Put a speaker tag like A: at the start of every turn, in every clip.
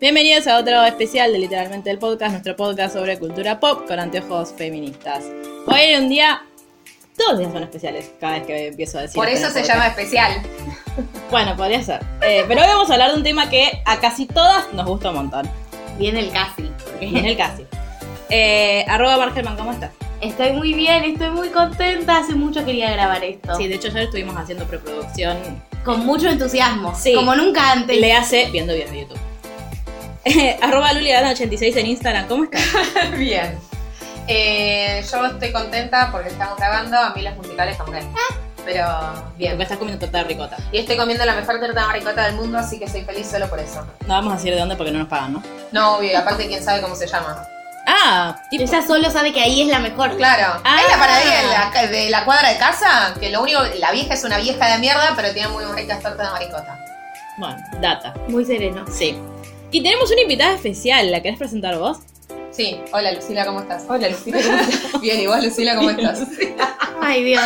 A: Bienvenidos a otro especial de Literalmente el Podcast, nuestro podcast sobre cultura pop con anteojos feministas. Hoy era un día. Todos los días son especiales cada vez que empiezo a decir.
B: Por
A: este
B: eso se
A: podcast.
B: llama especial.
A: Bueno, podría ser. Eh, pero hoy vamos a hablar de un tema que a casi todas nos gusta un montón.
B: Viene el casi.
A: que es el casi. Eh, arroba Margelman, ¿cómo estás?
C: Estoy muy bien, estoy muy contenta. Hace mucho quería grabar esto.
A: Sí, de hecho ayer estuvimos haciendo preproducción.
C: Con mucho entusiasmo.
A: Sí.
C: Como nunca antes.
A: Le hace viendo videos de YouTube. Eh, arroba Luliadana86 en Instagram, ¿cómo estás?
B: Bien. Eh, yo estoy contenta porque estamos grabando. A mí las musicales, aunque. Pero
A: Porque
B: bien.
A: estás comiendo torta de ricota.
B: Y estoy comiendo la mejor tarta de maricota del mundo, así que soy feliz solo por eso.
A: No vamos a decir de dónde porque no nos pagan, ¿no?
B: No, obvio, y aparte, quién sabe cómo se llama.
A: Ah, y
C: Ella solo sabe que ahí es la mejor.
B: Claro.
A: Ah.
B: Es la panadería de la, de la cuadra de casa, que lo único. La vieja es una vieja de mierda, pero tiene muy ricas tortas de maricota.
A: Bueno, data.
C: Muy sereno.
A: Sí. Y tenemos una invitada especial, ¿la querés presentar vos?
B: Sí. Hola, Lucila, ¿cómo estás? Hola, Lucila, ¿cómo estás? bien, ¿y vos, Lucila, cómo estás?
C: Ay, Dios.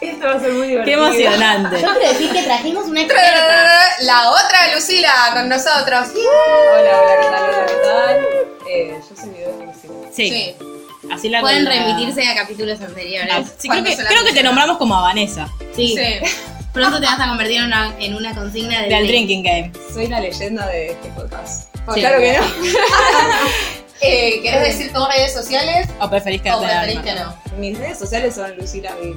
B: Esto va a ser muy
A: Qué emocionante.
D: Yo quiero decir que trajimos una experta.
B: La otra Lucila con nosotros. Hola, hola, ¿qué tal? Hola, ¿qué tal? yo soy de Lucila.
A: Sí, así la
D: Pueden
A: la-
D: remitirse a capítulos anteriores.
A: Ah, sí, creo
B: Cuando
A: que,
B: se la
A: creo que te
B: pusieron.
A: nombramos como a Vanessa,
D: Sí.
B: Sí.
D: Pronto te vas a convertir en una, en una consigna de,
A: del Drinking Game.
E: Soy la leyenda de este podcast.
A: Sí.
E: Claro que no.
B: Eh, ¿Querés decir tus redes sociales
A: ¿O preferís que
B: o preferís que no?
E: Mis redes sociales son Lucila Bill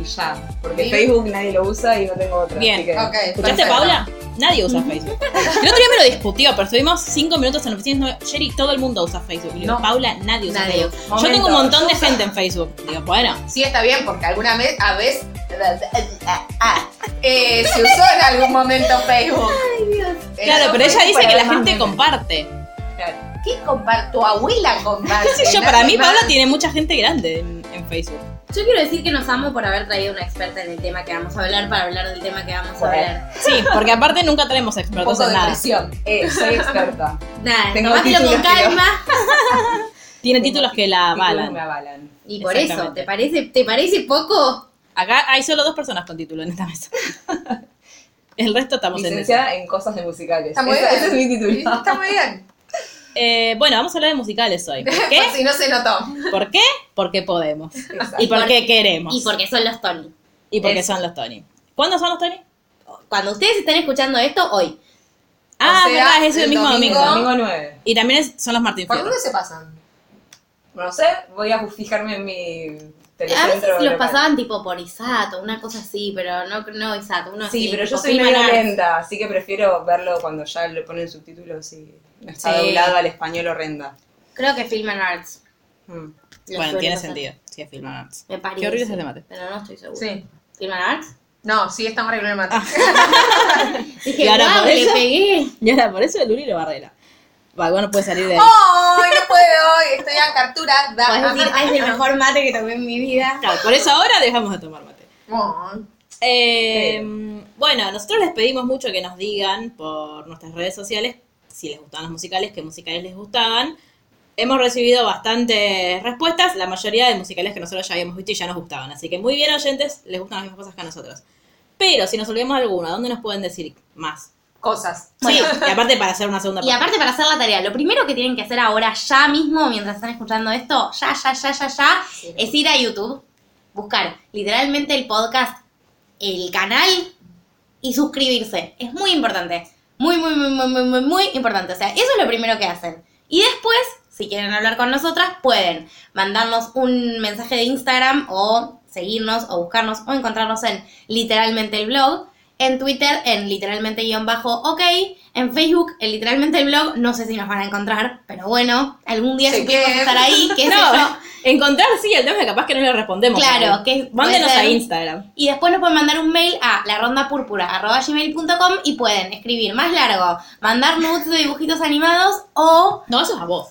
E: y ya. Porque
B: Bill.
E: Facebook nadie lo usa y no tengo otra.
A: Bien.
E: así que-
B: Ok.
A: ¿Escuchaste,
B: perfecto.
A: Paula? Nadie usa Facebook. El otro día me lo discutió, pero estuvimos cinco minutos en la oficina. y no- Jerry, todo el mundo usa Facebook. Y le digo, Paula, nadie usa
D: Nadie
A: Facebook. Yo tengo un montón de gente en Facebook. Digo, bueno,
B: Sí, está bien, porque alguna vez, a vez, eh, se usó en algún momento Facebook. Ay, Dios.
A: claro, pero ella dice que la gente comparte.
B: ¿Qué comparte? Tu abuela comparte.
A: Sí, yo,
B: nadie
A: para mí,
B: más.
A: Paula tiene mucha gente grande en, en Facebook.
D: Yo quiero decir que nos amo por haber traído una experta en el tema que vamos a hablar para hablar del tema que vamos a
E: Bueno.
D: hablar.
A: Sí, porque aparte nunca traemos
B: Un
A: expertos
B: poco
A: en
B: de
A: nada.
B: presión.
E: Eh, soy experta.
D: Nada,
E: Tengo
D: tomátelo con
E: títulos, pero-
D: calma.
A: Tiene títulos que la
E: Títulos
A: avalan.
E: Me avalan.
D: Y por eso,
A: Exactamente.
D: ¿te parece, ¿te parece poco?
A: Acá hay solo dos personas con título en esta mesa. El resto estamos en eso.
E: Licenciada en cosas de musicales.
B: Está muy
E: Ese-
B: bien.
E: Ese es mi título.
B: Está muy bien.
A: Eh, bueno, vamos a hablar de musicales hoy. ¿Por qué?
B: Por si no se notó.
A: ¿Por qué? Porque podemos.
E: Exacto.
A: Y
D: por-
A: porque queremos.
D: Y porque son los Tony.
A: Y porque
D: es-
A: son los Tony. ¿Cuándo son los Tony?
D: Cuando ustedes están escuchando esto, hoy.
A: Ah,
B: sea,
A: verdad, es el
B: el
A: mismo domingo.
B: domingo.
E: Domingo 9.
A: Y también es- son los Martín
B: ¿Por
A: Fierro.
B: dónde se pasan?
E: No sé, voy a fijarme en mi
D: A
E: telecentro.
D: veces los
E: local.
D: pasaban tipo por Isato, una cosa así, pero no, no Isato, uno
E: Sí,
D: así,
E: pero yo
D: tipo
E: soy
D: Prima
E: medio
D: Nars.
E: lenta, así que prefiero verlo cuando ya le ponen subtítulos y no está
D: Sí.
E: doblado al español horrenda.
D: Creo que Film and Arts.
E: Mm.
D: lo
A: Bueno,
D: suelen
A: tiene
D: hacer.
A: sentido. Sí, es Film and Arts.
D: Me parece.
A: Qué horrible es el debate.
D: Pero no estoy segura.
B: Sí.
D: ¿Film and Arts?
B: No, sí, está horrible el mate.
D: Dije,
A: ¿Y ahora
D: guau,
A: por
D: le
A: eso?
D: pegué.
A: Y ahora por eso el Luli lo barrera. Bueno, no puede salir de ahí.
B: ¡Oh! ¡Ay, no puedo! Estoy a cartura.
E: Ah,
D: Podés decir, ay, es el mejor mate que tomé en mi vida.
A: Claro, por eso ahora dejamos de tomar mate.
B: Ay.
A: Eh, Bueno, nosotros les pedimos mucho que nos digan por nuestras redes sociales si les gustaban los musicales, qué musicales les gustaban. Hemos recibido bastantes respuestas, la mayoría de musicales que nosotros ya habíamos visto y ya nos gustaban. Así que muy bien, oyentes, les gustan las mismas cosas que a nosotros. Pero si nos olvidamos de alguno, ¿dónde nos pueden decir más?
B: Cosas.
A: sí, y aparte para hacer una segunda
D: Y aparte para hacer la tarea, lo primero que tienen que hacer ahora ya mismo, mientras están escuchando esto, ya, ya, ya, ya, ya, es ir a YouTube, buscar literalmente el podcast, el canal y suscribirse. Es muy importante. Muy, muy, muy, muy, muy, muy, muy importante. O sea, eso es lo primero que hacen. Y después, si quieren hablar con nosotras, pueden mandarnos un mensaje de Instagram o seguirnos o buscarnos o encontrarnos en literalmente el blog. En Twitter, en literalmente guión bajo ok. En Facebook, en literalmente el blog. No sé si nos van a encontrar, pero bueno, algún día
B: Se
D: supimos
B: quieren.
D: estar ahí, qué sé
A: No.
D: yo.
A: Encontrar, sí, el tema es que capaz que no le respondemos.
D: Claro, que es-
A: Mándenos
D: puede
A: a
D: ser-
A: Instagram.
D: Y después nos pueden mandar un mail a larondapúrpura.gmail.com y pueden escribir más largo, mandar nudes de dibujitos animados o...
A: No, eso es a vos.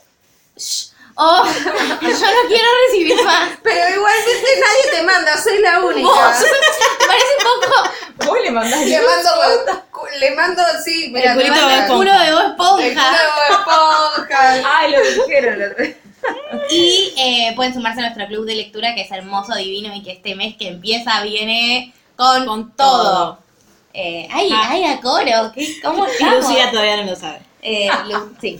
D: o yo no quiero recibir más.
B: Pero igualmente nadie te manda, soy la única.
D: Vos. Me parece un poco...
E: Vos le mandás
B: Le mando, le mando, sí, mira,
A: El
B: le
A: culito
B: mando-
A: de
D: Puro de Bob
B: El
D: Esponja.
B: culo de esponja.
E: Ay, Ah, lo dijeron la otra vez.
D: Y eh, pueden sumarse a nuestro club de lectura que es hermoso, divino y que este mes que empieza viene con,
A: Con
D: todo.
A: todo.
D: Eh, ay,
A: Ah.
D: ay, a coro, ¿qué- ¿cómo
A: Y
D: estamos?
A: Lucía todavía no lo sabe.
D: Eh, Lu- sí.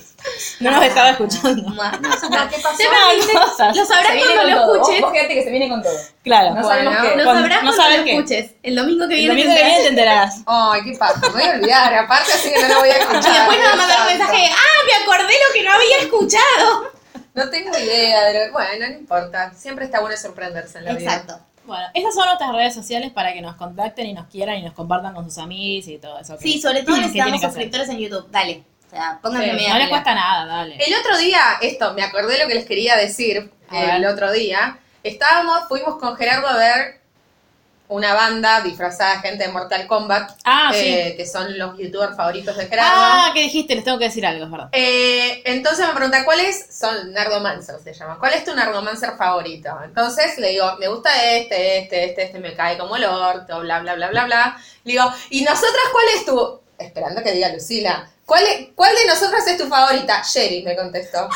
A: No nos estaba escuchando.
D: Mua.
B: ¿Qué pasó?
D: Te van- Lo sabrás
E: Se viene
D: cuando
E: con
D: lo
E: todo.
D: escuches.
E: Vos fíjate que se viene con todo.
A: Claro.
E: No sabemos
B: Bueno.
E: qué.
D: Lo
A: cuando-
D: sabrás
A: no
D: cuando
A: sabes
D: lo
A: qué.
D: escuches. El domingo que
A: El
D: viene
A: domingo
D: te
A: que viene
D: enterás.
A: este te enterarás.
B: Ay, qué paja, me voy a olvidar, aparte así que no lo voy a escuchar.
D: Y después nos va a mandar un
B: Tanto.
D: mensaje, ¡ah, me acordé lo que no había escuchado!
B: No tengo idea de lo- Bueno, no importa, siempre está bueno sorprenderse en la vida.
D: Exacto.
A: Bueno, esas son nuestras redes sociales para que nos contacten y nos quieran y nos compartan con sus amigos y todo eso. que-
D: Sí, sobre todo
A: que
D: necesitamos
A: tienen que hacer.
D: suscriptores en YouTube. Dale. O sea, pónganse
B: Sí,
D: media
A: No les
D: pila.
A: cuesta nada, dale.
B: El otro día, esto, me acordé lo que les quería decir
A: A
B: eh, el
A: ver.
B: otro día. Estábamos, fuimos con Gerardo a ver una banda disfrazada de gente de Mortal Kombat,
A: Ah, sí.
B: eh, que son los youtubers favoritos de Gerardo.
A: Ah, que dijiste, les tengo que decir algo, es verdad.
B: Eh, entonces me pregunta, ¿cuál es? Son Nardomancer, se llama. ¿Cuál es tu Nardomancer favorito? Entonces le digo, me gusta este, este, este, este me cae como el orto, bla, bla, bla, bla, bla. Le digo, ¿y nosotras cuál es tu? Esperando que diga Lucila. ¿Cuál, es- ¿Cuál de nosotras es tu favorita? Sherry me contestó.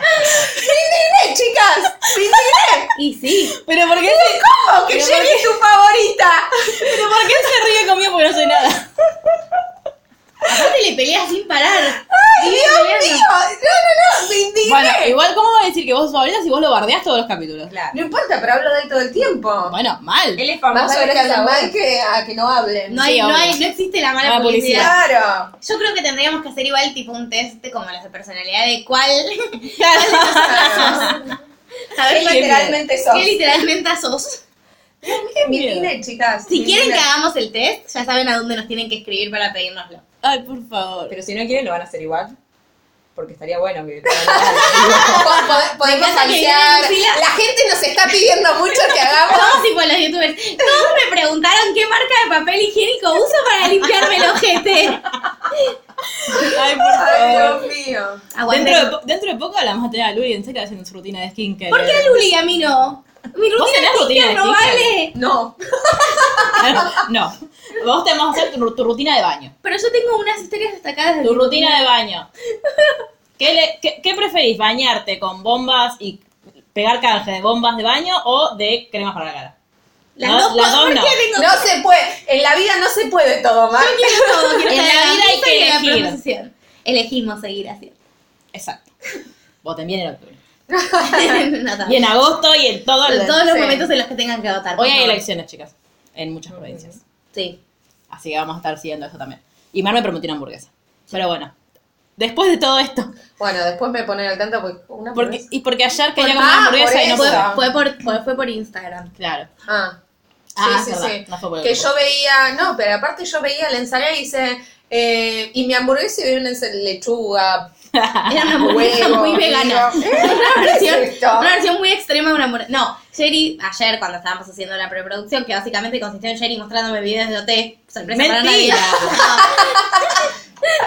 B: ¡Me indigné, chicas! ¡Me indigné!
D: Y sí.
A: Pero ¿por qué, se,
B: ¿Cómo que
A: Pero
B: Sherry es tu favorita?
A: pero ¿por qué se ríe conmigo porque no soy nada?
D: Aparte le pelea sin parar.
B: ¡Ay, Dios mío! No, no, no, me indigné.
A: Bueno, igual, ¿cómo va a decir que vos favoritas si vos lo bardeás todos los capítulos?
B: no importa, pero hablo de él todo el tiempo.
A: Bueno, mal.
E: Él es
B: Más
E: famoso
B: vale que
E: gracias a
B: hablen
E: vos.
B: mal que a que no hablen.
D: No, hay, no,
A: obvio.
D: hay, no existe la mala
A: Mala
D: publicidad.
A: publicidad.
B: Claro.
D: Yo creo que tendríamos que hacer igual tipo un test de como las de personalidad de cuál.
B: claro.
D: A ver
B: Es
D: cuál-
B: literalmente sos.
D: ¿Qué literalmente sos?
B: Mi cine, chicas.
D: Si
B: Mi
D: quieren
B: cine.
D: que hagamos el test, ya saben a dónde nos tienen que escribir para pedírnoslo.
A: Ay, por favor.
E: Pero si no quieren, lo van a hacer igual. Porque estaría bueno que.
B: Po- po- Podemos
D: encanta que viene
B: saltear.
D: Lucila.
B: La gente nos está pidiendo mucho que hagamos.
D: Todos tipo los youtubers. Todos me preguntaron qué marca de papel higiénico uso para limpiarme el ojete.
A: Ay, por favor.
B: mío.
D: Aguante.
A: Dentro de, po- dentro de poco la vamos a tener a Luli en serio haciendo su rutina de skincare.
D: ¿Por qué a Luli y a mí no? Mi
A: ¿Vos
D: rutina
A: tenés rutina
D: skincare
A: de
D: no vale.
B: No.
A: No. Vos te vamos a hacer tu, tu rutina de baño.
D: Pero yo tengo unas historias destacadas de
A: Tu rutina de baño. ¿Qué, le- qué- qué preferís? ¿Bañarte con bombas y pegar canje de bombas de baño o de cremas para la cara?
D: Las
A: No,
D: dos
A: las
D: cosas
A: dos
D: ¿por
A: no.
D: qué tengo
B: No se puede. En la vida no se puede todo, Mar.
D: Yo quiero todo, quiero
A: En
D: estar
A: la vida hay
D: danza
A: que
D: y en la
A: elegir.
D: profesión. Elegimos seguir así.
A: Exacto. Voten bien en octubre.
D: No, también.
A: Y en agosto y en todo el...
D: En todos los
B: Sí.
D: momentos en los que tengan que votar. por
A: Hoy hay
D: favor.
A: elecciones, chicas, en muchas provincias.
D: Sí.
A: Así que vamos a estar siguiendo eso también. Y Mar me prometió una hamburguesa. Pero bueno, después de todo esto...
B: Bueno, después me ponen al tanto porque una
A: Porque,
B: vez-
A: y porque ayer quería
B: Por-
A: comer
B: ah,
A: hamburguesa y no
B: por
D: Fue,
A: pude.
B: eso. Ah.
D: fue por, fue, fue por Instagram.
A: Claro.
B: Ah. Sí,
A: Ah,
B: sí,
A: es verdad,
B: sí.
A: no fue por el
B: que
A: grupo.
B: yo veía, no, pero aparte yo veía la ensalada y dice, eh, y mi hamburguesa y veía una ensa- lechuga,
D: Era una hamburguesa
B: huevo.
D: muy
B: y
D: vegana.
B: digo,
D: Era
B: ¿eh?
D: Una
B: ¿Qué
D: versión,
B: es esto?
D: una versión muy extrema de una hamburguesa. No, Jerry, ayer cuando estábamos haciendo la preproducción, que básicamente consistió en Jerry mostrándome videos de OT, sorpresa para nadie.
A: Mentira.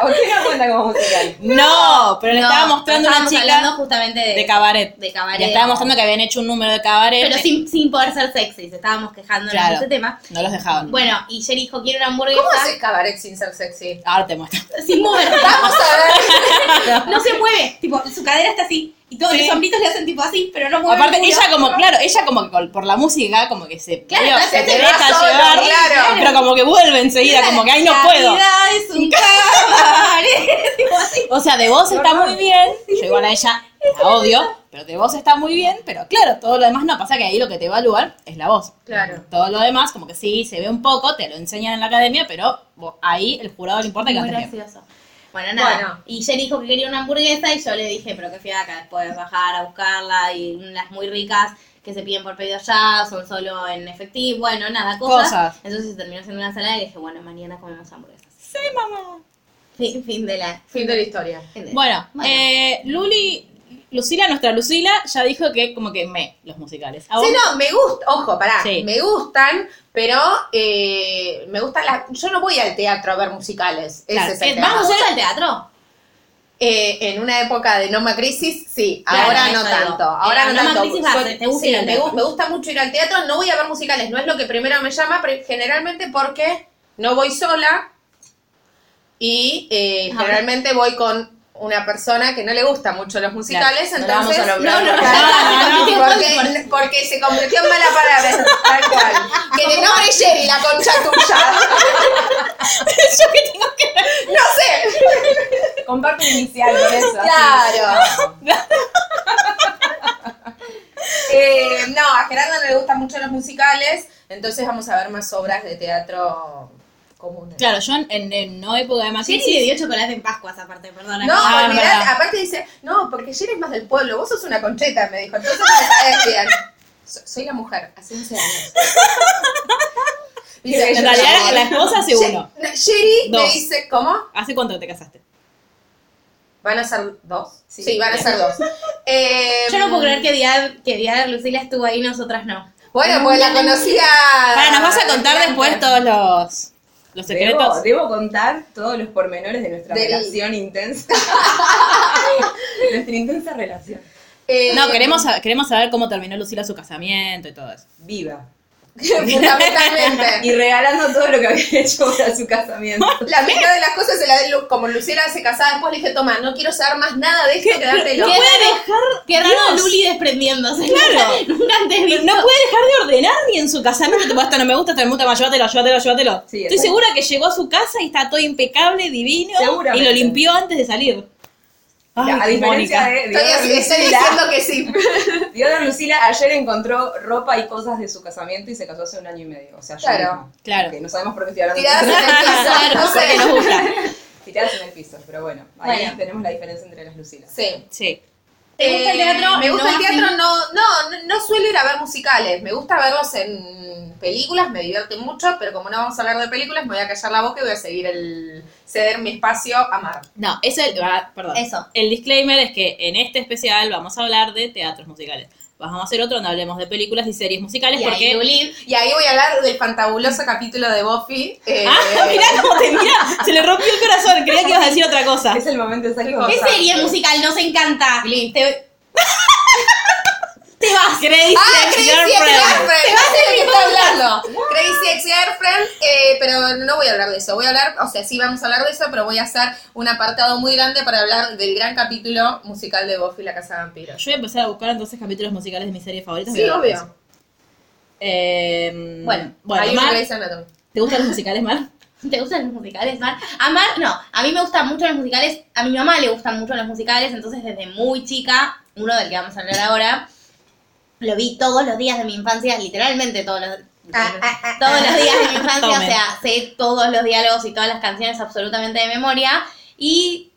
E: ¿O qué no cuenta como musical?
A: No, pero le
D: No,
A: estaba mostrando una
D: estábamos hablando
A: chica
D: justamente de,
A: de cabaret.
D: Eh, de
A: Ya
D: cabaret.
A: estaba mostrando que habían hecho un número de cabaret.
D: Pero sin, sin poder ser sexy, estábamos quejándonos
A: Claro.
D: de ese tema.
A: No los dejaban.
D: Bueno, y Jerry dijo, quiero una hamburguesa
B: ¿Cómo haces cabaret sin ser sexy?
A: Ahora te muestro.
D: sin mover.
B: Vamos a ver.
D: No se mueve, tipo, su cadera está así. Y todos
A: Sí.
D: los hombritos le hacen tipo así, pero no mueve.
A: Aparte,
D: el culo.
A: ella como, claro, ella como que con- por la música, como que se,
D: Claro,
A: medio
D: no
A: se
D: se
A: te
D: te
A: deja
B: va solo,
A: llevar,
B: claro.
A: pero como que vuelve enseguida, como que ahí no
D: La
A: puedo.
D: vida es un cabaret. Tipo así.
A: O sea, de voz está muy bien, yo igual a ella la odio, pero de voz está muy bien, pero claro, todo lo demás no, pasa que ahí lo que te evalúan es la voz.
B: Claro.
A: Todo lo demás, como que sí, se ve un poco, te lo enseñan en la academia, pero vos- ahí el jurado le importa que
D: Muy
A: cantes bien.
D: gracioso. Bueno, nada.
B: Bueno.
D: Y Jerry dijo que quería una hamburguesa y yo le dije, pero qué fiaca, después bajar a buscarla y unas muy ricas que se piden por pedido ya, son solo en efectivo, bueno, nada, cosas.
A: Cosas.
D: Entonces terminó haciendo una ensalada y le dije, bueno, mañana comemos hamburguesas. Sí, mamá. Fin, fin de la...
B: Fin de la historia.
D: fin de-
A: Bueno,
D: Bueno.
A: eh, Luli, Lucila, nuestra Lucila, ya dijo que como que me los musicales. ¿A vos?
B: Sí, no, me gusta, ojo, pará,
A: Sí.
B: me gustan, pero eh, me gustan las... Yo no voy al teatro a ver musicales, ese
A: Claro,
B: es el
A: es-
B: tema.
D: ¿Vamos solo al teatro?
B: Eh, en una época de Noma Crisis, sí,
D: Claro,
B: ahora
D: eso
B: no
D: digo.
B: tanto,
D: Eh,
B: ahora no
D: Noma
B: tanto.
D: Crisis va, te- te gusta
B: sí,
D: ir al
B: me,
D: teatro.
B: gu- me gusta mucho ir al teatro, no voy a ver musicales, no es lo que primero me llama, pero generalmente porque no voy sola y eh,
D: Ajá.
B: generalmente voy con una persona que no le gusta mucho los musicales,
E: no la
B: entonces
E: vamos a nombrar.
B: no, no,
D: No, no, no.
B: porque, porque se convirtió en mala palabra, tal cual. Que te nombre Jerry, la concha tuya.
A: Yo que tengo que ver.
B: No sé.
E: Comparte un inicial con eso.
B: Claro. Eh, no, a Gerardo no le gustan mucho los musicales, entonces vamos a ver más obras de teatro comunes.
A: Claro, yo en, en- en no época de más
D: Sí, sí, dio chocolate en Pascuas aparte, perdona.
B: No,
A: Ah,
B: olvidate,
A: verdad.
B: aparte dice, no, porque Jerry es más del pueblo, vos sos una concheta, me dijo, entonces me caes bien. So- Soy la mujer, hace 11 años. Dice,
A: En realidad, la esposa hace
B: Ye-
A: uno.
B: no, Jerry me
A: Dos.
B: dice, ¿cómo?
A: ¿Hace cuánto te casaste?
B: ¿Van a ser dos? Sí, van a ser dos. Eh,
D: Yo no puedo creer que Diana que Diana Lucila estuvo ahí y nosotras no.
B: Bueno, pues la conocía.
A: Para, nos vas a contar
B: Blanca.
A: después todos los, los
E: Debo,
A: secretos.
E: debo contar todos los pormenores de nuestra
B: Del-
E: relación intensa. nuestra intensa relación.
B: Eh,
A: No, queremos, sa- queremos saber cómo terminó Lucila su casamiento y todo eso.
E: Viva.
B: Fundamentalmente.
E: Y regalando todo lo que había hecho para su casamiento.
B: La mitad de las cosas se la de Lu- como Luciana se casaba después, le dije, toma, no quiero saber más nada de esto, quedártelo.
D: Qué raro, qué raro Luli desprendiéndose.
A: Claro.
D: Nunca antes vi.
A: Pero no puede dejar de ordenar ni en su casamiento. Tipo, esto no me gusta, esto me gusta más, llévatelo, llévatelo, llévatelo.
E: Sí,
A: Estoy
E: exacto.
A: segura que llegó a su casa y está todo impecable, divino. Y
E: Seguramente.
A: lo limpió antes de salir. Ay,
E: a
A: qué
E: diferencia
A: Mónica.
E: de
B: Estoy,
E: Diodor
B: así, estoy diciendo que sí.
E: Diodor Lucila ayer encontró ropa y cosas de su casamiento y se casó hace un año y medio. O sea, yo
B: Claro.
E: misma.
A: Claro.
E: Que no sabemos por qué estoy hablando.
B: Tiradas en el piso, no
A: Porque nos
B: sé.
A: gusta.
E: Tiradas en el piso, pero bueno, ahí
D: Bueno.
E: tenemos la diferencia entre las Lucilas.
B: Sí.
A: Sí.
D: ¿Te gusta el teatro?
B: Me gusta
D: No
B: el teatro,
D: así.
B: no, no, no, no suelo ir a ver musicales. Me gusta verlos en películas, me divierten mucho, pero como no vamos a hablar de películas, me voy a callar la boca y voy a seguir el ceder mi espacio a Mar.
A: No, eso es el. ah, perdón.
D: Eso.
A: El disclaimer es que en este especial vamos a hablar de teatros musicales. Vamos a hacer otro donde hablemos de películas y series musicales
D: Y ahí
A: porque.
D: Luli,
B: Y ahí voy a hablar del fantabuloso capítulo de Buffy. eh,
A: ¡Ah! Mirá cómo te mira. Se le rompió el corazón. Creía que ibas a decir otra cosa.
E: Es el momento exacto.
D: ¿Qué serie musical nos encanta? Te... Te vas.
A: Crazy
B: Ah, Crazy
A: Ex-Girlfriend.
B: Ex-Girlfriend. Te vas de lo que está hablando. Crazy Ex-Girlfriend, eh, pero no voy a hablar de eso. Voy a hablar, o sea, sí vamos a hablar de eso, pero voy a hacer un apartado muy grande para hablar del gran capítulo musical de Buffy la Casa de Vampiros.
A: Yo voy a empezar a buscar entonces capítulos musicales de mis series favoritas.
B: Sí,
A: Voy a ver
B: obvio.
A: Eh,
D: Bueno,
A: bueno
B: Hay un
A: Mar,
B: Grey's Anatomy.
A: ¿te gustan los musicales, Mar?
D: ¿Te gustan los musicales, Mar? A Mar, no. A mí me gustan mucho los musicales. A mi mamá le gustan mucho los musicales. Entonces, desde muy chica, uno del que vamos a hablar ahora, lo vi todos los días de mi infancia, literalmente todos los, todos los días de mi infancia. o
A: Tomen.
D: sea, sé todos los diálogos y todas las canciones absolutamente de memoria. Y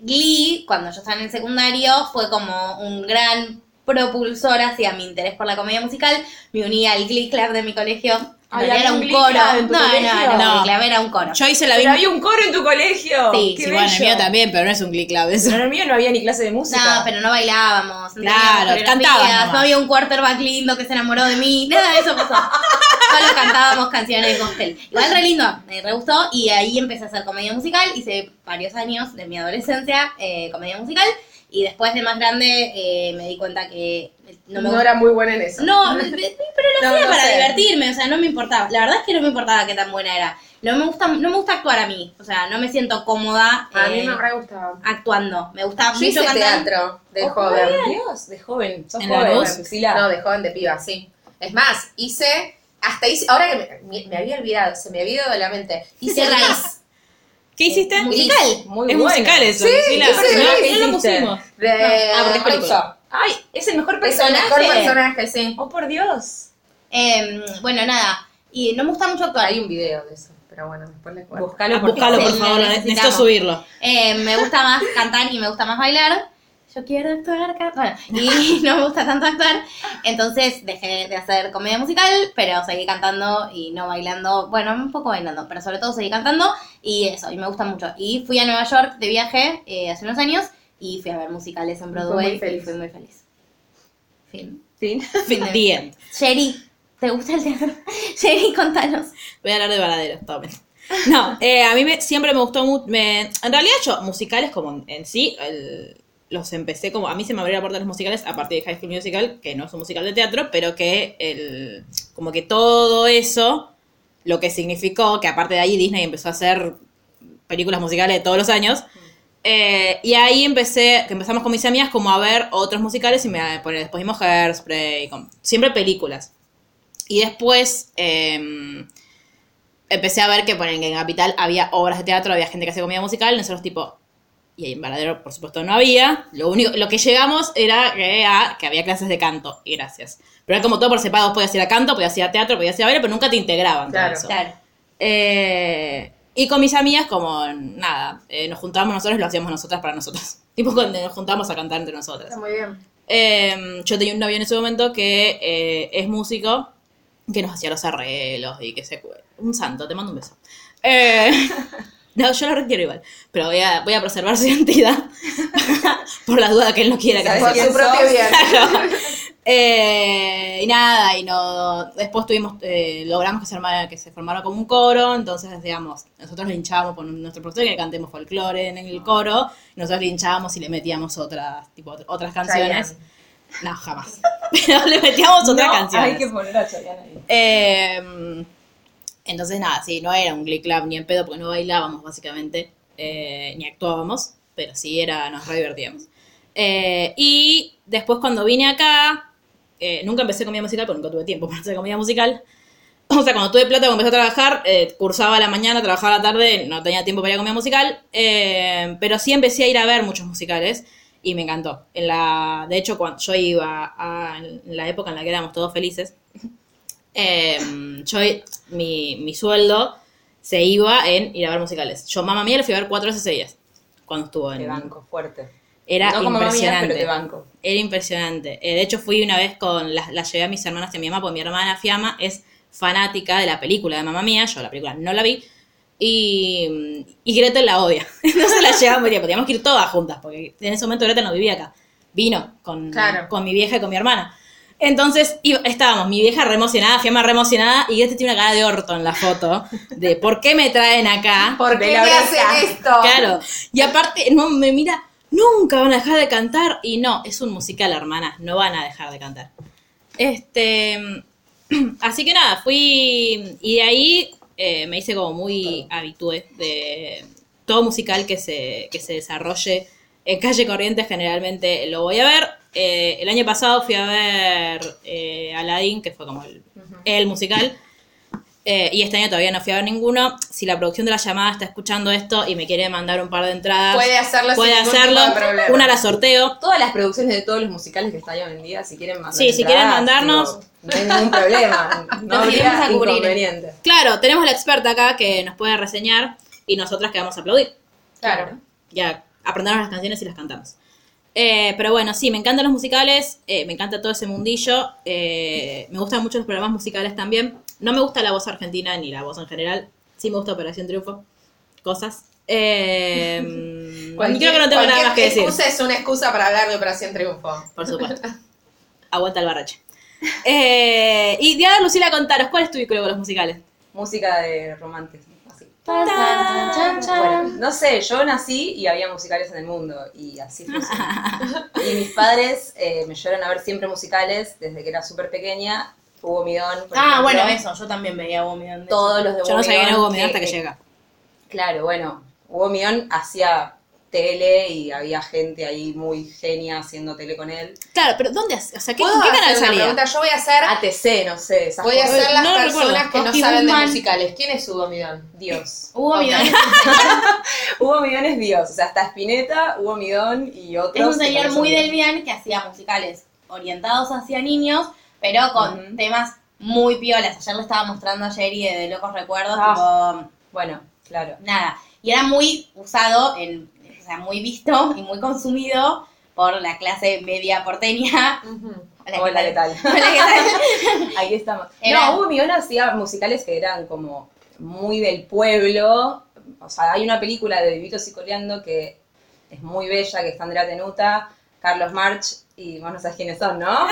D: Glee, cuando yo estaba en el secundario, fue como un gran propulsor hacia mi interés por la comedia musical. Me uní al Glee Club de mi colegio.
E: Ay,
D: era
E: ¿había
D: un
E: un Glee
D: coro.
E: Club en tu
D: No, no,
E: colegio?
D: era un
A: No.
D: Glee Club, era un coro.
A: Yo hice la
E: Pero
A: misma.
E: había un coro en tu colegio.
D: Sí,
E: Qué
A: Sí, bueno, el
E: bello.
A: mío también, pero no es un Glee Club eso.
E: Pero en el mío no había ni clase de música.
D: No, pero no bailábamos. No
A: Claro,
D: teníamos coreografías,
A: cantabas nomás.
D: No había un quarterback lindo que se enamoró de mí. Nada de eso pasó. Solo cantábamos canciones de gospel. Igual re lindo, me re gustó. Y ahí empecé a hacer comedia musical. Hice varios años de mi adolescencia eh, comedia musical. Y después de más grande eh, me di cuenta que no me
B: No,
D: gustaba.
B: era muy buena en eso.
D: No, me- me- pero lo
B: No,
D: hacía
B: no
D: para
B: sé.
D: divertirme, o sea, no me importaba. La verdad es que no me importaba qué tan buena era. No me gusta, no me gusta actuar a mí, o sea, no me siento cómoda
B: A mí
D: eh,
B: me re gustaba.
D: actuando. Me gustaba
B: Yo
D: mucho
B: hice
D: cantar.
B: teatro de
E: Oh,
B: joven.
E: Dios, de joven. Sos
A: ¿En la
E: joven,
A: luz?
E: Lucila.
B: No, de joven de piba, sí. Es más, hice, hasta hice, ahora que me, me había olvidado, se me había ido de la mente, hice raíz.
A: ¿Qué hiciste?
D: Musical.
E: Muy
A: es
E: bueno.
A: musical eso,
B: Sí,
A: Lucila.
B: sí,
A: no,
B: sí, sí,
A: no lo
E: hiciste.
A: pusimos.
B: De
A: Ah, porque es película.
B: Gonzo.
E: Ay, es el mejor
B: Es el
E: personaje.
B: mejor personaje, sí.
E: Oh, por Dios.
D: Eh, bueno, nada. Y no me gusta mucho actuar.
B: Hay un video de eso, pero bueno, después les cuento.
E: Buscalo por
A: Búscalo,
E: favor.
A: Ah, por
D: Sí,
A: favor,
D: necesitamos.
A: necesito subirlo.
D: Eh, me gusta más cantar y me gusta más bailar. Yo quiero actuar, ca- bueno, y no me gusta tanto actuar. Entonces dejé de hacer comedia musical, pero seguí cantando y no bailando. Bueno, un poco bailando, pero sobre todo seguí cantando y eso, y me gusta mucho. Y fui a Nueva York de viaje eh, hace unos años y fui a ver musicales en
B: fue
D: Broadway
B: muy feliz.
D: y fui muy feliz. Fin.
E: Fin.
D: Fin de-
A: The end.
D: Sherry, ¿te gusta el teatro? Sherry, contanos.
A: Voy a hablar de baladeros, tomen. No, eh, a mí me- siempre me gustó mucho. en realidad, yo, musicales como en, en sí, el- los empecé como. A mí se me abrió la puerta de los musicales a partir de High School Musical, que no es un musical de teatro, pero que el, como que todo eso, lo que significó que aparte de ahí Disney empezó a hacer películas musicales de todos los años. Eh, y ahí empecé, que empezamos con mis amigas como a ver otros musicales y me poner después vimos Hairspray, con- siempre películas. Y después em, empecé a ver que ponen, que en Capital había obras de teatro, había gente que hacía comedia musical, nosotros tipo, y ahí en Varadero por supuesto no había, lo único, lo que llegamos era que, a- que había clases de canto, y gracias. Pero era como todo por separado, podías ir a canto, podías ir a teatro, podías ir a baile, pero nunca te integraban. todo
B: Claro.
A: eso. Eh, y con mis amigas, como nada, eh, nos juntábamos nosotros, lo hacíamos nosotras para nosotras. Tipo cuando nos juntábamos a cantar entre nosotras.
B: Está muy bien.
A: Eh, yo tenía un novio en ese momento que eh, es músico, que nos hacía los arreglos y que se... cu- Un santo, te mando un beso. Eh, no, yo lo requiero igual, pero voy a, voy a preservar su identidad por la duda que él no quiera que
E: ¿Sabes
A: sepa.
B: Por
E: quién
B: su propio
E: sos?
B: bien.
A: Claro. Eh, y nada, y no, después tuvimos, eh, logramos que se, armara, que se formara como un coro, entonces, digamos, nosotros linchábamos con nuestro profesor que cantemos folclore en el coro, y nosotros linchábamos y le metíamos otras, tipo, otras canciones.
B: Chayanne.
A: No, jamás. Pero le metíamos otras
E: No,
A: canciones.
E: Hay que poner a Chayanne ahí.
A: Eh, entonces, nada, sí, no era un Glee Club ni en pedo porque no bailábamos, básicamente, eh, ni actuábamos, pero sí era, nos re divertíamos. Eh, y después, cuando vine acá, eh, nunca empecé comida musical porque nunca tuve tiempo para hacer comida musical. O sea, cuando tuve plata, cuando empecé a trabajar, eh, cursaba a la mañana, trabajaba a la tarde, no tenía tiempo para ir a comida musical, eh, pero sí empecé a ir a ver muchos musicales y me encantó. En la, de hecho, cuando yo iba a, en la época en la que éramos todos felices, eh, yo, mi, mi sueldo se iba en ir a ver musicales. Yo, mamá mía, le fui a ver cuatro veces seguidas cuando estuvo
E: Te
A: en...
E: banco, fuerte.
A: Era
E: no como mamía,
A: impresionante.
E: pero te banco.
A: Era impresionante. Eh, de hecho, fui una vez con. La, la llevé a mis hermanas y a mi mamá, porque mi hermana Fiamma es fanática de la película de Mamá Mía. Yo la película no la vi. Y, y Gretel la odia. Entonces la llevamos, tipo, teníamos que ir todas juntas, porque en ese momento Gretel no vivía acá. Vino con,
B: Claro.
A: con mi vieja y con mi hermana. Entonces iba- estábamos, mi vieja re emocionada, Fiamma re emocionada, y Gretel tiene una cara de orto en la foto, de por qué me traen acá.
B: ¿Por
E: De
B: qué
E: la
B: me
E: oreja.
B: hacen esto?
A: Claro. Y aparte, no me mira, nunca van a dejar de cantar. Y no, es un musical, hermana, no van a dejar de cantar. Este. Así que nada, fui. Y de ahí eh, me hice como muy habitué de todo musical que se, que se desarrolle en Calle Corrientes, generalmente lo voy a ver. Eh, el año pasado fui a ver eh, Aladdin, que fue como el, el musical. Eh, y este año todavía no fui a ver ninguno. Si la producción de la llamada está escuchando esto y me quiere mandar un par de entradas,
B: Puede hacerlo sin
A: Ah, puede
B: ningún tipo
A: hacerlo.
B: de problema.
A: Una la sorteo.
E: Todas las producciones de todos los musicales que están hoy en día, si quieren mandar
A: Sí, si quieren
E: entradas,
A: mandarnos.
E: digo, No hay ningún problema. No
D: Nos iremos
E: habría
D: a cubrir.
E: inconveniente.
A: Claro, tenemos a la experta acá que nos puede reseñar y nosotras que vamos a aplaudir.
B: Claro.
A: Ya aprendamos las canciones y las cantamos. Eh, pero bueno, sí, me encantan los musicales, eh, me encanta todo ese mundillo, eh, me gustan mucho los programas musicales también. No me gusta la voz argentina ni la voz en general, sí me gusta Operación Triunfo, cosas. Eh,
B: Cualquier-
A: creo que no tengo nada
B: cualquier
A: más que decir.
B: excusa es una excusa para hablar de Operación Triunfo.
A: Por supuesto. Aguanta el barrache. Eh, y Diana Lucila, contaros, ¿cuál es tu vínculo con los musicales?
E: Música de romantes. Así.
F: Tan, tan, chan, chan.
E: Bueno, no sé, yo nací y había musicales en el mundo y así funciona. y mis padres eh, me llevaron a ver siempre musicales desde que era súper pequeña. Hubo Midón. por
D: Ah,
E: ejemplo.
D: bueno, eso, yo también veía vomitando.
E: Todos los de
A: Yo no sabía que no hubo
E: Hugo
A: comida hasta que
E: eh,
A: llega.
E: Claro, bueno, Hugo Mion hacía tele y había gente ahí muy genia haciendo tele con él.
A: Claro, pero ¿dónde? hace- O sea, ¿qué,
B: ¿Puedo
A: ¿qué canal
B: hacer una
A: salía? Ah,
B: pregunta? Yo voy a hacer,
D: Ah,
E: ATC, no sé, esas
B: voy a
E: cosas.
B: hacer las
A: No lo recuerdo.
B: personas que no
D: Oski
B: saben de
D: Guzmán.
B: musicales. ¿Quién es Hugo Midón?
E: Dios.
D: Hubo
B: Ok.
D: videos.
E: Hugo Midón es Dios, o sea, está Spinetta, Hubo Midón y
D: Es
E: otros.
D: un señor muy del bien que hacía musicales orientados hacia niños, pero con
E: Ujú.
D: temas muy piolas. Ayer le estaba mostrando a Jerry de, de Locos Recuerdos,
E: Bueno, claro.
D: tipo, nada. Y era muy usado, en, o sea, muy visto y muy consumido por la clase media porteña. Hola,
E: Hola, ¿qué tal?
D: Hola, ¿qué tal?
E: Ahí estamos.
D: Era-
E: No, Hugo Midón hacía musicales que eran como muy del pueblo. O sea, hay una película de Vivitos y Coleando que es muy bella, que es Andrea Tenuta, Carlos March, y vos no sabés quiénes son, ¿no?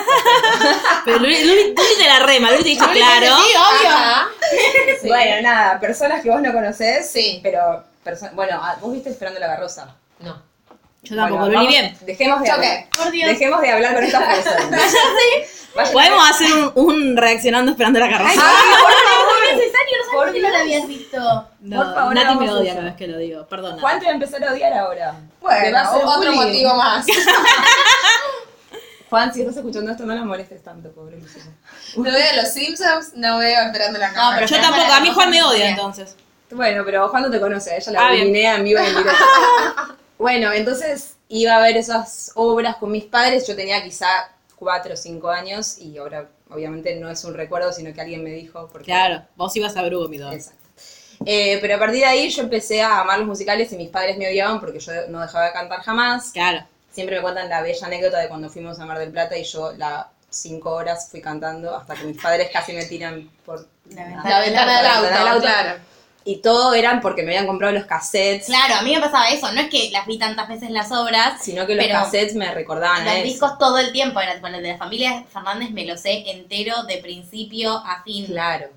G: Pero Luli, Luli- Luli te la rema, Luli te
A: Ah,
G: dice claro.
B: Sí, obvio. Sí.
E: Bueno, nada, personas que vos no conocés,
B: Sí.
E: pero... perso- Bueno, ah, vos viste Esperando la Carroza.
B: No.
G: Yo tampoco, lo
E: Bueno,
G: vi
E: vamos-
G: bien.
E: Dejemos de,
B: Choque.
C: Por Dios.
E: dejemos de hablar con estas cosas. Vayan a-
G: Podemos Ah. hacer un, un reaccionando esperando la carroza.
C: Es necesario, no sabes
E: Por
C: si no lo
E: Dios.
C: habías visto.
G: No,
E: por favor,
G: Nati
E: hagamos
G: me odia
E: eso.
G: cada vez que lo digo, perdona.
E: Juan te va a empezar a odiar ahora. Te va a
B: Bueno,
E: hacer
B: otro
E: bullying.
B: motivo más.
E: Juan, si estás escuchando esto, no la molestes tanto, pobre Lucía.
B: No veo Los Simpsons, no veo Esperando la Cámara.
G: Yo tampoco, a mí Juan me odia entonces.
E: Bueno, pero Juan no te conoce, ella la
G: Ah, bien.
E: eliminea en vivo y en directo. bueno, entonces iba a ver esas obras con mis padres. Yo tenía quizá cuatro o cinco años y ahora obviamente no es un recuerdo, sino que alguien me dijo. Porque,
G: Claro, vos ibas a Brugo, mi don.
E: Exacto. Eh, pero a partir de ahí yo empecé a amar los musicales y mis padres me odiaban porque yo no dejaba de cantar jamás.
G: Claro.
E: Siempre me cuentan la bella anécdota de cuando fuimos a Mar del Plata y yo las cinco horas fui cantando hasta que mis padres casi me tiran por
B: La ventana del auto, claro.
E: Y todo eran porque me habían comprado los cassettes,
D: Claro, a mí me pasaba eso. No es que las vi tantas veces las obras,
E: sino que los
D: Pero-
E: cassettes me recordaban a
D: los
E: eso.
D: discos todo el tiempo. Era tipo, el de la familia Fernández me lo sé entero de principio a fin.
E: Claro.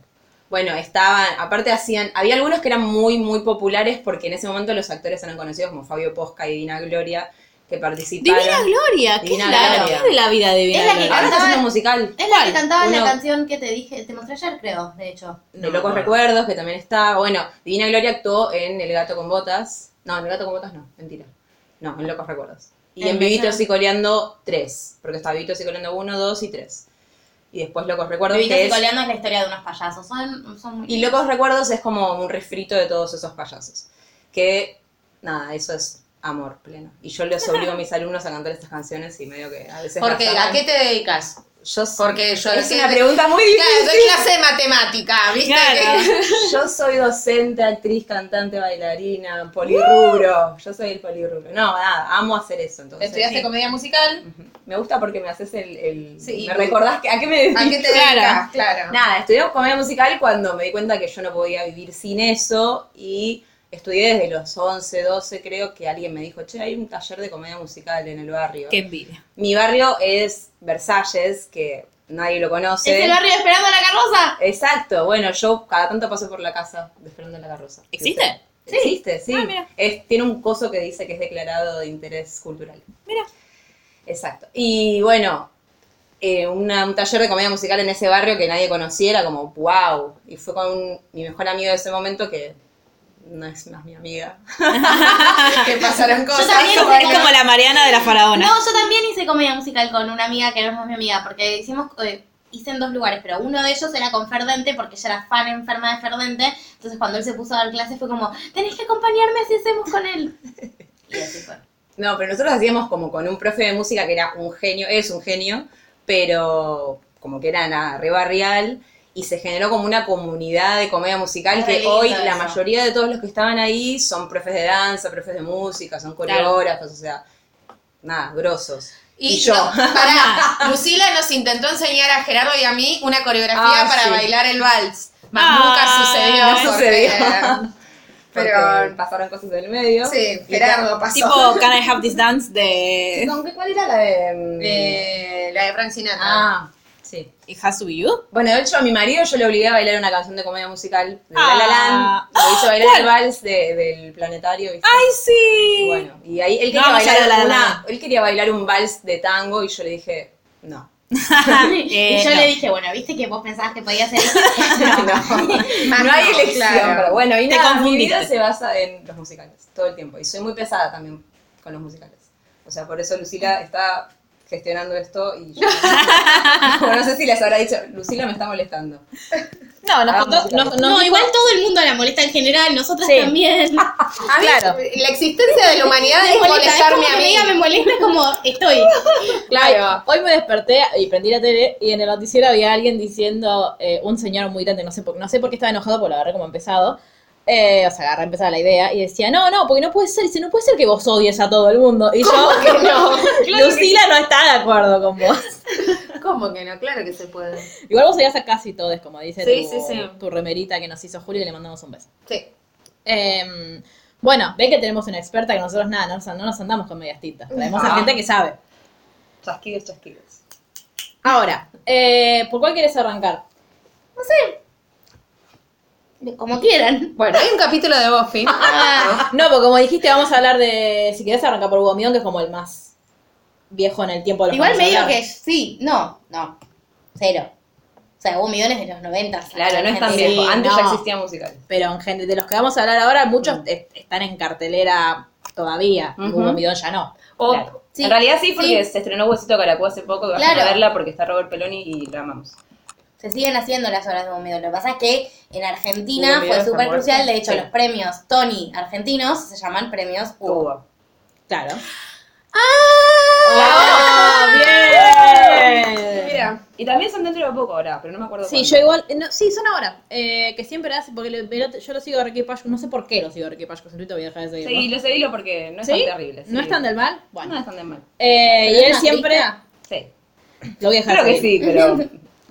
E: Bueno, estaban, aparte hacían, había algunos que eran muy, muy populares porque en ese momento los actores eran conocidos como Fabio Posca y Divina Gloria, que participaron.
G: Divina Gloria, ¿qué es
E: Divina
G: la,
E: Gloria.
G: qué es la vida de Divina
D: Es la que
G: Gloria?
E: Eh, Ahora está haciendo un musical.
D: Es la que cantaba en la
E: Uno-
D: canción que te dije, te mostré ayer, creo, de hecho.
E: de Locos Recuerdos, que también está. Bueno, Divina Gloria actuó en El Gato con Botas. No, en El Gato con Botas no, mentira. No, en Locos Recuerdos. Y en
D: Empezá.
E: Vivitos y Coleando 3, porque está Vivitos y Coleando 1, 2 y 3. Y después Locos Recuerdos,
D: Vivitos
E: que
D: y
E: es-
D: coleando es la historia de unos payasos. Son, son muy...
E: Y Locos Recuerdos es como un refrito de todos esos payasos. Que, nada, eso es amor pleno. Y yo les obligo a mis alumnos a cantar estas canciones y medio que a veces...
B: Porque,
E: las
B: ¿a
E: aman.
B: qué te dedicas?
E: Yo soy-
B: Porque yo
E: Es
B: soy-
E: una pregunta muy
B: Claro,
E: difícil.
B: doy clase de matemática, ¿viste?
G: Claro.
E: Yo soy docente, actriz, cantante, bailarina, polirrubro. Yo soy el polirrubro. No, nada, amo hacer eso. Entonces,
B: Estudiaste comedia musical.
E: me gusta porque me haces el. el-
B: Sí.
E: me recordás que, a qué me dedico.
B: ¿A qué te
G: Claro.
B: dedicas? Claro.
E: Nada, estudié comedia musical cuando me di cuenta que yo no podía vivir sin eso y estudié desde los 11, 12 creo que alguien me dijo, che, hay un taller de comedia musical en el barrio.
G: Qué envidia.
E: Mi barrio es Versalles, que nadie lo conoce.
D: ¿Es el barrio de esperando la carroza?
E: Exacto, bueno, yo cada tanto paso por la casa de Fernando la Carroza.
G: ¿Existe?
E: Sí. Existe, sí.
G: Ah, mira.
E: Es- tiene un coso que dice que es declarado de interés cultural.
G: Mira.
E: Exacto. Y bueno, eh, una- un taller de comedia musical en ese barrio que nadie conociera, como wow. Y fue con un- mi mejor amigo de ese momento que no es más mi amiga.
B: Que pasaron cosas.
D: también
B: como
D: hice
G: Es
B: que-
G: como la Mariana de la Faraona.
D: No, yo también hice comedia musical con una amiga que no es más mi amiga, porque hicimos, eh, hice en dos lugares, pero uno de ellos era con Ferdente, porque ella era fan enferma de Ferdente, entonces cuando él se puso a dar clases fue como, tenés que acompañarme así hacemos con él. Y así fue.
E: No, pero nosotros hacíamos como con un profe de música que era un genio, es un genio, pero como que era nada, re barrial, y se generó como una comunidad de comedia musical
D: Es re
E: que
D: lindo
E: hoy la
D: eso.
E: mayoría de todos los que estaban ahí son profes de danza, profes de música, son coreógrafos, o sea, nada, grosos.
B: Y,
E: Y yo.
B: no, pará, Lucila nos intentó enseñar a Gerardo y a mí una coreografía
E: Ah,
B: para
E: sí.
B: bailar el vals. Mas
G: Ah,
B: nunca sucedió.
E: no
B: porque-
E: Pero
B: Pero-
E: pasaron cosas del medio.
B: Sí,
E: Y
B: Gerardo pasó.
G: Tipo, Can I Have This Dance de
E: ca- ¿Con qué cuál era la de...? mm,
B: Eh, la de Frank Sinatra.
E: Ah, sí.
G: Hasu You?
E: Bueno, de hecho a mi marido yo le obligué a bailar una canción de comedia musical de La La Land.
G: Ah.
E: Lo hizo bailar el vals de- del planetario. ¿viste?
G: ¡Ay, sí!
E: Bueno, y ahí él
G: No,
E: quería,
G: vamos a
E: bailar
G: La La
E: una-
G: Land.
E: él quería bailar un vals de tango y yo le dije, no. Ah,
G: Eh,
D: y yo
G: no.
D: le dije, bueno, viste que vos pensabas que podías hacer eso.
E: No,
B: Más
E: No hay
B: no,
E: elección.
B: claro.
E: pero bueno, y
G: Te
E: nada, mi
G: confundiste.
E: vida se basa en los musicales, todo el tiempo. Y soy muy pesada también con los musicales. O sea, por eso Lucila está gestionando esto y yo... Como no sé si les habrá dicho, Lucila me está molestando.
G: No, nos
E: Ah,
G: contó.
E: música.
G: Nos, nos
H: No,
G: dijo-
H: igual todo el mundo la molesta en general, nosotras
G: Sí.
H: también.
B: A mí,
G: Claro.
B: la existencia de la humanidad
H: Me
B: es
H: molesta, es como
B: molestarme
H: que
B: a
H: me
B: mí.
H: diga, me molesta, es como estoy.
B: Claro.
A: Hoy me desperté y prendí la tele y en el noticiero había alguien diciendo, eh, un señor muy grande, no sé por, no sé por qué estaba enojado, porque lo agarré como empezado. Eh, o sea, agarré empezada la idea y decía, no, no, porque no puede ser, dice, no puede ser que vos odies a todo el mundo. Y yo, Lucila no está de acuerdo con vos.
B: ¿Cómo que no? Claro que se puede.
A: Igual vos odias a casi todos, como dice
B: Sí,
A: tu,
B: sí, sí.
A: tu remerita que nos hizo Julio y le mandamos un beso.
B: Sí.
A: Em, Bueno, ve que tenemos una experta que nosotros nada, no nos, no nos andamos con medias tintas. Traemos
B: Ah.
A: a gente que sabe.
E: Chasquidos, chasquidos.
A: Ahora, eh, ¿por cuál quieres arrancar?
D: No sé. De Como quieran.
B: Bueno, hay un capítulo de Buffy.
H: Ah,
A: No, porque como dijiste, vamos a hablar de. Si querés arrancar por Guamión, que es como el más viejo en el tiempo de los
D: Igual
A: vamos a
D: medio
A: hablar.
D: que sí, no, no. Cero. O sea, hubo millones de los 90.
E: Claro, no es tan
A: Sí,
E: viejo. Antes
A: no.
E: ya existía musical.
A: Pero en gen- de los que vamos a hablar ahora, muchos est- están en cartelera todavía.
E: Ujú.
A: Guamión ya no.
E: O-
A: Claro.
D: Sí,
E: en realidad sí, porque
D: sí.
E: se estrenó Huesito Caracú hace poco, que vayan a
D: Claro.
E: verla porque está Robert Peloni y la amamos.
A: Uh.
D: Se siguen haciendo las obras de Gumido. Lo que pasa es que en Argentina
E: Hugo Midón
D: fue
E: está
D: súper
E: muerto.
D: crucial. De hecho,
E: Sí.
D: los premios Tony argentinos se llaman premios Hugo.
E: Hugo.
A: Claro. Oh,
E: Mira, y también son dentro de poco ahora, pero no me acuerdo
A: Sí,
E: cuándo.
A: yo igual. eh, no, sí, son ahora. Eh, que siempre hace. Porque le- el otro- yo lo sigo a Ricky Payo. No sé por qué lo sigo a Ricky Payo. Ahorita voy a dejar de seguirlo.
E: Seguilo, seguilo porque no es
A: ¿Sí?
E: tan terrible.
A: ¿No
E: sí.
A: están del mal? Bueno.
E: No es tan de mal.
A: Eh, y
D: ¿Pero es
A: él
D: más
A: siempre.
D: rica?
E: Sí.
A: Lo voy a dejar
E: Creo
A: de
E: que
A: seguir.
E: sí, pero.
A: Lo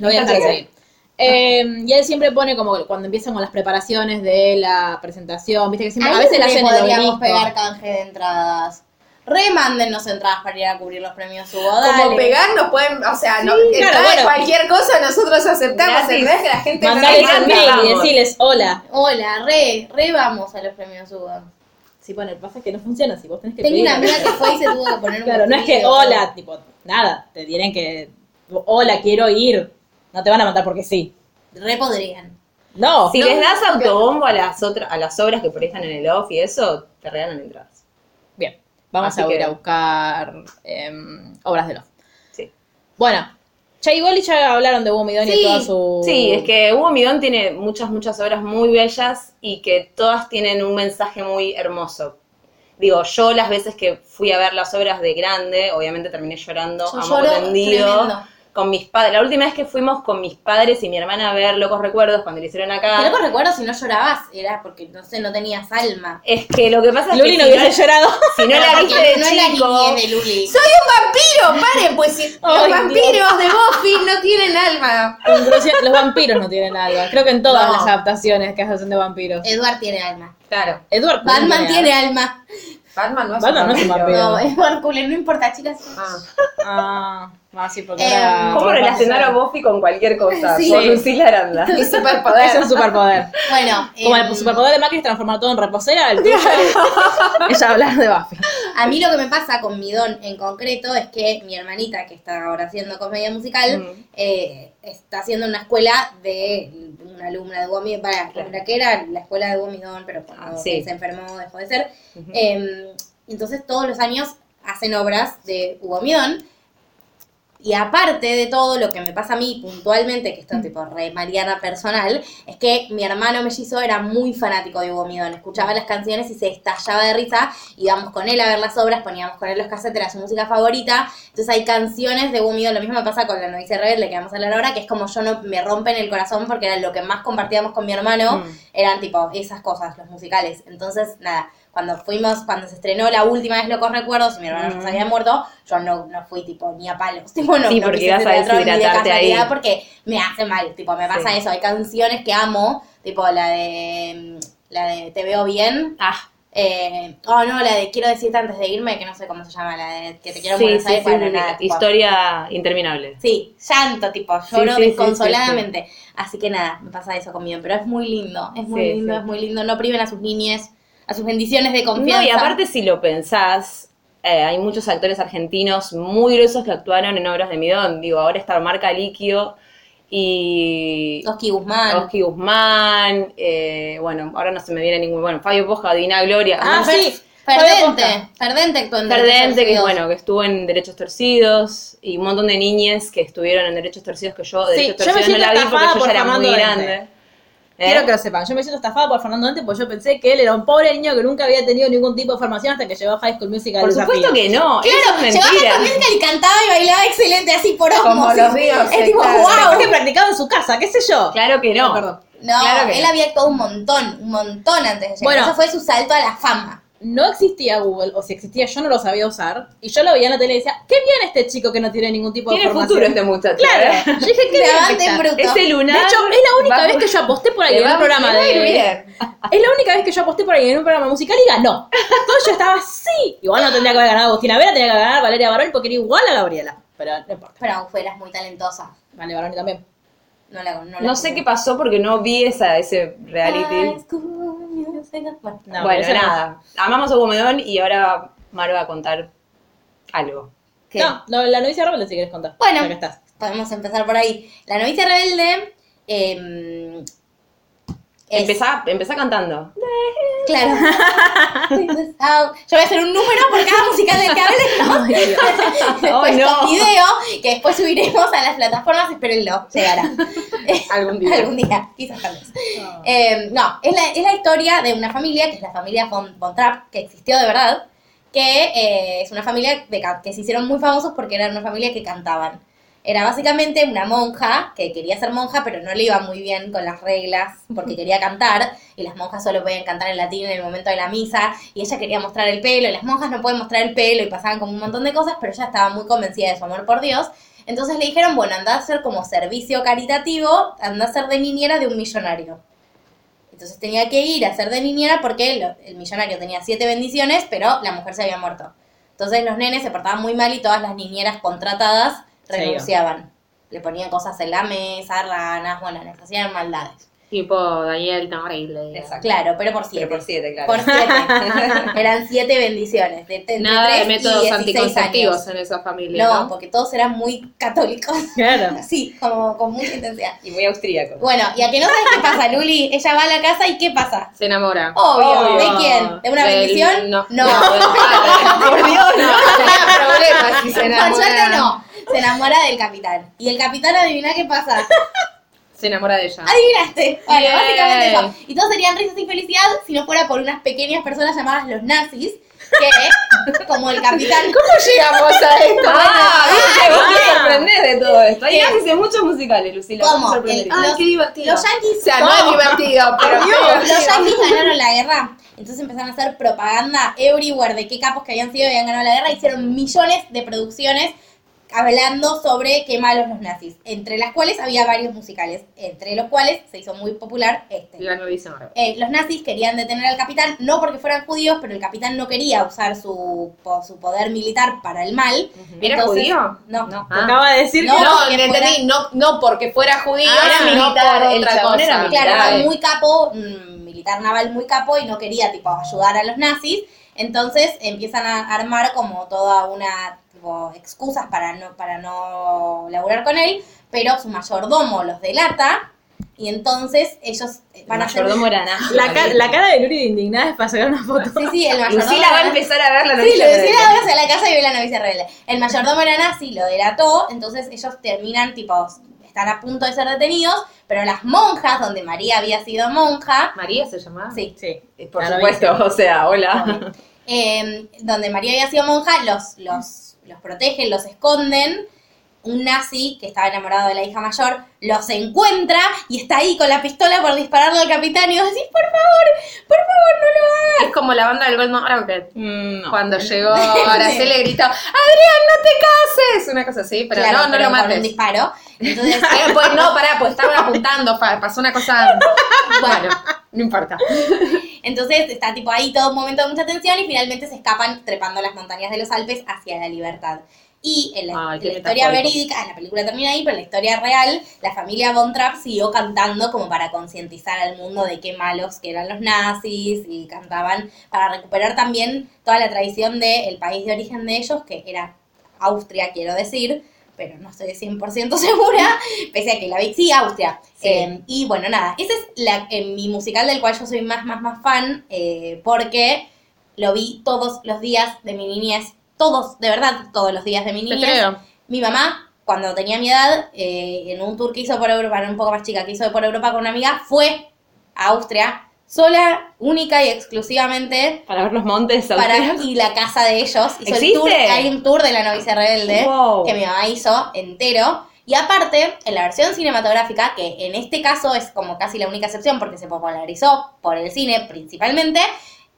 A: voy a dejar de seguir. Eh, y él siempre pone como cuando empiezan con las preparaciones de la presentación, viste que siempre a
D: Ahí
A: veces la
D: le
A: hacen en el
D: podríamos
A: obelisco.
D: pegar canje de entradas. Remándennos entradas para ir a cubrir los premios Hugo. Dale.
B: Como pegar nos pueden, o sea, no,
A: claro,
B: está
A: bueno.
B: cualquier cosa nosotros aceptamos,
E: Gratis.
B: el que la gente
A: Mandarles
E: Manda,
A: un mail y
E: vamos.
A: decirles hola.
D: Hola, re, re vamos a los premios Hugo.
A: Sí, bueno, el pasa es que no funciona, si vos tenés que
D: Tengo
A: pedir.
D: una amiga que fue y se tuvo que poner un
A: Claro, no es que
D: vestido.
A: hola, tipo, nada, te tienen que hola, quiero ir. No te van a matar porque sí.
D: Re podrían.
A: No.
E: Si les das autobombo a las otras, a las obras que por ahí están en el off y eso, te regalan entradas.
A: Bien, vamos
E: Así
A: a ir
E: que-
A: a buscar em, obras de los.
E: Sí.
A: Bueno, ya igual y ya hablaron de Bumidón y
D: Sí,
A: de toda su...
E: Sí, es que Hugo Midón tiene muchas, muchas obras muy bellas y que todas tienen un mensaje muy hermoso. Digo, yo las veces que fui a ver las obras de grande, obviamente terminé llorando
D: Yo
E: a moco
D: lloro
E: tendido. Ah.
D: tremendo.
E: Con mis padres, la última vez que fuimos con mis padres y mi hermana a ver Locos Recuerdos cuando lo hicieron
D: Que
E: acá,
D: loco recuerdo si no llorabas, era porque no sé, no tenías alma.
E: es que lo que pasa es
A: Luli
E: que
A: no
E: si no,
A: hubiese llorado.
E: si no la
D: Porque
E: viste de
D: no
E: chico,
D: es la niñez de Luli.
B: ¡Soy un vampiro! ¡Paren! Pues si los
A: Ay,
B: vampiros de Buffy no tienen alma.
A: Conclusión, los vampiros no tienen alma. Creo que en todas
D: No.
A: las adaptaciones que hacen de vampiros.
D: Edward tiene alma.
B: Claro.
A: Edward Cullen
D: Batman tiene alma.
B: Batman no es
A: Batman
B: un
A: no es un
B: vampiro.
A: vampiro.
D: No, Edward Cullen, no importa, chicas.
B: Ah.
A: Ah, ah, sí, porque
D: Eh,
A: ahora-
E: ¿cómo relacionar a Buffy con cualquier cosa?
D: Sí.
E: Con Lucila Aranda.
B: Mi
A: Es
B: superpoder.
A: un superpoder.
D: Bueno,
A: Como
D: em,
A: el superpoder de Macri es transformar todo en reposera, el tuyo es- es hablar de Buffy.
D: a mí lo que me pasa con mi don en concreto es que mi hermanita, que está ahora haciendo comedia musical, eh, está haciendo una escuela de una alumna de Gomi, para
E: Claro.
D: la que era la escuela de Gomi Don, pero cuando
E: Ah, sí.
D: se enfermó dejó de ser. Eh, entonces todos los años hacen obras de Hugo Midón. Y aparte de todo, lo que me pasa a mí puntualmente, que esto tipo re Mariana personal, es que mi hermano mellizo era muy fanático de Hugo Midón. Escuchaba las canciones y se estallaba de risa. Íbamos con él a ver las obras, poníamos con él los cassettes, era su música favorita. Entonces hay canciones de Hugo Midón. Lo mismo me pasa con La Novicia Rebelde, que vamos a hablar ahora, que es como yo no me rompen el corazón porque era lo que más compartíamos con mi
E: Mm.
D: hermano eran tipo esas cosas, los musicales. Entonces, nada, cuando fuimos, cuando se estrenó la última vez Locos Recuerdos y mi hermano ya se había muerto, yo no, no fui tipo ni a palos. Tipo, no,
E: Sí,
D: no
E: porque
D: quise
E: ibas
D: ese
E: a
D: teatro ni de
E: deshidratarte ahí.
D: casualidad Porque me hace mal, tipo, me pasa
E: Sí.
D: eso. Hay canciones que amo, tipo la de, la de Te veo bien.
E: Ah,
D: Eh, oh, no, la de Quiero decirte antes de irme, que no sé cómo se llama, la de Que te quiero en
E: sí,
D: Buenos
E: sí,
D: Aires.
E: sí,
D: bueno,
E: sí,
D: nada, tipo,
E: historia interminable.
D: Sí, llanto, tipo, lloro
E: sí, sí,
D: desconsoladamente. Así que nada, me pasa eso conmigo. Pero es muy lindo, es muy
E: Sí,
D: lindo,
E: sí.
D: es muy lindo. No priven a sus niñes, a sus bendiciones de confianza.
E: No, y aparte si lo pensás, eh, hay muchos actores argentinos muy gruesos que actuaron en obras de Midón. Digo, ahora está Marca Liquio y
D: Oski Guzmán.
E: Oski Guzmán, eh, bueno, ahora no se me viene ningún, bueno, Fabio Poja, Dina Gloria,
A: Ah,
E: no sé,
A: sí.
D: Perdente, perdente actuando. en
E: Perdente, que
D: Desaparecidos.
E: bueno, que estuvo en Derechos Torcidos, y un montón de niñas que estuvieron en Derechos Torcidos que yo, Derechos
A: yo me
E: Torcidos no
A: siento
E: la vi porque
A: estafada
E: yo
A: por
E: ya era muy
A: Fernando Dente.
E: grande.
A: Quiero
E: ¿Eh?
A: que lo sepan. Yo me siento estafada por Fernando Dente porque yo pensé que él era un pobre niño que nunca había tenido ningún tipo de formación hasta que llegó a High School Musical.
E: Por
A: Luz
E: supuesto
A: Apil.
E: que no,
D: Claro,
E: eso es
D: llevaba
E: mentira.
D: a Musical y cantaba y bailaba excelente, así por osmosis.
B: Como los ríos,
D: Es tipo,
B: claro.
A: Capaz que
D: wow.
A: practicaba en su casa, qué sé yo.
E: Claro que
A: Ah,
E: no.
A: perdón.
D: No,
E: Claro que
D: él
E: no.
D: había actuado un montón, un montón antes de llegar.
A: Bueno.
D: Eso fue su salto a la fama.
A: No existía Google, o si existía yo no lo sabía usar. Y yo lo veía en la tele y decía, qué bien este chico que no tiene ningún tipo de
E: Tiene
A: formación.
E: futuro este muchacho.
A: Claro.
E: ¿eh?
A: Yo dije, qué bien que
D: Grabante
A: está.
D: en bruto.
E: Ese lunar.
A: De hecho, es la única
E: va-
A: vez que yo aposté por ahí
B: Le
A: en el
B: va-
A: programa
B: le va a ir
A: de,
B: bien.
A: Es la única vez que yo aposté por alguien en un programa musical y ganó. Entonces yo estaba así. Igual no tendría que haber ganado Agustina Vera, tenía que ganar Valeria Barón porque era igual a Gabriela. Pero no importa.
D: Pero aún fueras muy talentosa.
A: Vale, Baroni también.
D: No la No, la
E: No sé qué pasó porque no vi esa, ese reality.
D: Bueno,
A: No, pero
E: bueno,
A: eso no.
E: nada. Amamos a Hugo Medón y ahora Mar va a contar algo.
D: ¿qué?
A: No, no, la novicia rebelde si quieres contar.
D: Bueno.
A: Ya que estás.
D: Podemos empezar por ahí. La novicia rebelde. eh, es-
E: Empezá, empezá cantando.
D: Claro. Yo voy a hacer un número por cada musical del que hablemos. después
E: Oh, no.
D: un video que después subiremos a las plataformas. Espérenlo, llegará.
B: Algún día.
D: Algún día, quizás tal vez. Eh, no, es la, es la historia de una familia, que es la familia von, von Trapp, que existió de verdad, que eh, es una familia de ca- que se hicieron muy famosos porque era una familia que cantaban. Era básicamente una monja que quería ser monja, pero no le iba muy bien con las reglas porque quería cantar. Y las monjas solo podían cantar en latín en el momento de la misa. Y ella quería mostrar el pelo, y las monjas no pueden mostrar el pelo, y pasaban como un montón de cosas, pero ella estaba muy convencida de su amor por Dios. Entonces le dijeron, bueno, anda a hacer como servicio caritativo, anda a ser de niñera de un millonario. Entonces tenía que ir a ser de niñera porque lo- el millonario tenía siete bendiciones, pero la mujer se había muerto. Entonces los nenes se portaban muy mal y todas las niñeras contratadas
A: iban.
D: renunciaban. Le ponían cosas en la mesa, ranas, bueno, les hacían maldades.
C: Tipo Daniel tan horrible.
E: Exacto.
D: Claro, pero por siete.
E: Pero por siete, claro.
D: Por siete. Eran siete bendiciones. De, de- de
C: Nada de
D: tres y
C: métodos
D: 16
C: anticonceptivos
D: años.
C: en esa familia.
D: No,
C: No,
D: porque todos eran muy católicos.
A: Claro.
D: Sí, como con mucha intensidad.
E: Y muy austríaco.
D: Bueno, y a que no sabes qué pasa, Luli, ella va a la casa y ¿qué pasa?
C: Se enamora.
D: Obvio.
C: Obvio.
D: ¿De quién? ¿De una
C: Del-
D: bendición?
C: no.
D: No.
C: Del padre.
E: Ah, Por Dios,
C: No, tenía problemas si se enamora.
D: Por suerte no. Se enamora del capitán. Y el capitán adivina qué pasa.
C: Se enamora de ella.
D: Adivinaste. Bueno,
C: Bien.
D: básicamente eso. Y todos serían risas y felicidad si no fuera por unas pequeñas personas llamadas los nazis, que, como el capitán.
B: ¿Cómo llegamos a esto?
E: Ah, viste, vos te sorprendés de todo esto. Hay gracias en muchos musicales, Lucila. vos te
D: ¿Cómo?
E: sorprendés.
D: El-
E: Ay,
D: los-
E: qué divertido.
D: Los yanquis
B: O sea, no es divertido, pero.
D: Los yanquis ganaron la guerra. Entonces empezaron a hacer propaganda everywhere de qué capos que habían sido y habían ganado la guerra. Hicieron millones de producciones hablando sobre qué malos los nazis. Entre las cuales había varios musicales. Entre los cuales se hizo muy popular este.
C: Y la novicia Marvel.
D: Eh, los nazis querían detener al capitán, no porque fueran judíos, pero el capitán no quería usar su, po- su poder militar para el mal.
C: ¿Era
D: Entonces-
C: judío?
D: No,
C: No. Ah.
I: Acaba de decir
D: No,
B: No,
D: porque
B: entendí, no, no porque fuera judío,
E: Ah, era
B: sino
E: militar,
B: por
E: el
B: otra
E: chabón
B: cosa.
E: era militar.
D: Claro, era
E: Mirá, eh.
D: muy capo, mm, militar naval muy capo y no quería tipo ayudar a los nazis. Entonces empiezan a armar como toda una tipo excusas para no para no laburar con él, pero su mayordomo los delata y entonces ellos eh, van a ser
E: Mayordomo era nazi,
A: La, ca-
E: también.
A: la cara de Luri de indignada es para sacar una foto.
D: Sí, sí, el mayordomo.
E: Lucila va a
D: era-
E: empezar a ver la
D: ¿eh? Sí,
E: noticia.
D: lo decía ahora hacia la casa y ve la novicia rebelde. El mayordomo era nazi, lo delató, entonces ellos terminan, tipo, están a punto de ser detenidos, pero las monjas, donde María había sido monja,
C: María se llamaba.
D: sí,
A: Sí.
E: Por
A: La
E: supuesto, o sea, hola.
D: eh, donde María había sido monja, los, los, los protegen, los esconden. Un nazi que estaba enamorado de la hija mayor los encuentra y está ahí con la pistola por dispararle al capitán. Y vos decís, por favor, por favor, no lo hagas.
C: Es como la banda del Golden Rocket.
E: Mm, no.
C: Cuando llegó Araceli gritó, Adrián, no te cases. Una cosa así, pero
D: Claro,
C: no, no
D: pero
C: lo
D: con Un
C: mates.
D: disparo. Entonces,
C: Eh, pues no, pará, pues estaban apuntando, fa- pasó una cosa. Bueno, no importa.
D: Entonces está tipo ahí todo un momento de mucha tensión y finalmente se escapan trepando las montañas de los Alpes hacia la libertad. Y en la,
C: Ay, qué
D: la historia
C: metafórico.
D: verídica, la película termina ahí, pero en la historia real, la familia Von Trapp siguió cantando como para concientizar al mundo de qué malos que eran los nazis y cantaban para recuperar también toda la tradición del país de origen de ellos, que era Austria, quiero decir, pero no estoy 100% segura, pese a que la vi. Sí, Austria. Eh, y bueno, nada, ese es la, eh, mi musical del cual yo soy más, más, más fan, eh, porque lo vi todos los días de mi niñez, todos, de verdad, todos los días de mi
C: Te
D: niñez.
C: creo.
D: Mi mamá, cuando tenía mi edad, eh, en un tour que hizo por Europa, era un poco más chica, que hizo por Europa con una amiga, fue a Austria, sola, única y exclusivamente,
E: Para ver los montes.
D: para
E: austeros.
D: y la casa de ellos. Hizo el
E: ¿Existe?
D: tour, hay un tour de la novicia rebelde
E: Wow.
D: que mi mamá hizo entero. Y aparte, en la versión cinematográfica, que en este caso es como casi la única excepción porque se popularizó por el cine principalmente,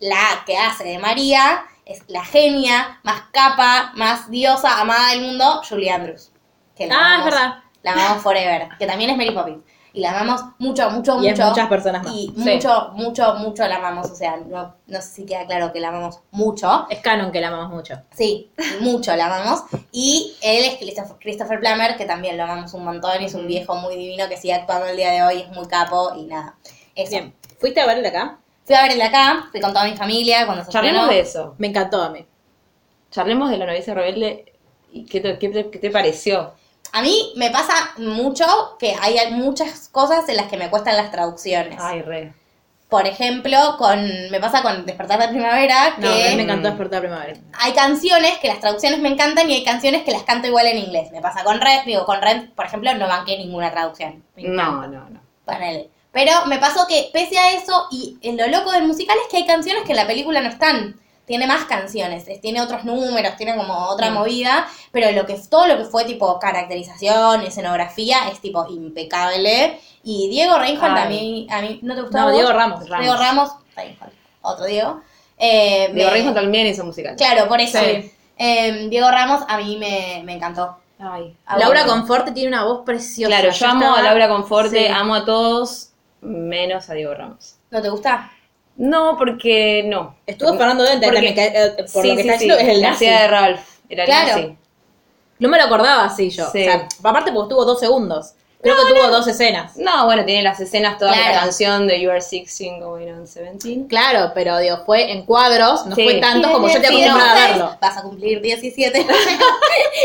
D: la que hace de María es la genia, más capa, más diosa, amada del mundo, Julie Andrews. Que la
A: Ah, es
D: amamos-
A: verdad.
D: La amamos forever, que también es Mary Poppins. y la amamos mucho, mucho,
A: Y es
D: mucho.
A: muchas personas más.
D: Y
A: Sí.
D: mucho, mucho, mucho la amamos. O sea, no, no sé si queda claro que la amamos mucho.
A: Es canon que la amamos mucho.
D: Sí, mucho la amamos. Y él es Christopher, Christopher Plummer, que también lo amamos un montón. y Es un viejo muy divino que sigue actuando el día de hoy. Es muy capo y nada. Eso.
A: Bien. ¿Fuiste a verla acá?
D: Fui a verla acá, fui con toda mi familia. cuando se
E: Charlemos
D: estrenó.
E: de eso.
A: Me encantó a mí.
E: Charlemos de la novicia rebelde. ¿Y qué te, qué te- qué te pareció?
D: A mí me pasa mucho que hay muchas cosas en las que me cuestan las traducciones.
E: re.
D: Por ejemplo, con me pasa con Despertar de Primavera, que
A: No, a mí me encantó
E: Mm.
A: Despertar Primavera.
D: hay canciones que las traducciones me encantan y hay canciones que las canto igual en inglés. Me pasa con Red, digo, con Red, por ejemplo, no banqué ninguna traducción.
E: No, no, no.
D: Ponele. Pero me pasó que, pese a eso, y en lo loco del musical es que hay canciones que en la película no están. Tiene más canciones, es- tiene otros números, tiene como otra movida, pero lo que todo lo que fue tipo caracterización, escenografía, es tipo impecable. Y Diego Reinhold
E: Ay.
D: a mí, a mí, ¿no te gustó? a
A: No,
D: vos?
A: Diego Ramos.
D: Diego Ramos, Reinhold, otro Diego. Eh,
E: Diego
D: me-
E: Reinhold también hizo musical.
D: Claro, por eso.
A: Sí.
D: Eh, Diego Ramos a mí me, me encantó.
E: Ay.
D: A
A: Laura
D: vos.
A: Conforte tiene una voz preciosa.
E: Claro, yo amo
A: estaba-
E: a Laura Conforte,
A: Sí.
E: amo a todos, menos a Diego Ramos.
D: ¿No te gusta?
E: No, porque no.
A: Estuvo Fernando Dente
E: Porque-
A: también, que, eh, por
E: Sí,
A: lo que
E: sí,
A: está
E: sí,
A: diciendo, es el
E: la
A: nazi.
E: hacía de Ralph. Era
D: Claro.
E: el nazi.
A: No me lo acordaba así yo.
E: Sí.
A: O sea, aparte porque tuvo dos segundos. Creo que tuvo dos escenas.
E: No, bueno, tiene las escenas todas de la
D: Claro.
E: canción de You Are 16 Going on 17.
A: Claro, pero digo, fue en cuadros, no
E: Sí.
A: fue tanto como yo te
D: Sí,
A: acostumbraba a
D: entonces,
A: verlo.
D: Vas a cumplir 17.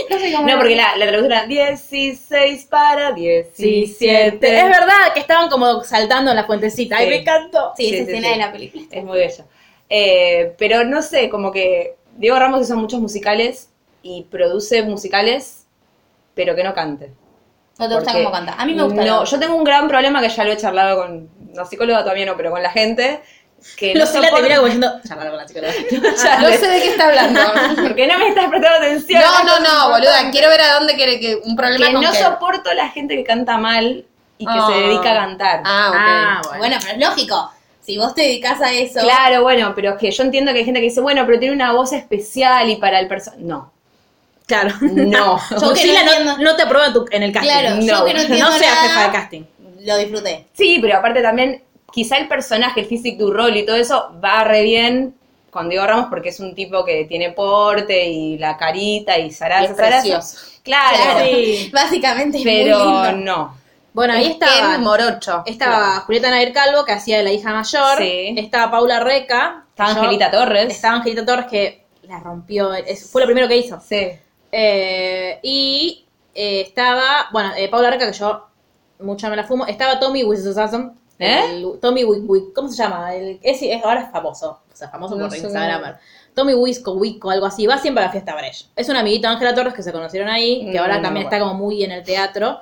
D: no sé cómo.
E: No, porque la, la traducción era 16 para 17.
A: Es verdad que estaban como saltando en la fuentecita. Ay,
E: Sí.
A: me encantó.
D: Sí, esa
E: Sí, sí,
D: escena
E: sí.
D: de la película.
E: Es muy bella. Eh, pero no sé, como que Diego Ramos hizo muchos musicales y produce musicales, pero que no cante.
D: No te gusta
E: Porque-
D: cómo canta. A mí me gusta.
E: No,
D: la-
E: yo tengo un gran problema que ya lo he charlado con la psicóloga todavía no, pero con la gente. Que
A: Lucila
E: no
A: te mira
E: soporto-
A: como diciendo, charlar con la psicóloga.
B: No sé de qué está hablando.
E: ¿Por qué no me estás prestando atención?
B: No, no, no, boluda. Quiero ver a dónde quiere que un problema
E: Que
B: con
E: no
B: qué.
E: soporto la gente que canta mal y que
B: Ah.
E: se dedica a cantar.
B: Ah, ok.
D: Bueno, pero es lógico. Si vos te dedicas a eso.
E: Claro, bueno, pero es que yo entiendo que hay gente que dice, bueno, pero tiene una voz especial y para el personaje. No,
A: Claro.
E: no.
D: Yo que
A: Lucila
D: no
A: no,
D: entiendo-
A: no te aprueba tu- en el casting.
D: Claro, yo
E: No.
D: que no entiendo
A: no seas
D: nada,
A: jefa de casting.
D: Lo disfruté.
E: sí, pero aparte también, quizá el personaje, el físico du rol y todo eso va re bien con Diego Ramos porque es un tipo que tiene porte y la carita y zaraza,
B: Y es
E: zaraza.
B: precioso.
E: Claro,
A: Sí.
D: Básicamente es muy
E: pero
D: lindo.
E: no.
A: Bueno, ahí
B: Ken
A: estaba.
B: Morocho.
A: Estaba Julieta Nair Calvo, que hacía de la hija mayor.
E: Sí.
A: Estaba Paula Reca.
E: Estaba
A: Yo-
E: Angelita Torres.
A: Estaba Angelita Torres, que la rompió. es- fue lo primero que hizo.
E: Sí.
A: Eh, y eh, estaba, bueno, eh, Paula Reca, que yo mucha me la fumo. Estaba Tommy Wiseau
E: ¿Eh?
A: Tommy Wick, Wick- ¿cómo se llama? El, es, es- ahora es famoso, o sea, famoso por Instagram. Tommy Wisco, Wico, algo así. Va siempre a la fiesta Brecht. Es un amiguito de Ángela Torres que se conocieron ahí, que
E: Mm,
A: ahora
E: no,
A: también está
E: bueno.
A: como muy en el teatro.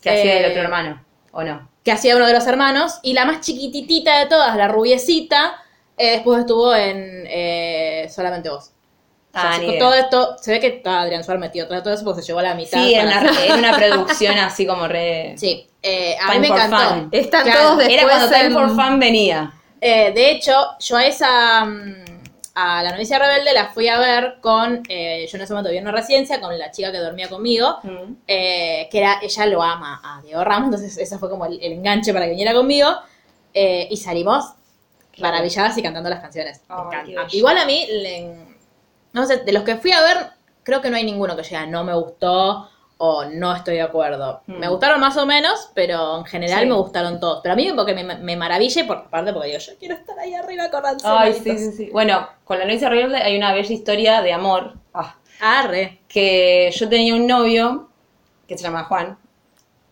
E: Que hacía
A: Eh,
E: el otro hermano, ¿o no?
A: que hacía uno de los hermanos, y la más chiquititita de todas, la rubiecita, eh, después estuvo en eh, Solamente Vos. O sea,
E: Ah,
A: se-
E: ni
A: con
E: idea.
A: todo esto, se ve que está Adrián Suárez metido atrás de todo eso porque se llevó a la mitad.
E: Sí, en
A: para
E: una,
A: hacer-
E: en una producción así como re...
A: Sí, eh, a
E: Time
A: mí me
E: for
A: encantó.
E: Fun.
B: Están
A: Claro,
B: todos después
E: Era cuando Time
B: en-
E: for Fun venía.
A: Eh, de hecho, yo a esa, mm, a la novicia rebelde la fui a ver con, eh, yo en ese momento vivía en una residencia, con la chica que dormía conmigo, eh, que era, ella lo ama a Diego Ramos, entonces ese fue como el, el enganche para que viniera conmigo, eh, y salimos maravilladas y cantando las canciones. Me
E: Ay,
A: encanta.
E: qué bello.
A: Igual a mí, le- no sé, de los que fui a ver, creo que no hay ninguno que llega, no me gustó o no estoy de acuerdo.
E: Mm.
A: Me gustaron más o menos, pero en general
E: Sí.
A: me gustaron todos. Pero a mí porque me, me maraville, por aparte porque digo, yo quiero estar ahí arriba con
E: Ay,
A: Rancel.
E: sí, sí, sí. Bueno, con la Luisa Rebelde hay una bella historia de amor. Ah,
A: Arre.
E: que yo tenía un novio que se llama Juan.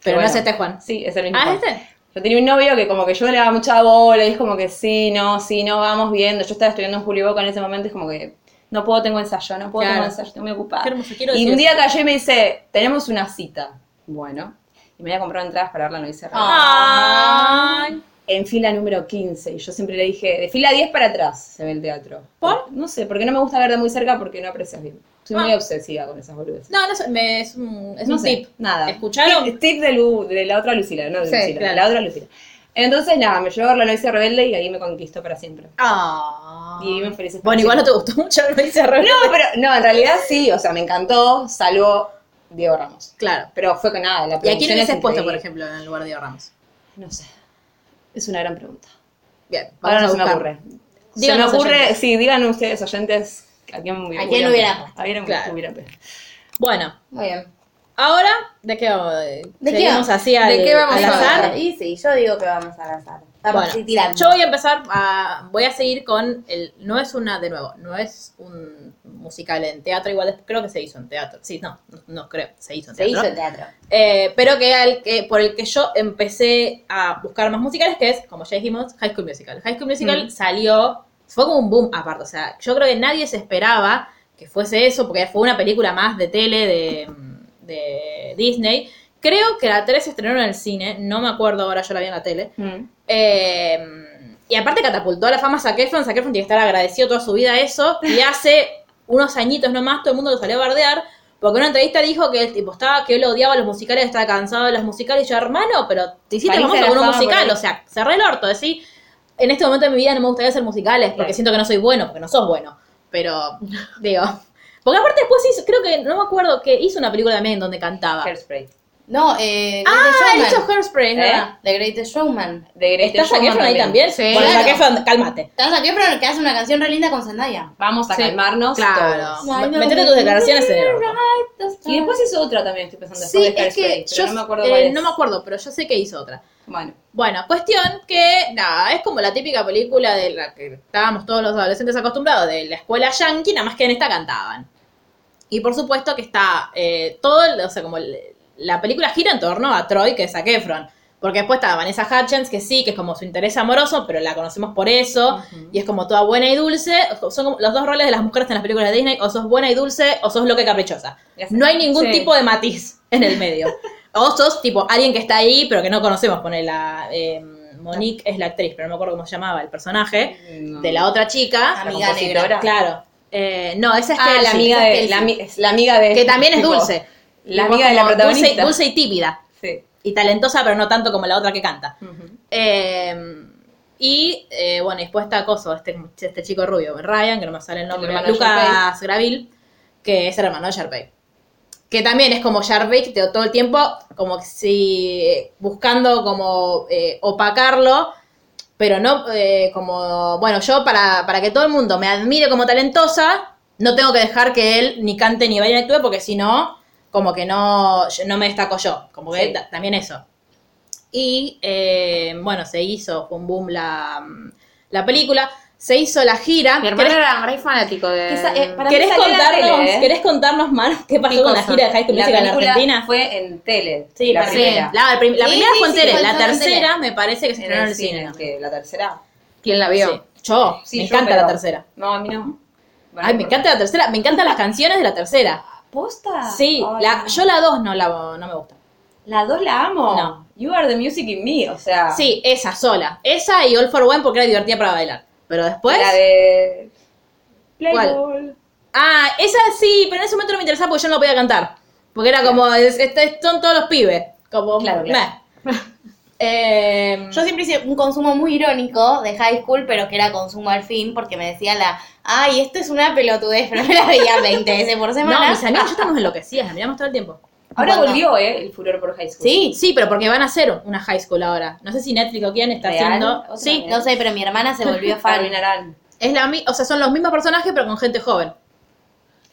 A: Pero
E: Bueno.
A: no es este Juan.
E: Sí, es el mismo.
A: Ah,
E: Juan.
A: ¿es este.
E: Yo tenía un novio que como que yo le daba mucha bola y es como que sí, no, sí, no, vamos viendo. Yo estaba estudiando en Julio Boca en ese momento y es como que no puedo, tengo ensayo, no puedo,
A: Claro.
E: tengo ensayo, estoy muy ocupada.
A: Qué hermoso, quiero
E: y
A: decir
E: un día
A: eso.
E: cayó y me dice, tenemos una cita. Bueno, y me voy a comprar entradas para ver la Luisa Rebelde.
A: Ah.
D: Ah,
A: Ay.
E: en fila número 15. Y yo siempre le dije, de fila 10 para atrás se ve el teatro. ¿Por? No sé, porque no me gusta ver de muy cerca porque no aprecias bien. Soy muy
A: Ah.
E: obsesiva con esas boludeces.
A: No, no sé, me- es un, es
E: No
A: un
E: sé,
A: tip.
E: Nada.
A: ¿Escucharon?
E: Tip, tip de, Lu- de la otra Lucila, no de
B: Sí,
E: Lucila,
A: claro.
E: la otra Lucila. Entonces, nada, me llevó a ver la novicia rebelde y ahí me conquistó para siempre.
A: Ah.
E: Y vivimos felices. para
A: Bueno, igual no te
E: siempre.
A: gustó mucho la novicia rebelde.
E: No, pero no, en realidad sí, o sea, me encantó, salvo Diego Ramos.
A: Claro.
E: Pero fue que nada, la
A: ¿Y a quién
E: producción es
A: hubieses puesto, por
E: increíble.
A: ejemplo, en el lugar de Diego Ramos?
E: No sé. Es una gran pregunta.
B: Bien, vamos
E: Ahora
B: a
E: no se me
B: buscar.
E: ocurre. se me
A: Díganos,
E: ocurre,
A: oyentes.
E: sí, digan ustedes, oyentes, a quién hubiera
D: ¿A quién hubiera puesto?
E: A quién
A: Claro.
E: hubiera puesto.
A: Bueno,
D: Muy bien.
A: ahora, ¿de qué vamos? ¿De
D: qué
A: Seguimos
D: vamos?
A: así al,
B: ¿De qué vamos
A: al
B: a
A: azar.
B: hablar?
D: Y sí, yo digo que vamos a lanzar. Estamos
A: Bueno,
D: así tirando.
A: yo voy a empezar a, voy a seguir con el, no es una, de nuevo, no es un musical en teatro, igual es- creo que se hizo en teatro, sí, no, no, no creo, se hizo en
D: Se
A: teatro.
D: hizo el teatro.
A: Eh, pero que, al que por el que yo empecé a buscar más musicales, que es, como ya dijimos, High School Musical. High School Musical salió, fue como un boom aparte, o sea, yo creo que nadie se esperaba que fuese eso, porque fue una película más de tele de, de Disney. Creo que la 3 se estrenó en el cine, no me acuerdo ahora, yo la vi en la tele. Eh, y aparte catapultó a la fama a Zac Efron. Zac Efron tiene que estar agradecido toda su vida a eso. Y hace unos añitos nomás todo el mundo lo salió a bardear. Porque en una entrevista dijo que el tipo estaba, que él odiaba los musicales, estaba cansado de los musicales. Y yo, hermano, pero te hiciste famoso
E: Saliste de la
A: con un
E: fama por
A: musical.
E: ahí.
A: O sea, cerré el orto, decís, en este momento de mi vida no me gustaría hacer musicales porque
E: Claro.
A: siento que no soy bueno, porque no sos bueno. Pero, digo. Porque aparte después hizo, creo que, no me acuerdo, que hizo una película también donde cantaba.
E: Ah. Hairspray.
D: No, eh.
A: Ah, él
D: Greatest
A: hizo
D: Showman.
A: Hairspray, es
E: ¿Eh? Este,
A: ¿verdad?
D: The Greatest Showman.
E: De Greatest
A: ¿Está Zac
E: Showman
A: Efron ahí también? Sí. Bueno,
D: Claro.
A: Zac Efron, cálmate.
D: Estás aquí, pero que hace una canción re linda con Zendaya.
E: Vamos a calmarnos
A: Claro.
E: todos.
A: Me- Metete tus declaraciones en el horno.
E: Y después hizo otra también, estoy pensando.
A: Sí,
E: después de
A: es que
E: Hairspray, pero
A: yo
E: no me acuerdo
A: eh,
E: cuál es.
A: no me acuerdo, pero yo sé que hizo otra.
E: Bueno,
A: Bueno, cuestión que, nada, es como la típica película de la que estábamos todos los adolescentes acostumbrados, de la escuela yankee, nada más que en esta cantaban. Y por supuesto que está eh, todo, el- o sea, como el- la película gira en torno a Troy, que es Zac Efron. Porque después está Vanessa Hutchins, que sí, que es como su interés amoroso, pero la conocemos por eso. Y es como toda buena y dulce. Son como los dos roles de las mujeres en las películas de Disney. O sos buena y dulce, o sos loca y caprichosa.
E: Ya sé.
A: No hay ningún
E: Sí.
A: tipo de matiz en el medio. o sos tipo alguien que está ahí, pero que no conocemos. Pone la... eh, Monique es la actriz, pero no me acuerdo cómo se llamaba el personaje. De la otra chica.
D: Amiga
A: La compositora.
D: negra.
A: Claro. Eh, no, esa es
E: Ah,
A: Kelsey.
E: la amiga de.
D: Kelsey.
E: La, ami- es la amiga de.
A: Que también es
E: tipo,
A: dulce.
E: La
A: Tipo,
E: amiga de la
A: como dulce-
E: protagonista.
A: Dulce, y tímida.
E: Sí.
A: Y talentosa, pero no tanto como la otra que canta. Eh, y eh, bueno, y después está Coso, este, este chico rubio, Ryan, que no me sale el nombre,
E: hermano de
A: Lucas Gravil, que es el hermano de Sharpay. Que también es como Sharpay, que te- todo el tiempo, como que si buscando como eh, opacarlo, pero no eh, como, bueno, yo para, para que todo el mundo me admire como talentosa, no tengo que dejar que él ni cante ni baile ni actúe, porque si no, como que no, yo- no me destaco yo, como que
E: Sí.
A: ta- también eso. Y eh, bueno, se hizo, fue un boom la, la película, se hizo la gira.
B: Mi hermano
A: ¿Querés,
B: era re fanático de.
E: Esa, eh, para mí
A: querés
E: salió en la
A: contarnos,
E: tele, ¿eh?
A: querés contarnos, Manu, qué pasó
E: ¿Qué
A: con la
E: cosa?
A: gira de High School
E: La
A: Musical en
E: película
A: Argentina?
E: Fue en tele.
A: Sí,
E: la
A: la,
E: primera.
A: la, prim- la
D: Sí,
A: primera
D: sí,
A: fue en
D: sí,
A: tele,
D: fue
A: la
D: en tele.
A: tercera me parece que se
E: En
A: estrenó en
E: el
A: el cine.
E: cine. que La tercera.
B: ¿Quién la
A: Sí.
B: vio?
A: Yo,
E: Sí,
A: me
E: yo,
A: encanta
E: pero-
A: la tercera.
E: No, a mí no. Bueno,
A: Ay, me
E: pero-
A: encanta la tercera, me encantan las canciones de la tercera.
E: ¿Posta?
A: Sí,
E: Ah, Ay,
A: la,
E: no.
A: yo la dos no, la, no me gusta.
E: La dos la amo.
A: No.
E: You are the music in me, o sea.
A: Sí, esa sola. Esa y All for One porque era divertida para bailar. Pero después.
E: La de.
A: ¿Cuál?
E: Playboy.
A: Ah, esa sí, pero en ese momento no me interesaba porque yo no lo podía cantar. Porque era como, es- este- son todos los pibes. Como,
E: Claro, claro.
A: meh. Eh,
E: Em,
D: Yo siempre hice un consumo muy irónico de high school, pero que era consumo al fin, porque me decía la, ay, esto es una pelotudez, pero me la veía 20 veces por semana.
A: no, mis
E: ah.
A: amigos ya estamos enloquecidas, la miramos todo el tiempo.
E: Ahora
D: Bueno.
E: volvió, ¿eh? El furor por high school.
A: Sí, sí, pero porque van a hacer una high school ahora. No sé si Netflix o quién está
E: ¿Real?
A: haciendo.
E: ¿Otra
A: Sí,
E: vez?
D: No sé, pero mi hermana se volvió
E: La
D: fan.
E: arruinarán.
A: es la, mi- o sea, son los mismos personajes pero con gente joven.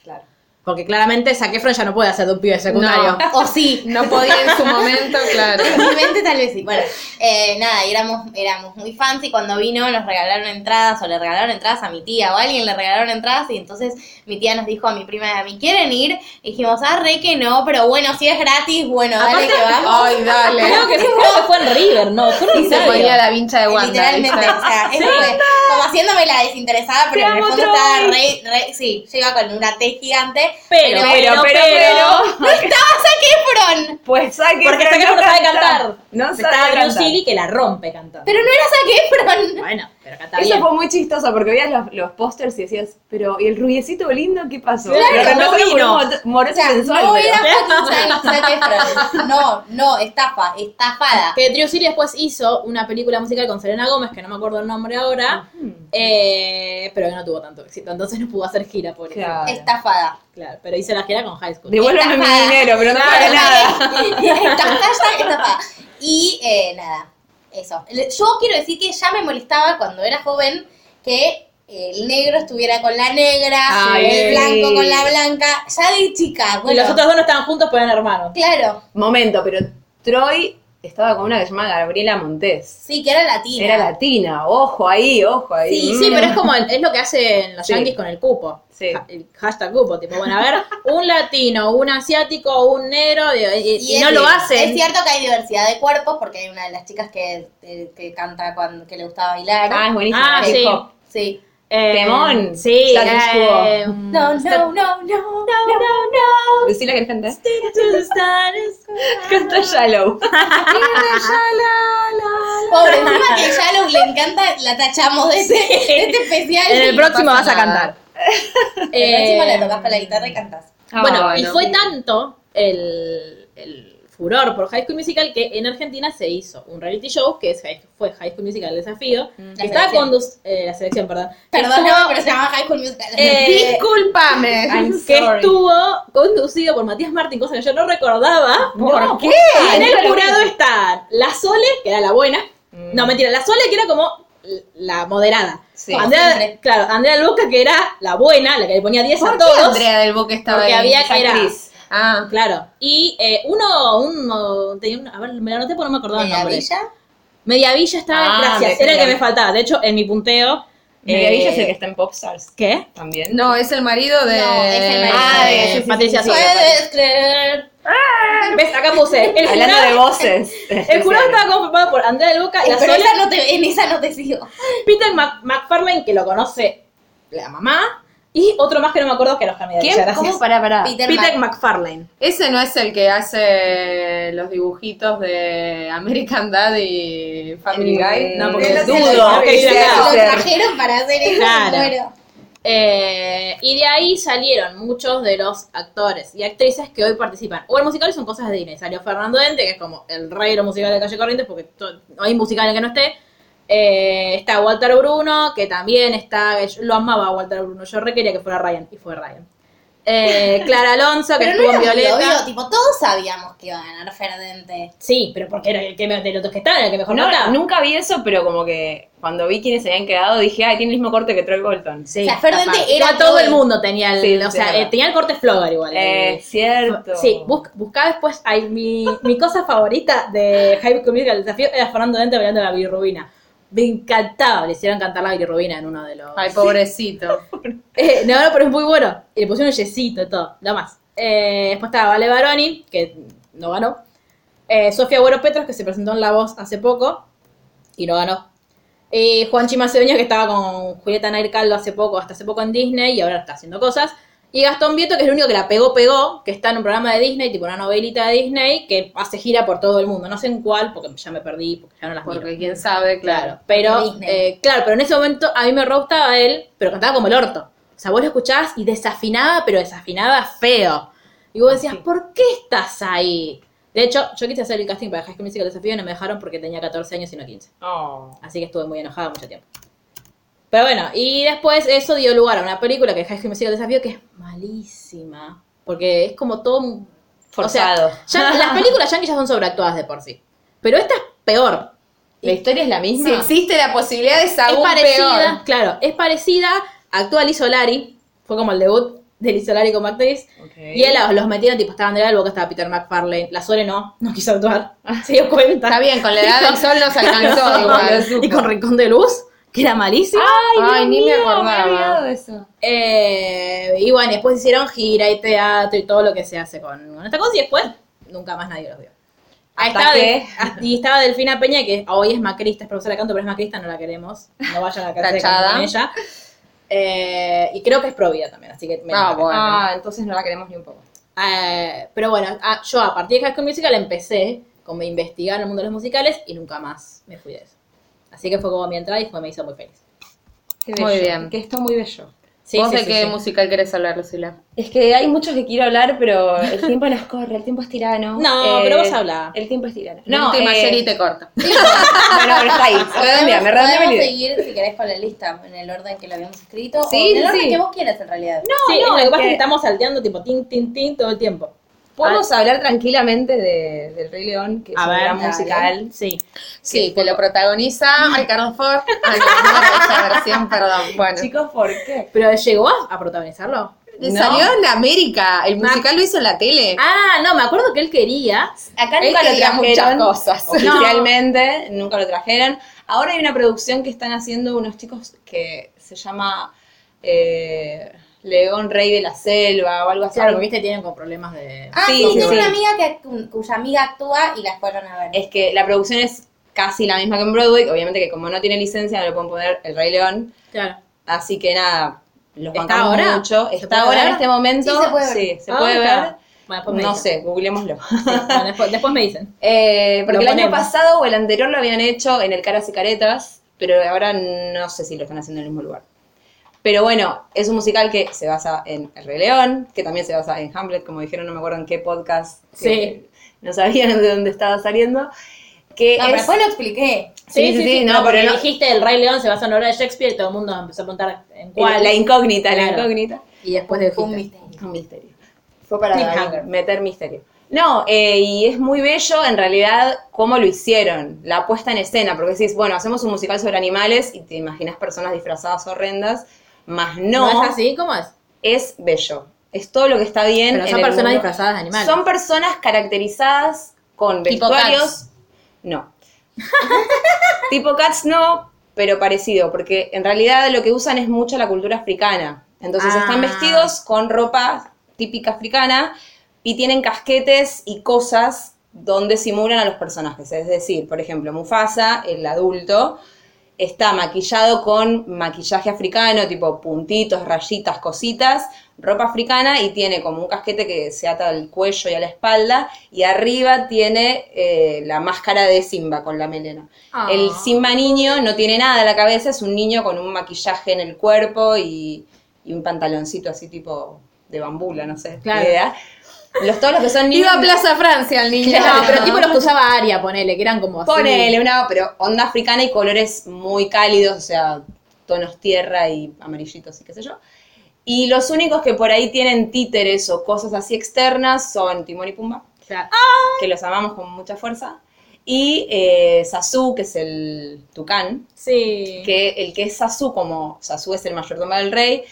E: Claro.
A: Porque claramente Zac Efron ya no puede hacer de un pibe de secundario.
D: O sí.
B: No podía en su momento, claro.
D: Realmente tal vez sí. Bueno, eh, nada, y éramos, éramos muy fans y cuando vino nos regalaron entradas o le regalaron entradas a mi tía o a alguien le regalaron entradas y entonces mi tía nos dijo a mi prima y a mí, ¿quieren ir? Y dijimos, ah, re que no, pero bueno, si es gratis, bueno, dale que vamos.
B: Ay, dale.
A: Creo que sí, creo que fue en River, no, fue en
B: Y se
A: Rosario.
B: ponía la vincha de Wanda.
D: Literalmente,
B: ¿viste?
D: o sea, eso fue como haciéndome la desinteresada, pero en el fondo estaba re, re- sí, yo iba con una T gigante,
A: Pero, pero, pero,
D: no estaba Zac Efron,
E: Pues saque.
A: Porque
E: pero
A: Zac Efron no sabe cantar.
E: No sabe
A: Está Drew
E: cantar.
A: Seeley que la rompe cantando.
D: pero no era Zac Efron.
A: Bueno, pero canta
E: Eso
A: bien.
E: fue muy chistoso porque veías los, los pósters y decías, pero ¿y el rubiecito lindo qué pasó?
A: Claro,
E: Lo reemplazaron
A: no
E: por un
A: vino.
E: mor- moroso
D: O sea,
E: sensual.
D: no
E: pero-
D: era fucking Zac- Zac Efron. No, no, estafa, estafada.
A: Que Drew Seeley después hizo una película musical con Selena Gómez, que no me acuerdo el nombre ahora,
E: Mm,
A: eh, pero que no tuvo tanto éxito. Entonces no pudo hacer gira, por eso. Claro.
E: Claro.
D: Estafada.
A: pero hizo la gira con High School.
E: Devuélveme mi
D: Estafada.
E: dinero, pero no
D: Claro,
E: para nada.
D: Hashtag estafada. Y eh, nada. eso. Le- Yo quiero decir que ya me molestaba cuando era joven que el negro estuviera con la negra,
C: Ay,
D: el
C: sí.
D: blanco con la blanca, ya de chica.
A: Y
D: Bueno,
A: los otros dos no estaban juntos, pero eran hermanos.
D: claro,
C: Momento, pero Troy estaba con una que se llama Gabriela Montés.
D: sí, que era latina.
C: Era latina, ojo ahí, ojo ahí.
A: Sí,
C: Mm.
A: sí, pero es como Ah, es lo que hacen los
C: Sí.
A: yankees con el cupo.
C: Sí.
A: Ja- el hashtag cupo, tipo, bueno, a ver, un latino, un asiático, un negro, y, y- y
D: es-
A: no lo hacen.
D: Es cierto que hay diversidad de cuerpos porque hay una de las chicas que, que, que canta cuando que le gustaba bailar.
C: Ah, es buenísimo.
A: Ah,
C: hip
A: sí.
C: hop.
D: sí.
A: Eh,
C: Temón.
A: Sí.
C: Status quo.
A: eh,
D: No, no, no, no, no, no, no.
C: Lucila, ¿querés cantar?
A: Stick to the status quo.
C: Canta Shallow.
D: Pobre, encima que a Shallow le encanta, la tachamos de este, de este especial.
A: En el
D: y-
A: próximo
C: pasa
A: vas a
C: nada.
A: cantar.
D: El próximo
A: Eh,
D: la tocas con la guitarra y cantas.
A: Bueno,
C: Ah,
A: y
C: no.
A: fue tanto el, el furor por High School Musical que en Argentina se hizo un reality show que es High- fue High School Musical Desafío, que
D: La
A: estaba
D: selección.
A: conducido, la selección, perdón. Que
D: Perdón,
A: estuvo-
D: pero se llama High School Musical.
A: eh,
B: Disculpame.
A: que estuvo conducido por Matías Martín, cosa que yo no recordaba.
C: ¿Por qué?
A: Y en el jurado estaban la Sole, que era la buena. No, mentira, Ah, la Sole que era como la moderada.
C: Sí.
A: Andrea,
D: siempre.
A: claro, Andrea Luca que era la buena, la que le ponía 10 a
B: ¿Por qué
A: todos.
B: Andrea del Boca estaba
A: Porque
B: ahí?
A: había
B: Esa
A: que era-
B: actriz. Ah,
A: Claro. Y eh, uno, uno, tenía un- a ver, me lo anoté porque no me acordaba el
D: ¿En la
A: nombre.
D: villa?
A: Mediavilla estaba,
C: Ah,
A: gracias,
C: de-
A: era el que
C: de-
A: me faltaba. De hecho, en mi punteo.
C: Mediavilla es el que
A: eh,
C: está en Popstars
A: ¿qué? Eh,
C: también.
B: no, es el marido de.
D: No, es el marido.
C: Ah, de- sí, sí, sí,
A: Patricia
C: sí. Ah.
A: Sola.
D: Puedes creer.
A: ¿Ves? Acá puse. El
C: Hablando de
A: jurado,
C: voces.
A: el jurado estaba conformado por Andrea de Boca, la
D: Pero
A: Sola,
D: esa no te, en esa no te sigo.
A: Peter Mac- McFarlane, que lo conoce la mamá, y otro más que no me acuerdo que era Oscar Mediavilla.
C: ¿Quién?
A: Gracias.
C: ¿Cómo? Pará,
E: Ah,
C: pará.
D: Peter,
A: Peter
D: Mac.
A: McFarlane.
B: Ese no es el que hace los dibujitos de American Dad y Family Guy.
C: No,
A: Eh,
B: Él
C: porque
B: hace
C: dudo
B: los-
C: que
A: Él hace
C: sea
D: Lo
C: hacer.
D: trajeron para hacer eso.
A: Claro.
D: Bueno.
A: Eh, y de ahí salieron muchos de los actores y actrices que hoy participan. O el musical son cosas de Inés. Salió Fernando Dente, que es como el rey de los musicales de Calle Corrientes, porque to- no hay musical en el que no esté. Eh, está Walter Bruno, que también está. yo lo amaba a Walter Bruno. Yo requería que fuera Ryan, y fue Ryan. Eh, Clara Alonso, que
D: Pero
A: estuvo
D: no
A: en
D: era muy
A: Violeta.
D: obvio, tipo, todos sabíamos que iba a ganar Ferdente.
A: Sí, pero porque era el que me- de los dos que estaban, el que mejor
C: No,
A: cantaba.
C: nunca vi eso, pero como que cuando vi quiénes se habían quedado dije, ay, tiene el mismo corte que Troy Bolton.
A: Sí,
D: O sea, Fer Dente
A: capaz.
D: era
A: Ya todo
D: todo
A: el
D: el-
A: mundo tenía el,
C: Sí,
A: o
C: sí,
A: sea,
C: es
A: eh,
C: verdad.
A: tenía el corte Flogger igual.
C: Eh,
A: El-
C: cierto.
A: Sí, bus- buscá después a mi, mi cosa favorita de High School Musical, el desafío, era Fernando Dente bailando la bilirrubina. Me encantaba, le hicieron cantar la bilirrubina en uno de los...
B: Ay, pobrecito.
A: Eh, no, no, pero es muy bueno. Y le pusieron un yesito y todo, nada más. Eh, después estaba Vale Baroni, que no ganó. Eh, Sofía Bueno Petros, que se presentó en La Voz hace poco y no ganó. Eh, Juanchi Macedonia, que estaba con Julieta Nair Caldo hace poco, hasta hace poco en Disney y ahora está haciendo cosas. Y Gastón Vieto, que es el único que la pegó, pegó, que está en un programa de Disney, tipo una novelita de Disney, que hace gira por todo el mundo. No sé en cuál, porque ya me perdí, porque ya no las miro.
B: Porque quién sabe,
A: Claro,
B: claro.
A: pero
D: Disney.
A: eh, claro, pero en ese momento a mí me gustaba él, pero cantaba como el orto. O sea, vos lo escuchabas y desafinaba, pero desafinaba feo. Y vos decías, ¿por qué estás ahí? De hecho, yo quise hacer el casting para High School Musical Desafío y no me dejaron porque tenía 14 años y no 15.
C: Oh.
A: Así que estuve muy enojada mucho tiempo. Pero bueno, y después eso dio lugar a una película que es High School Musical Desafío que es malísima. Porque es como todo... un- o sea,
C: Forzado.
A: ya- las películas yankees ya son sobreactuadas de por sí. Pero esta es peor.
C: ¿La historia es la misma?
B: Si existe la posibilidad de
A: es
B: saber
A: parecida,
B: peor.
A: claro, es parecida. Actúa Liz Solari, fue como el debut de Liz Solari como actriz.
C: Ok.
A: Y él los, los metieron, tipo, estaba Andrea del Boca, estaba Peter McFarlane. La Sole no, no quiso actuar. Se dio cuenta.
B: Está bien, con la edad del sol nos alcanzó igual.
A: y con Ah, Rincón de Luz, que era malísimo.
B: Ay, ni me
C: olvidado
B: acordaba.
C: de eso.
A: Eh, y bueno, después hicieron gira y teatro y todo lo que se hace con, con esta cosa. Y después, nunca más nadie los vio. Ahí
C: Hasta
A: estaba,
C: que-
A: Del- ah, y estaba Delfina Peña, que hoy es macrista, es profesora de canto, pero es macrista, no la queremos. No vayan a la clase de canto
B: Tachada.
A: con ella. Eh, y creo que es provida también, así que... menos
B: Ah,
A: la pena.
B: bueno.
C: Ah, entonces no la queremos ni un poco.
A: Eh, pero bueno, a- yo a partir de High School Musical empecé como a investigar el mundo de los musicales y nunca más me fui de eso. Así que fue como mi entrada y fue, me hizo muy feliz.
C: Qué
B: Muy
C: bello,
B: bien.
C: Que está muy bello.
A: Sí,
B: ¿Vos
A: sí,
B: de
A: sí,
B: qué
A: sí.
B: musical querés hablar, Lucila?
C: Es que hay muchos que quiero hablar, pero el tiempo nos corre, el tiempo es tirano.
A: No,
C: Eh,
A: pero vos habla.
C: El tiempo es tirano.
B: No, última
C: eh,
B: serie y te corta.
C: Bueno, pero está ahí.
E: Ah,
C: Redondea, me redondea
D: podemos
C: mi idea.
D: seguir, si querés, con la lista, en el orden que lo habíamos escrito.
C: Sí,
D: o en el
C: sí.
D: orden que vos quieras, en realidad.
A: Sí,
C: no,
A: lo que
C: es
A: pasa es
C: que-
A: que estamos salteando tipo tin, tin, tin todo el tiempo.
E: Podemos hablar tranquilamente de, del Rey León, que es
G: A
E: un
G: ver,
E: gran
G: dale.
E: musical.
G: Sí.
C: Sí, que lo protagoniza Ricardo Ford. Ay, no, no, esa versión, perdón. Bueno.
E: Chicos, ¿por qué?
A: Pero llegó a, a protagonizarlo.
C: Le Salió en América. El musical lo hizo en la tele.
A: Ah, no, me acuerdo que él quería.
E: Acá
C: Él
E: nunca lo
C: quería muchas
E: trajeron.
C: cosas.
E: Oficialmente, nunca lo trajeron. Ahora hay una producción que están haciendo unos chicos que se llama eh, León Rey de la Selva o algo así.
A: Claro, porque viste, tienen con problemas de.
D: Ah,
E: Sí,
D: sí,
E: sí,
D: tengo
E: sí.
D: una amiga que, cuya amiga actúa y las fueron a ver.
E: es que la producción es casi la misma que en Broadway. Obviamente que como no tiene licencia no le pueden poner El Rey León.
A: Claro.
E: Así que nada, los
A: ¿Está
E: bancamos
A: ahora?
E: mucho.
A: ¿Se
E: Está
A: puede
E: ahora en
A: ver?
E: este momento.
D: Sí, se puede ver.
E: sí, se
A: Ah,
E: puede
A: está.
E: ver.
A: Bueno, después me
E: No
A: dicen.
E: sé, googlémoslo.
A: Bueno, después, después me dicen.
E: Eh, porque
A: Lo
E: el año
A: ponemos.
E: pasado o el anterior lo habían hecho en el Caras y Caretas, pero ahora no sé si lo están haciendo en el mismo lugar. Pero bueno, es un musical que se basa en El Rey León, que también se basa en Hamlet, como dijeron, no me acuerdo en qué podcast. que No sabían de dónde estaba saliendo. Que
D: no,
E: es-
D: pero después lo expliqué.
E: Sí, sí, sí, no,
A: porque
E: pero no-
A: dijiste el Rey León se basa en la obra de Shakespeare y todo el mundo empezó a preguntar en cuál.
E: La incógnita, la
A: Claro.
E: incógnita.
A: y después de
D: Fue un misterio.
E: Un misterio. Fue para
A: Cliffhanger.
E: meter misterio. No, eh, y es muy bello en realidad cómo lo hicieron, la puesta en escena, porque decís, bueno, hacemos un musical sobre animales y te imaginas personas disfrazadas horrendas, más no,
A: No. es así? ¿Cómo es?
E: es bello. Es todo lo que está bien.
A: Pero
E: en
A: son
E: el
A: personas
E: mundo.
A: disfrazadas de animales.
E: Son personas caracterizadas con
C: Tipo
E: vestuarios. No. tipo cats no, pero parecido, porque en realidad lo que usan es mucho la cultura africana. Entonces
A: Ah.
E: están vestidos con ropa típica africana y tienen casquetes y cosas donde simulan a los personajes. Es decir, por ejemplo, Mufasa, el adulto, está maquillado con maquillaje africano, tipo puntitos, rayitas, cositas, ropa africana y tiene como un casquete que se ata al cuello y a la espalda y arriba tiene eh, la máscara de Simba con la melena.
A: Ah.
E: El Simba niño no tiene nada en la cabeza, es un niño con un maquillaje en el cuerpo y, y un pantaloncito así tipo de bambula, no sé, ni
A: Claro.
E: idea. Los, todos los que son niños...
C: Iba a Plaza Francia el niño.
A: No, pero tipo los que usaba Aria, ponele, que eran como así.
E: Ponele una, pero onda africana y colores muy cálidos, o sea, tonos tierra y amarillitos y qué sé yo. Y los únicos que por ahí tienen títeres o cosas así externas son Timón y Pumba,
A: Claro.
E: que los amamos con mucha fuerza, y eh, Sasu, que es el tucán,
A: Sí.
E: que el que es Sasu, como Sasu es el mayordomo del rey,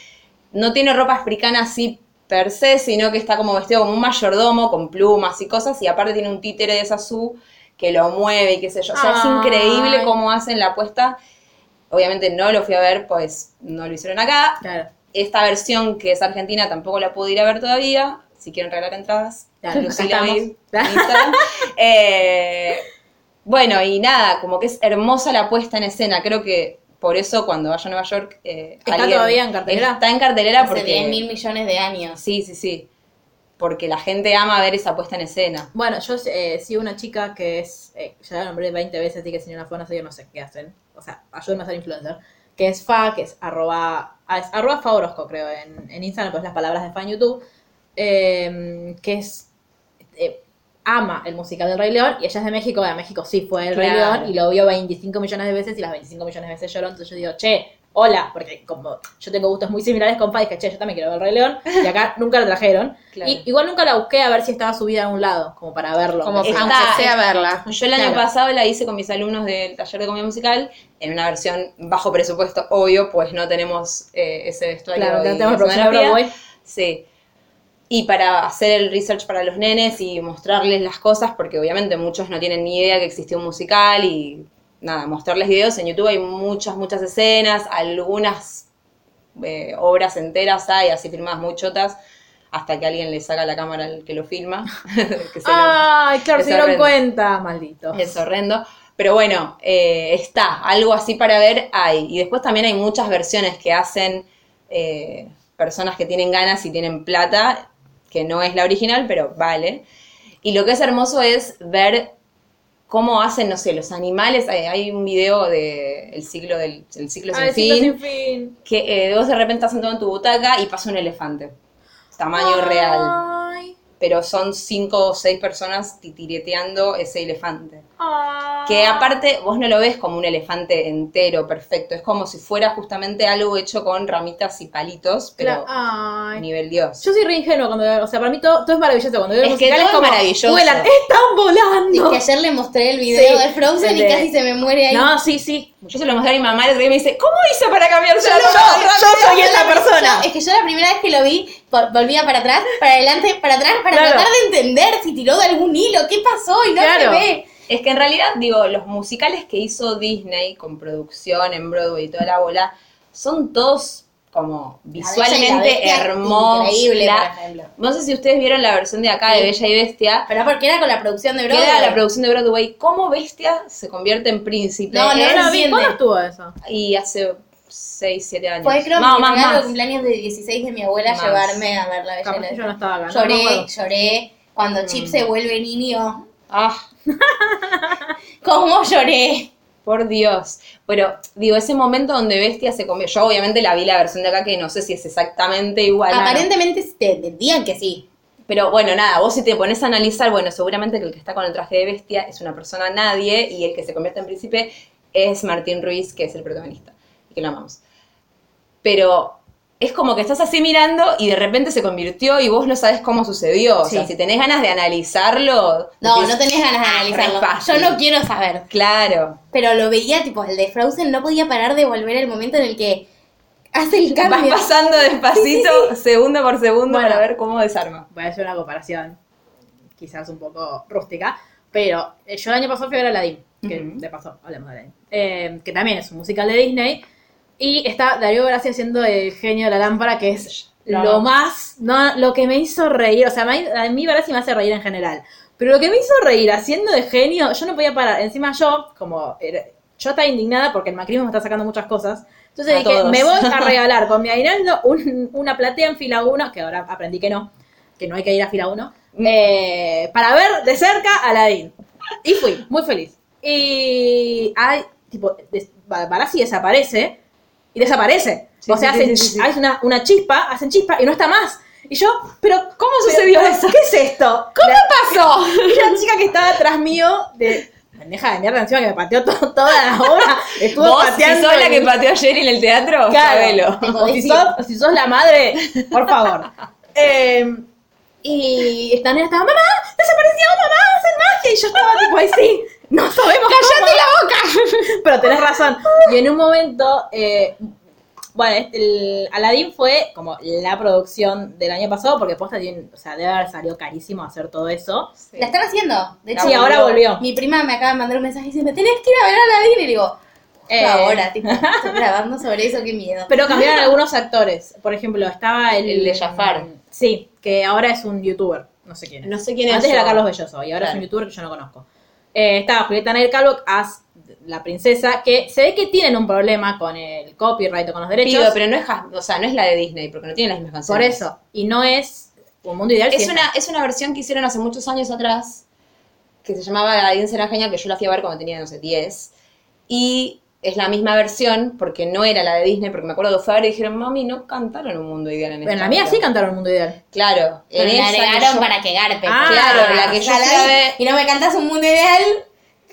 E: no tiene ropa africana así per se, sino que está como vestido como un mayordomo con plumas y cosas, y aparte tiene un títere de Sasu que lo mueve y qué sé yo. O sea, es
A: Ay.
E: increíble cómo hacen la apuesta. Obviamente no lo fui a ver, pues no lo hicieron acá.
A: Claro.
E: Esta versión que es argentina tampoco la pude ir a ver todavía. Si quieren regalar entradas,
A: Claro,
E: Lucila
A: acá
E: Viv,
A: estamos.
E: Instagram. Eh, bueno, y nada, como que es hermosa la puesta en escena. Creo que por eso cuando vaya a Nueva York. eh,
A: ¿Está todavía en cartelera?
E: Está en cartelera
D: Hace 10
E: porque.
D: mil millones de años.
E: Sí, sí, sí. Porque la gente ama ver esa puesta en escena.
A: Bueno, yo eh, sí una chica que es, eh, ya la nombré 20 veces, así que si no la fono, yo no sé qué hacen. O sea, ayúdenme a ser influencer. Que es fa, que es arroba, ah, es arroba faorosco, creo, en, en Instagram, pues las palabras de fa en YouTube. eh, que es, eh, ama el musical del Rey León, y ella es de México, a México sí fue el Rey
E: Claro.
A: León, y lo vio 25 millones de veces, y las 25 millones de veces lloró, entonces yo digo, che, hola, porque como yo tengo gustos muy similares con fa, dije, che, yo también quiero ver el Rey León, y acá nunca la trajeron.
E: Claro.
A: Y igual nunca la busqué a ver si estaba subida a un lado, como para verlo.
C: Como
A: Sí.
E: Está-
C: aunque sea verla.
E: Yo el año
A: Claro.
E: pasado la hice con mis alumnos del taller de comedia musical en una versión bajo presupuesto, obvio, pues no tenemos eh, ese vestuario.
A: claro,
E: y
A: que no tenemos producción de
E: escenografía.
A: Broadway.
E: Sí. Y para hacer el research para los nenes y mostrarles las cosas, porque obviamente muchos no tienen ni idea que existía un musical y nada, mostrarles videos. En YouTube hay muchas, muchas escenas, algunas eh, obras enteras hay, así filmadas muy chotas, hasta que alguien le saca la cámara al que lo filma. que se lo-
A: Ay, claro,
E: Es
A: se dieron
E: horrendo.
A: cuenta, maldito.
E: es horrendo. Pero bueno, eh, está, algo así para ver hay. Y después también hay muchas versiones que hacen eh, personas que tienen ganas y tienen plata, que no es la original, pero vale. Y lo que es hermoso es ver cómo hacen, no sé, los animales. Hay, hay un video de El ciclo, del, el ciclo sin
A: Ay, sí,
E: fin,
A: no, Ah, sin fin.
E: que eh, vos de repente estás sentado en tu butaca y pasa un elefante, tamaño real.
A: Ay,
E: pero son cinco o seis personas titireteando ese elefante. Que aparte vos no lo ves como un elefante entero, perfecto, es como si fuera justamente algo hecho con ramitas y palitos, pero
A: Ay.
E: nivel Dios.
A: Yo soy re ingenua cuando veo, o sea, para mí todo, todo es maravilloso. Cuando veo
D: Es que
A: musicales
D: todo es
A: como,
D: maravilloso.
A: Vuelan, están
D: Es
A: volando.
D: que ayer le mostré el video
A: Sí,
D: de Frozen
A: el
D: y
A: de-
D: casi se me muere ahí.
A: No, sí, sí.
E: Yo se lo mostré a mi mamá el otro día y me dice, ¿cómo hizo para cambiar yo?
A: soy esa persona.
D: Es que yo la primera vez que lo vi, po- volvía para atrás, para adelante, para atrás, para
A: Claro.
D: tratar de entender si tiró de algún hilo, qué pasó y no se
A: Claro.
D: ve.
E: Es que en realidad, digo, los musicales que hizo Disney con producción en Broadway y toda la bola, son todos como
D: La Bella y la
E: visualmente
D: Bestia,
E: hermosos.
D: Increíble,
E: la-
D: por ejemplo.
E: No sé si ustedes vieron la versión de acá de Bella y Bestia.
D: Pero porque era con la producción de
E: que
D: Broadway.
E: era la producción de Broadway. ¿Cómo Bestia se convierte en príncipe?
D: No, no,
A: Yo
E: Es-
A: no vi,
D: enciende.
A: ¿cuándo estuvo eso?
E: Y hace 6, 7 años.
D: Fue creo
E: más,
D: que
E: más,
D: regalo de
E: más.
D: cumpleaños de 16 de mi abuela
E: Más.
D: llevarme a ver la Bella y
A: Capaz
D: la
A: que yo
D: Bestia.
A: no estaba acá. no me
D: Lloré,
A: acuerdo. Mm.
D: lloré. Cuando Chip se vuelve niño,
E: Ah,
D: ¿cómo lloré?
E: por Dios. Pero, digo, ese momento donde Bestia se convierte... Yo obviamente la vi la versión de acá que no sé si es exactamente igual. a-
D: Aparentemente te decían que sí.
E: Pero bueno, nada, vos si te pones a analizar, bueno, seguramente que el que está con el traje de bestia es una persona nadie y el que se convierte en príncipe es Martín Ruiz, que es el protagonista, y que lo amamos. Pero es como que estás así mirando y de repente se convirtió y vos no sabes cómo sucedió. O sea,
D: Sí.
E: si tenés ganas de analizarlo...
D: No,
E: decís,
D: no tenés ganas de
E: "Ah,
D: analizarlo.
E: re fácil".
D: Yo no quiero saber.
E: Claro.
D: Pero lo veía, tipo, el de Frozen no podía parar de volver el momento en el que hace el
E: Vas
D: cambio.
E: pasando despacito, segundo por segundo,
A: Bueno.
E: para ver cómo desarma.
A: voy a hacer una comparación quizás un poco rústica, pero eh, yo el año pasado fui a ver Aladdin, que
E: Ujú.
A: de paso hablemos de Aladdin, eh, que también es un musical de Disney, y está Darío Gracia siendo el genio de la lámpara, que es
E: Lo
A: lo
E: amo.
A: más, no, lo que me hizo reír, o sea, me- a mí Gracia me hace reír en general, pero lo que me hizo reír haciendo de genio, yo no podía parar, encima yo, como, era- yo estaba indignada porque el macrismo me está sacando muchas cosas, entonces
E: A
A: dije,
E: todos.
A: me voy a regalar con mi aguinaldo un- una platea en fila 1, que ahora aprendí que no, que no hay que ir a fila 1,
E: Mm.
A: para ver de cerca a Aladdin. Y fui, muy feliz. Y hay, tipo, des- Ba- Barassi desaparece, y desaparece.
E: Sí,
A: o sea,
E: sí,
A: hacen,
E: sí, sí,
A: chi- hay una, una chispa, hacen chispa y no está más. Y yo, pero ¿cómo
E: Pero,
A: sucedió
E: pero,
A: eso? ¿Qué es esto? ¿Cómo pasó? Y la chica que estaba atrás mío, de pendeja de mierda encima que me pateó to- toda la hora, estuvo
E: Vos, si
A: pateando.
E: sos la
A: el-
E: que pateó ayer en el teatro, sabelo.
A: o si, sos, o si sos la madre, por favor. Eh, y esta nena estaba, mamá, desapareció, mamá, hacen magia. Y yo estaba tipo, ahí sí, no sabemos ¡Cállate la boca! Pero tenés razón. Y en un momento, eh, bueno, este, el Aladdin fue como la producción del año pasado, porque posta tiene, o sea, debe haber salido carísimo hacer todo eso.
D: La están haciendo. De hecho,
A: Sí, ahora volvió.
D: mi prima me acaba de mandar un mensaje y dice, me tenés que ir a ver a Aladdin. Y digo,
A: Eh,
D: "Justo ahora, tipo, estoy grabando sobre eso, qué miedo.
A: Pero cambiaron algunos actores. Por ejemplo, estaba el,
E: El de Jafar.
A: Sí, que ahora es un youtuber. No sé quién es.
E: No sé quién es.
A: Antes era
E: yo.
A: Carlos Belloso y ahora es
E: Claro.
A: un youtuber que yo no conozco. Eh, estaba Julieta Nair Calvo, as la princesa, que se ve que tienen un problema con el copyright o con los derechos.
E: Pido, pero no es, Has- o sea, no es la de Disney, porque no tiene las mismas
A: por
E: canciones.
A: eso. Y no es un mundo ideal.
E: Es
A: sí
E: una, es una versión que hicieron hace muchos años atrás, que se llamaba Aladdin será genial, que yo la fui a ver cuando tenía, no sé, 10. Y es la misma versión, porque no era la de Disney, porque me acuerdo que fue a ver y dijeron, mami, no cantaron un mundo ideal en
A: En
E: esta
A: la mía
E: obra".
A: sí cantaron un mundo ideal.
E: Claro.
D: Pero
E: en
D: me
E: esa que
D: agregaron
E: yo-
D: para que garpe.
A: Ah,
E: Claro, la que yo
D: Aladdin,
E: fui a ver-
D: Y no me cantas un mundo ideal.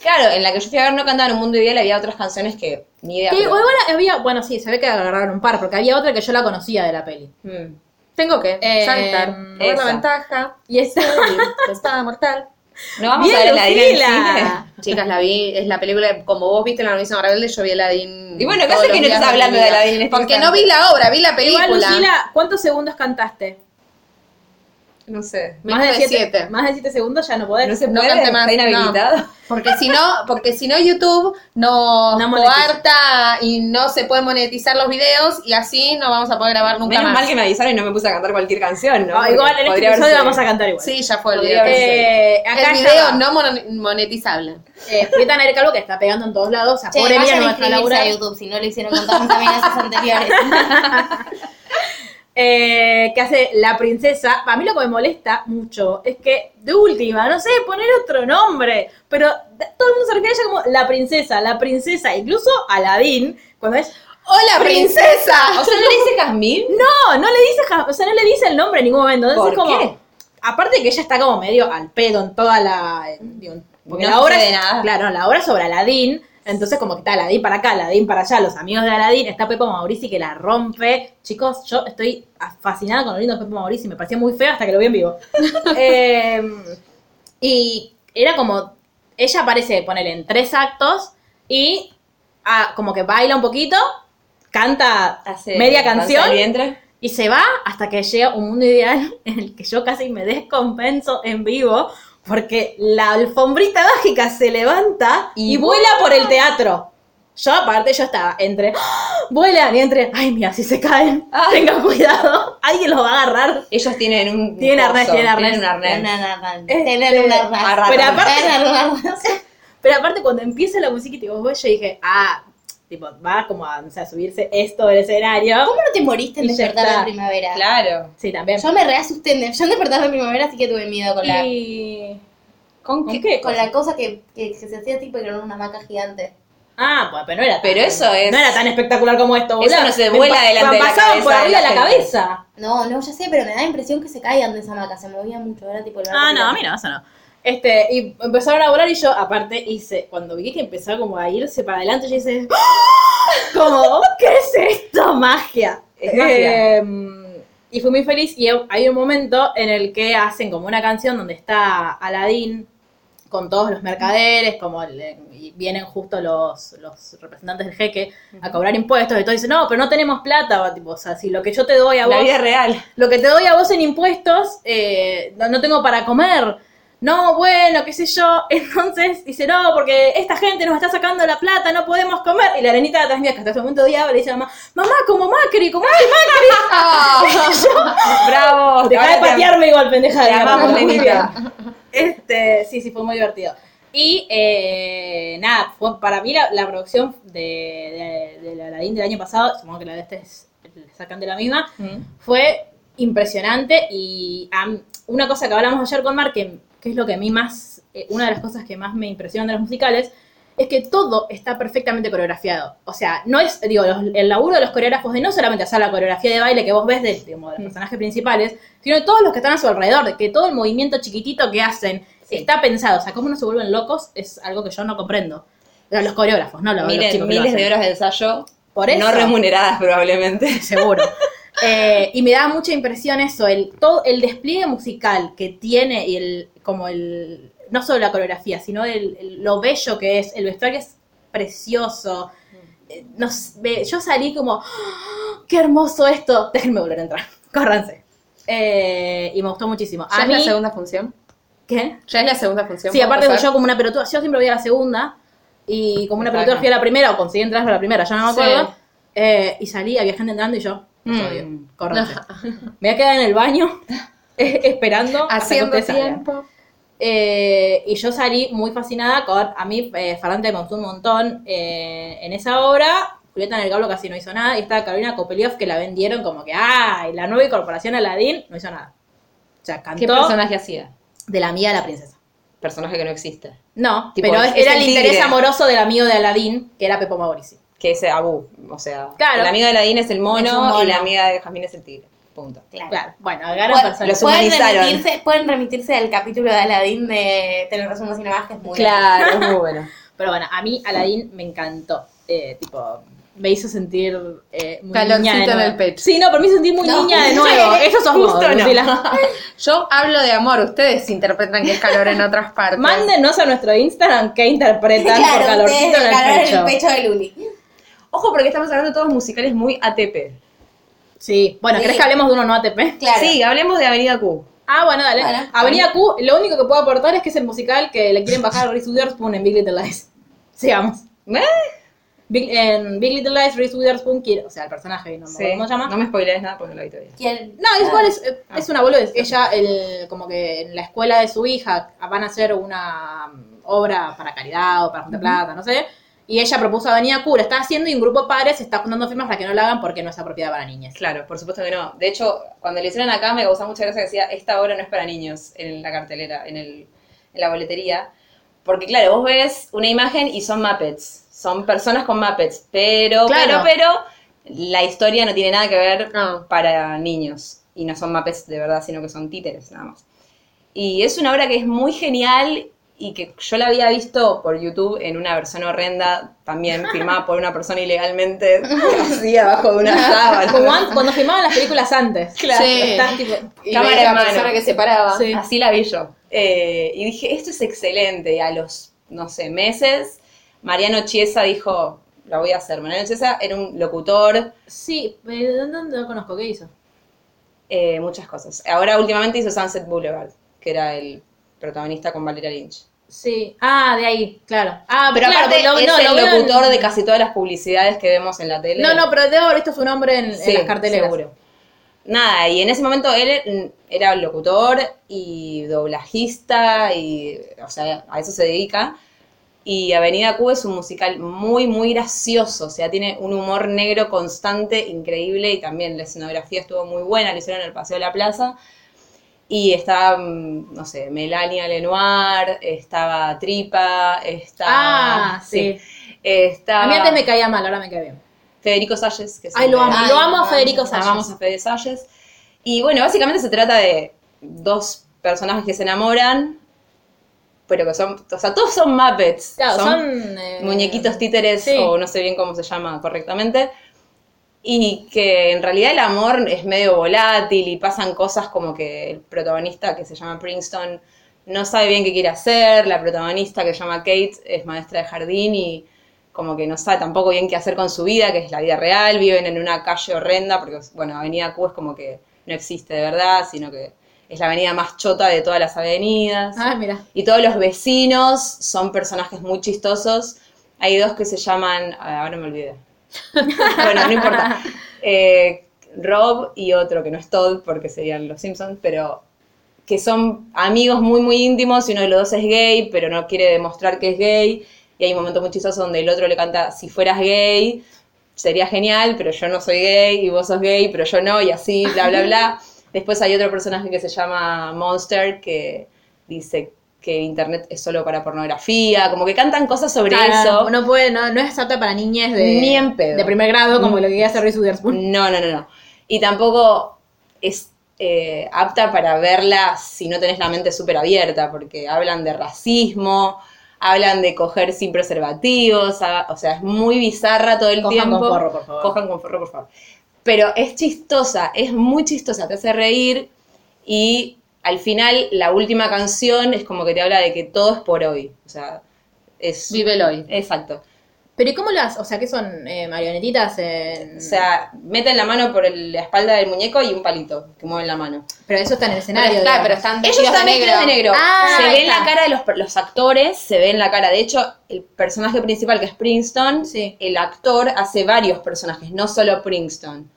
E: Claro, en la que yo fui a ver no cantaban un mundo ideal, había otras canciones que ni idea.
A: Que
E: pero-
A: igual había, bueno, sí, se ve que agarraron un par, porque había otra que yo la conocía de la peli.
E: Mm.
C: Tengo que
A: Eh,
C: saltar. Robar
E: esa.
C: la ventaja.
A: Y esa.
C: Espada mortal.
E: No vamos
A: Bien,
E: a ver Aladdin en el
A: Lucila.
E: cine.
C: Chicas, la vi, es la película, como vos viste la novicia rebelde, yo vi Aladdin.
E: Y bueno, ¿qué
C: todos
E: hace
C: los
E: que no
C: días
E: estás
C: mi
E: hablando de
C: vida.
E: Aladdin en este
C: Porque no
E: instante?
C: vi la obra, vi la película.
A: Igual, Lucila, ¿cuántos segundos cantaste?
E: No sé.
C: Menos de
A: siete,
C: siete.
A: Más de siete segundos ya no podés.
E: No se
C: No
E: puede,
C: cante más,
E: está
C: no.
E: inhabilitado.
C: Porque si no, porque si no YouTube nos
A: No monetiza.
C: coarta y no se puede monetizar los videos y así no vamos a poder grabar nunca
E: Menos
C: más.
E: mal que me avisaron y no me puse a cantar cualquier canción, ¿no?
A: Ah, igual en
E: Porque
A: este
E: podría
A: episodio
E: haberse-
A: vamos a cantar igual.
C: Sí, ya fue el
E: Podría
C: video.
E: haber sido.
A: Eh, acá
C: el
A: estaba.
C: video no mon- monetizable.
A: Eh, Julieta Nair Calvo que está pegando en todos lados. O sea,
D: Che,
A: pobre mía,
D: vayan
A: no
D: a
A: va a estar
D: inscribirse a
A: laburando.
D: YouTube si no lo hicieron con todas mis amenazas anteriores.
A: Eh, que hace la princesa. A mí lo que me molesta mucho es que, de última, no sé, poner otro nombre. Pero da- todo el mundo se refiere a ella como la princesa, la princesa. Incluso Aladín, cuando es.
C: ¡Hola, princesa!
E: O sea, ¿no le dice Jazmín?
A: No, no le dice, ja- o sea, no le dice el nombre en ningún momento. Entonces
E: ¿Por
A: es como.
E: qué?
A: aparte que ella está como medio al pedo en toda la. en- digo, porque
E: No
A: la obra.
E: sucede
A: es-
E: nada.
A: Claro, la obra es sobre Aladín. Entonces, como que está Aladín para acá, Aladín para allá, los amigos de Aladín, está Pepo Maurici que la rompe. Chicos, yo estoy fascinada con lo lindo de Pepo Maurici, me parecía muy feo hasta que lo vi en vivo. Eh, y era como. Ella aparece, ponele, en tres actos y ah, como que baila un poquito, canta
E: Hace-
A: media
E: avanza
A: canción
E: el vientre.
A: y se va hasta que llega un mundo ideal en el que yo casi me descompenso en vivo porque la alfombrita mágica se levanta y,
E: Y
A: vuela por el teatro. Yo aparte yo estaba entre ¡Ah! vuelan y entre ay mira si se caen tengan cuidado alguien los va a agarrar
E: Ellos tienen un.
A: Tienen arnés,
E: coso,
A: tienen arnés.
E: Tienen un arnés.
A: Este,
D: Tener una raza.
A: pero aparte-
D: Tener una raza.
A: pero aparte cuando empieza la musiquita y vos ves, yo dije ah tipo va como a, o sea, subirse esto del escenario
D: ¿Cómo no te moriste en
A: Y ya
D: despertar
A: está.
D: de primavera?
E: Claro.
A: sí también
D: Yo me reasusté en de- yo en despertar de primavera así que tuve miedo con la,
A: y...
E: ¿Con
A: ¿Con
E: qué?
A: qué?
D: con la cosa que, que, que se hacía tipo que era una hamaca gigante.
A: Ah, bueno, pero no era tan,
E: Pero eso es-
A: No era tan espectacular como esto, boludo.
E: Eso no se
A: Me
E: vuela
A: pa-
E: delante
A: me
E: de la
A: pasaban
E: cabeza
A: por
E: de
A: arriba
E: la
A: la,
E: gente.
A: cabeza.
D: No, no, ya sé, pero me da impresión que se caían de esa hamaca, se movía mucho, era tipo la
A: Ah, no, a mí no, eso no. Este, y empezaron a volar y yo, aparte, hice, cuando vi que empezaba como a irse para adelante, yo hice, ¡Ah! como, ¿qué es esto? Magia.
E: Es magia.
A: Eh, y fui muy feliz y hay un momento en el que hacen como una canción donde está Aladdin con todos los mercaderes, como el- eh, y vienen justo los, los representantes del jeque a cobrar impuestos y todo dicen, no, pero no tenemos plata, o, tipo, o sea, si lo que yo te doy a vos
E: La vida real.
A: lo que te doy a vos en impuestos, eh, no, no tengo para comer. No, bueno, qué sé yo. Entonces dice, no, porque esta gente nos está sacando la plata, no podemos comer. Y la arenita de atrás mía, que hasta ese momento odiaba, le dice a mamá, mamá, como Macri, como hace Macri.
C: Oh,
A: Deja
E: Bravo.
A: de
E: Ahora te-
A: patearme igual, pendeja.
E: Te
A: digamos,
E: amamos,
A: muy
E: nenita.
A: bien. Este, sí, sí, fue muy divertido. Y eh, nada, fue para mí la, la producción de, de, de la Aladdin del año pasado, supongo que la de este es- sacan de la misma, fue impresionante y am, una cosa que hablamos ayer con Mark, que, que es lo que a mí más, eh, una de las cosas que más me impresionan de los musicales, es que todo está perfectamente coreografiado. O sea, no es, digo, los- el laburo de los coreógrafos de no solamente hacer la coreografía de baile que vos ves de, digamos, de los personajes principales, sino de todos los que están a su alrededor, de que todo el movimiento chiquitito que hacen está pensado. O sea, cómo no se vuelven locos es algo que yo no comprendo. O sea, Los coreógrafos, no los, los
E: Miles,
A: chicos que lo
E: miles de
A: hacen.
E: horas de ensayo.
A: Por eso.
E: No remuneradas probablemente.
A: seguro. Eh, y me da mucha impresión eso, el, todo, el despliegue musical que tiene y el, como el, no solo la coreografía, sino el, el- lo bello que es, el vestuario es precioso. Eh, no sé, me- yo salí como, "¡Ah! qué hermoso esto, déjenme volver a entrar, córranse. Eh, y me gustó muchísimo.
B: ¿Ya
A: A
B: es
A: mí,
B: la segunda función?
A: ¿Qué?
B: ¿Ya es la segunda función?
A: Sí,
B: ¿Puedo
A: aparte
B: pasar?
A: yo como una pelotuda, yo siempre voy a la segunda y como una
E: Claro.
A: pelotuda fui a la primera o conseguí entrar a la primera, ya no me
B: Sí.
A: acuerdo. Eh, y salí, había gente entrando y yo, los odio, córranse. Me voy a quedar en el baño eh, esperando hasta que
B: Haciendo
A: ustedes salgan.
B: tiempo.
A: Eh, y yo salí muy fascinada con, a mí eh, Ferrante me gustó un montón eh, en esa obra. Julieta en el Gablo casi no hizo nada. Y estaba Carolina Copelioff que la vendieron como que, ¡ay! La nueva incorporación a Aladdin no hizo nada. O sea,
E: ¿Qué
A: cantó
E: personaje hacía?
A: de la amiga de la princesa.
E: Personaje que no existe.
A: No,
E: Tipo,
A: pero
E: es
A: era el
E: el
A: interés
E: tigre.
A: amoroso del amigo de Aladín, que era Pepo Maurici.
E: Que es Abu. O sea,
A: Claro.
E: la amiga de Aladín es el mono,
A: Es un mono.
E: y la amiga de Jasmine es el tigre. Punto.
D: Claro.
A: Claro, bueno,
D: Pu-
A: gran persona.
E: los
D: pueden,
E: humanizaron.
D: remitirse, pueden remitirse al capítulo de Aladdin de Te lo resumo sin más, que es muy
E: Claro, es muy bueno.
A: Pero bueno, a mí Aladín me encantó. Eh, tipo, me hizo sentir eh, muy
B: Calorcito
A: niña de
B: en
A: nuevo.
B: el pecho.
A: Sí, no, pero me hizo sentir muy
D: No.
A: niña de nuevo. Eso sos
E: Justo
A: vos,
E: no.
A: Lucila.
B: Yo hablo de amor, ustedes interpretan que es calor en otras partes.
A: Mándenos a nuestro Instagram qué interpretan por
D: Claro, ustedes
A: calorcito en el
D: calor
A: pecho.
D: en el pecho de Luli.
E: Ojo, porque estamos hablando de todos musicales muy ATP.
A: Sí, bueno,
D: Sí.
A: ¿querés que hablemos de uno no ATP?
D: Claro.
E: Sí, hablemos de Avenida Q.
A: Ah, bueno, dale.
D: Bueno.
A: Avenida Q, lo único que puedo aportar es que es el musical que le quieren bajar a Reese Witherspoon en Big Little Lies. Sigamos.
E: ¿Eh?
A: Big- en Big Little Lies, Reese Witherspoon quiere, o sea, el personaje, no me acuerdo
E: Sí.
A: cómo se llama.
E: No me spoilees nada porque no lo vi todavía.
D: ¿Quién?
A: No, es igual, es, eh, es una boludez. Ella, el, como que en la escuela de su hija van a hacer una mm, obra para caridad o para juntar plata, no sé. Y ella propuso Avenida Q, la está haciendo y un grupo de padres está juntando firmas para que no la hagan porque no es apropiada para niñas.
E: Claro, por supuesto que no. De hecho, cuando lo hicieron acá me causó mucha gracia que decía, esta obra no es para niños en la cartelera, en, el, en la boletería. Porque claro, vos ves una imagen y son Muppets, son personas con Muppets, pero,
A: Claro.
E: pero, pero la historia no tiene nada que ver
B: No.
E: para niños. Y no son Muppets de verdad, sino que son títeres, nada más. Y es una obra que es muy genial y que yo la había visto por YouTube en una versión horrenda, también firmada por una persona ilegalmente, así abajo de una sábana.
A: Como an- cuando filmaban las películas antes.
E: Claro.
A: Sí. Estás tipo,
C: Y
E: Cámara
C: veía
E: en
C: a la
E: mano.
C: persona que se paraba.
A: Sí.
E: Así la vi yo. Eh, y dije, esto es excelente. Y a los, no sé, meses, Mariano Chiesa dijo, la voy a hacer. Mariano Chiesa era un locutor,
A: Sí, pero ¿dónde, dónde lo conozco? ¿Qué hizo?
E: eh, muchas cosas. Ahora últimamente hizo Sunset Boulevard, que era el protagonista con Valeria Lynch.
A: Sí. Ah, de ahí, claro. Ah,
E: Pero
A: claro,
E: aparte
A: lo-
E: es
A: no, lo
E: el
A: veo en-
E: locutor de casi todas las publicidades que vemos en la tele.
A: No, no, pero debo haber visto su nombre en, en
E: Sí,
A: las carteleras.
E: seguro. Nada, y en ese momento él mm, era locutor y doblajista y, o sea, a eso se dedica. Y Avenida Q es un musical muy, muy gracioso, o sea, tiene un humor negro constante, increíble, y también la escenografía estuvo muy buena, lo hicieron en el Paseo de la Plaza. Y estaba, mm, no sé, Melania Lenoir, estaba Tripa, estaba...
A: Ah, sí.
E: Estaba
A: A mí antes me caía mal, ahora me cae bien.
E: Federico Salles, que es
A: Ay,
E: el
A: lo
E: de-
A: amo, lo amo a Federico Salles.
E: Amamos a Fede Salles. Y bueno, básicamente se trata de dos personajes que se enamoran, pero que son, o sea, todos son Muppets.
A: Claro, son, eh,
E: muñequitos títeres
A: sí.
E: o no sé bien cómo se llama correctamente. Y que en realidad el amor es medio volátil y pasan cosas como que el protagonista que se llama Princeton no sabe bien qué quiere hacer, la protagonista que se llama Kate es maestra de jardín y como que no sabe tampoco bien qué hacer con su vida, que es la vida real, viven en una calle horrenda, porque, bueno, Avenida Q es como que no existe de verdad, sino que es la avenida más chota de todas las avenidas.
A: Ah, mira.
E: Y todos los vecinos son personajes muy chistosos. Hay dos que se llaman, ah, ahora me olvidé. bueno, no importa. Eh, Rob y otro que no es Todd porque serían los Simpsons, pero que son amigos muy, muy íntimos y uno de los dos es gay, pero no quiere demostrar que es gay. Y hay un momento muy chistoso donde el otro le canta, si fueras gay, sería genial, pero yo no soy gay y vos sos gay, pero yo no, y así, bla, bla, bla. Después hay otro personaje que se llama Monster que dice que Internet es solo para pornografía, como que cantan cosas sobre
A: Claro,
E: eso.
A: No, no puede, no, no es apta para niñas de,
E: Ni en pedo.
A: de primer grado, como
E: Ni-
A: lo que quería hacer Reese Witherspoon.
E: No, no, no, no. Y tampoco es eh, apta para verla si no tenés la mente súper abierta, porque hablan de racismo, hablan de coger sin preservativos, a- o sea, es muy bizarra todo el
A: Cojan
E: tiempo.
A: con forro, por favor.
E: Cojan con forro, por favor. Pero es chistosa, es muy chistosa, te hace reír y al final la última canción es como que te habla de que todo es por hoy. O sea, es...
C: Vive el hoy.
E: Exacto.
A: Pero ¿y cómo las, o sea, qué son eh, marionetitas en...
E: O sea, meten la mano por el- la espalda del muñeco y un palito que mueven la mano.
A: pero eso está en el escenario.
C: Pero Ah, está-
A: digamos.
C: pero están
E: Ellos
C: vestidos
E: están
C: de
E: vestidos de negro.
A: Ah,
E: se
A: ahí
E: ve en
A: está.
E: la cara de los, los actores, se ve en la cara. De hecho, el personaje principal que es Princeton,
A: Sí.
E: el actor hace varios personajes, no solo Princeton.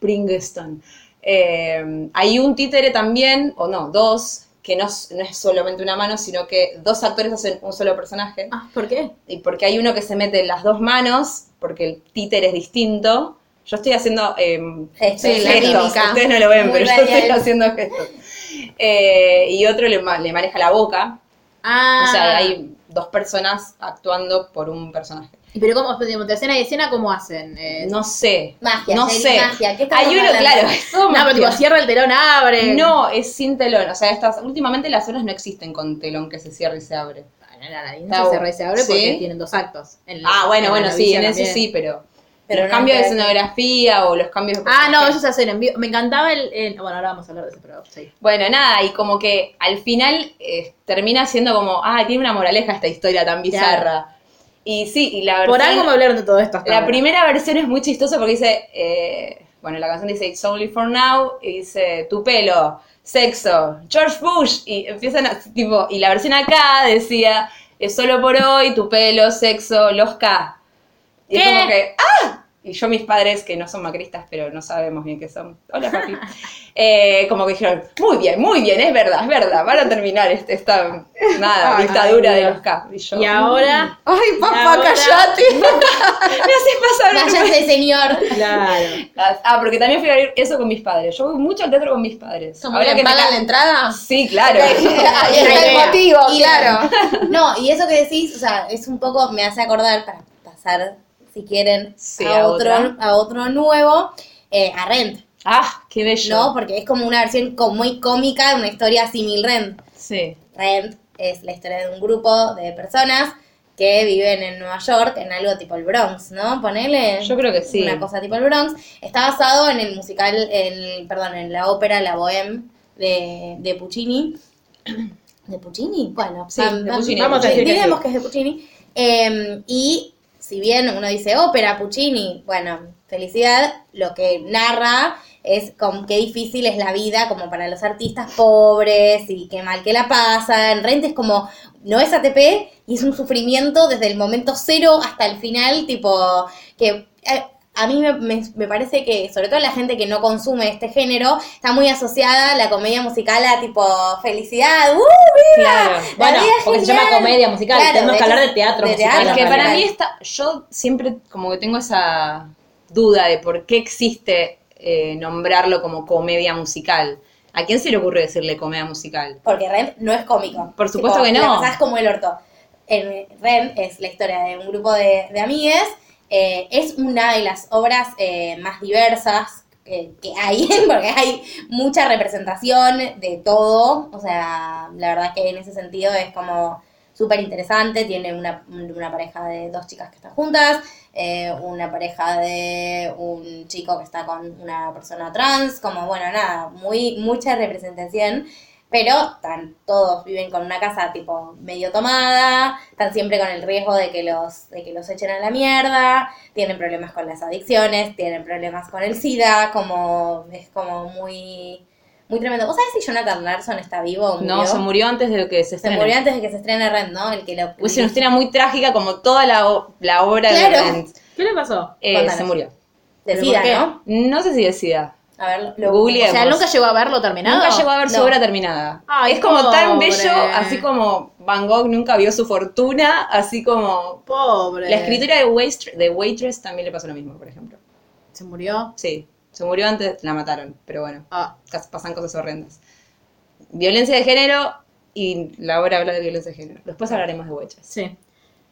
E: Princeton. Eh, hay un títere también, o no, dos, que no, s- no es solamente una mano, sino que dos actores hacen un solo personaje.
A: Ah, ¿Por qué?
E: Y porque hay uno que se mete en las dos manos, porque el títere es distinto. Yo estoy haciendo eh,
C: Gestos, la
E: gestos.
C: mímica.
E: Ustedes no lo ven,
C: Muy
E: pero yo
C: Daniel.
E: estoy haciendo gestos. Eh, y otro le, ma- le maneja la boca.
A: Ah.
E: O sea, hay dos personas actuando por un personaje.
A: Pero ¿cómo? De escena y escena, ¿cómo hacen? Eh,
E: No sé.
C: Magia,
E: no
C: Jerry,
E: sé.
C: magia. ¿Qué estamos
E: hay uno,
C: hablando?
E: claro. es todo
A: no, pero
E: magia.
A: tipo, cierra el telón, abre.
E: No, es sin telón. O sea, estas, últimamente las horas no existen con telón que se cierra y se abre.
A: En Aladdin
E: Está
A: se cierra y se abre porque
E: ¿Sí?
A: tienen dos actos. En la-
E: Ah, bueno,
A: en
E: bueno,
A: la
E: sí,
A: villa
E: en eso
A: también.
E: sí, pero,
C: Pero
E: los
C: no
E: cambios de
C: creo que-
E: escenografía o los cambios de
A: Ah, no,
E: personaje.
A: eso se hace en vivo. Me encantaba el, el- Bueno, ahora vamos a hablar de ese programa. Sí.
E: Bueno, nada, y como que al final eh, termina siendo como, ah, tiene una moraleja esta historia tan bizarra. Y sí, y la
A: Por
E: versión-
A: algo me hablaron de todo esto. hasta
E: la
A: ahora.
E: primera versión es muy chistosa porque dice, eh, bueno, la canción dice It's only for now, y dice tu pelo, sexo, George Bush, y empiezan a, tipo, y la versión acá decía, es solo por hoy, tu pelo, sexo, los K. Y es
A: ¿Qué?
E: como que, ¡ah! Y yo, mis padres, que no son macristas, pero no sabemos bien qué son. Hola, papi. Eh, como que dijeron, muy bien, muy bien, es verdad, es verdad. Van a terminar este- esta, nada,
A: Ay,
E: dictadura
A: Dios.
E: de los K. Y, yo,
A: Y
J: Mm.
A: ahora.
C: Ay,
A: papá,
C: papá, callate.
A: callate.
E: Me haces pasar vergüenza.
C: Cállate, señor.
A: Claro.
E: Ah, porque también fui a ver eso con mis padres. Yo voy mucho al teatro con mis padres.
C: ¿Somos los que
E: me
C: pagan
E: ca-
C: la entrada?
E: Sí, claro.
C: Ahí
A: Una
C: está el
A: idea.
C: motivo, claro.
D: No, y eso que decís, o sea, es un poco, me hace acordar para pasar, si quieren,
E: Sí,
D: a,
E: a
D: otro,
E: otra.
D: a otro nuevo, eh, a Rent,
E: ah, qué bello.
D: ¿no? Porque es como una versión co- muy cómica de una historia similar Rent.
A: Sí.
D: Rent es la historia de un grupo de personas que viven en Nueva York, en algo tipo el Bronx, ¿no? Ponele.
E: Yo creo que sí.
D: Una cosa tipo el Bronx. Está basado en el musical, el, perdón, en la ópera La Bohème de, de Puccini. ¿De Puccini? Bueno,
E: Sí, de Puccini.
D: vamos
E: Vamos
D: a
E: a decir que
D: digamos
E: sí.
D: que es de Puccini. Eh, y si bien uno dice ópera, Puccini, bueno, felicidad, lo que narra es con qué difícil es la vida como para los artistas pobres y qué mal que la pasan. Rent es como, no es ATP y es un sufrimiento desde el momento cero hasta el final, tipo, que... eh, a mí me, me- me parece que, sobre todo la gente que no consume este género, está muy asociada la comedia musical a tipo felicidad, ¡uh, viva!
E: Claro.
D: La
A: Bueno,
D: vida es
A: porque se llama
D: genial.
A: comedia musical, tenemos que
D: hecho,
A: hablar de teatro musical,
E: Es
A: Claro,
E: que para
A: claro.
E: mí está, yo siempre como que tengo esa duda de por qué existe eh, nombrarlo como comedia musical. ¿A quién se le ocurre decirle comedia musical?
D: Porque Rent no es cómico.
E: Por supuesto que no.
D: Es como el orto. En Rent es la historia de un grupo de, de amigues. eh, es una de las obras eh, más diversas eh, que hay, porque hay mucha representación de todo. O sea, la verdad que en ese sentido es como súper interesante. Tiene una, una pareja de dos chicas que están juntas, eh, una pareja de un chico que está con una persona trans, como bueno, nada, muy mucha representación. Pero tan, todos viven con una casa tipo medio tomada, están siempre con el riesgo de que los, de que los echen a la mierda, tienen problemas con las adicciones, tienen problemas con el SIDA, como es como muy, muy tremendo. ¿Vos sabés si Jonathan Larson está vivo o murió?
E: No, se murió antes de que se
D: Se
E: estrene.
D: murió antes de que se estrene Red, ¿no? El que lo
E: Es una historia muy trágica como toda la, o- la obra
D: Claro.
E: de Rent.
G: ¿Qué le pasó?
E: Eh,
D: Contanos.
E: se murió.
D: decida, ¿no?
E: No sé si decida.
D: A ver,
E: Lo googleemos.
J: O sea, nunca llegó a verlo terminado.
E: Nunca llegó a ver su
D: No.
E: obra terminada.
J: Ay,
E: es como tan
J: pobre.
E: bello, así como Van Gogh nunca vio su fortuna, así como...
J: Pobre.
E: La
D: Eh.
E: escritura de, Waist- de Waitress también le pasó lo mismo, por ejemplo.
J: Se murió.
E: Sí, se murió antes, la mataron, pero bueno,
J: Ah.
E: cas- pasan cosas horrendas. Violencia de género y la obra habla de violencia de género. Después hablaremos de Waitress.
J: Sí.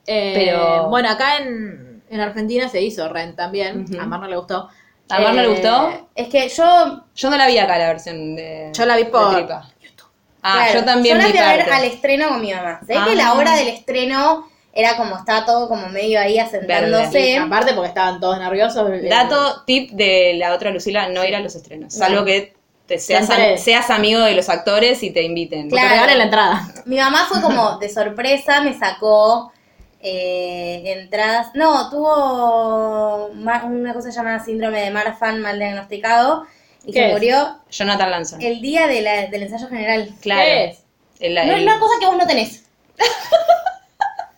J: Eh,
E: Pero-
J: Bueno, acá en, en Argentina se hizo Ren también.
E: Ujú.
J: A Mar no le gustó.
E: ¿A Mar no le
J: Eh,
E: gustó?
D: Es que yo
E: Yo no la vi acá la versión de
J: Yo la vi
E: de
J: por
E: Tripa. Ah,
D: Claro,
E: yo también
D: yo la
E: vi
D: fui a ver
E: parte.
D: al estreno con mi mamá. Sé
E: Ah.
D: que la hora del estreno era como está todo como medio ahí
E: Verde.
D: asentándose.
J: Aparte porque estaban todos nerviosos. eh,
E: Dato, tip de la otra Lucila, no ir a los estrenos, salvo que te seas,
J: enteres.
E: seas amigo de los actores y te inviten.
J: Te
D: Claro.
J: regalen la entrada.
D: Mi mamá fue como de sorpresa, me sacó eh, entradas. No, tuvo ma- una cosa llamada síndrome de Marfan mal diagnosticado y
G: ¿Qué
D: se
G: es?
D: murió
E: Jonathan Lanza.
D: el día de la- del ensayo general.
E: Claro.
G: ¿Qué es?
E: El-
D: No es
E: el-
D: una cosa que vos no tenés.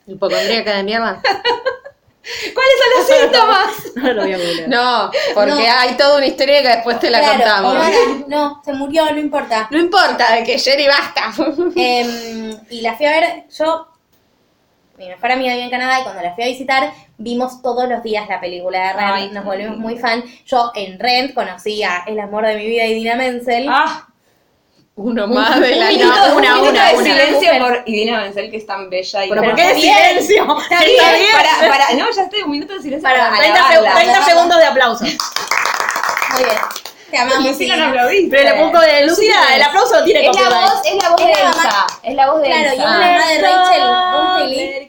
C: Hipocondríaca de mierda.
E: ¿Cuáles son los síntomas?
G: No lo voy a googlear.
C: No, porque
D: No.
C: hay toda una historia que después te la
D: Claro,
C: contamos.
D: no, no, no, se murió, no importa.
C: No importa, de que Jerry basta.
D: Em, y la fui a ver, yo, mi mejor amiga vive en Canadá y cuando la fui a visitar vimos todos los días la película de Rent,
E: Ay,
D: nos
E: qué
D: volvimos
E: lindo.
D: muy fan. Yo en Rent conocí a El amor de mi vida y Dina Menzel.
E: Ah,
C: Uno más de la
E: un minuto,
C: no,
E: un
C: una,
E: minuto
C: una,
E: de
C: una.
E: silencio por Idina Menzel, que es tan bella y
J: Pero ¿por
E: Para-
J: qué de silencio?
E: Está bien, Para, para, no, ya estoy un minuto de silencio para,
J: Para, 30, seg-
E: alabarla.
J: 30 segundos de aplauso.
D: Muy bien. Te amamos.
E: Lucila no
D: Dina.
E: aplaudiste.
J: Pero el punto de Lucía, el aplauso lo tiene
E: Es la
J: copyright.
E: voz, es la voz de
D: Es la mamá.
E: Elsa. Es la voz de
D: Claro, y es la
E: Elsa.
D: mamá de Rachel. ¿Vos te li-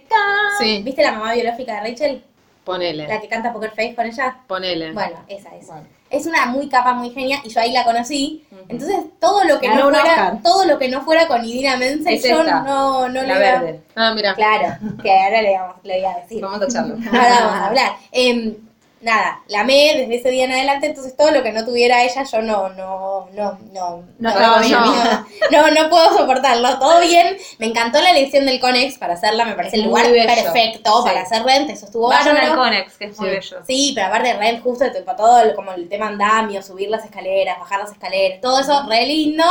C: Sí,
D: ¿Viste la mamá biológica de Rachel?
C: ponele,
D: La que canta Poker Face con ella.
C: ponele.
D: Bueno, esa es. Es una muy capa, muy genia, y yo ahí la conocí. Entonces, todo lo que
J: Ganó
D: no
J: un
D: fuera,
J: Oscar.
D: todo lo que no fuera con Idina Menzel,
E: Es
D: yo
E: esta,
D: no, no le
E: La
D: iba-
E: verde.
C: Ah, mira.
D: Claro, que ahora le, vamos- le voy a decir.
E: Vamos a echarlo.
D: Ahora vamos a hablar. Em, nada, la amé desde ese día en adelante, entonces todo lo que no tuviera ella, yo no, no, no, no. No,
C: estaba
D: no,
C: bien.
D: No, no puedo soportarlo. Todo bien. Me encantó la elección del Conex para hacerla, me parece el
E: muy
D: lugar
E: bello.
D: perfecto para hacer rent, eso estuvo
E: Vayan al
D: bárbaro.
E: Conex, que es muy bello.
D: Sí, pero aparte re justo de todo el- como el tema andamio, subir las escaleras, bajar las escaleras, todo eso re lindo.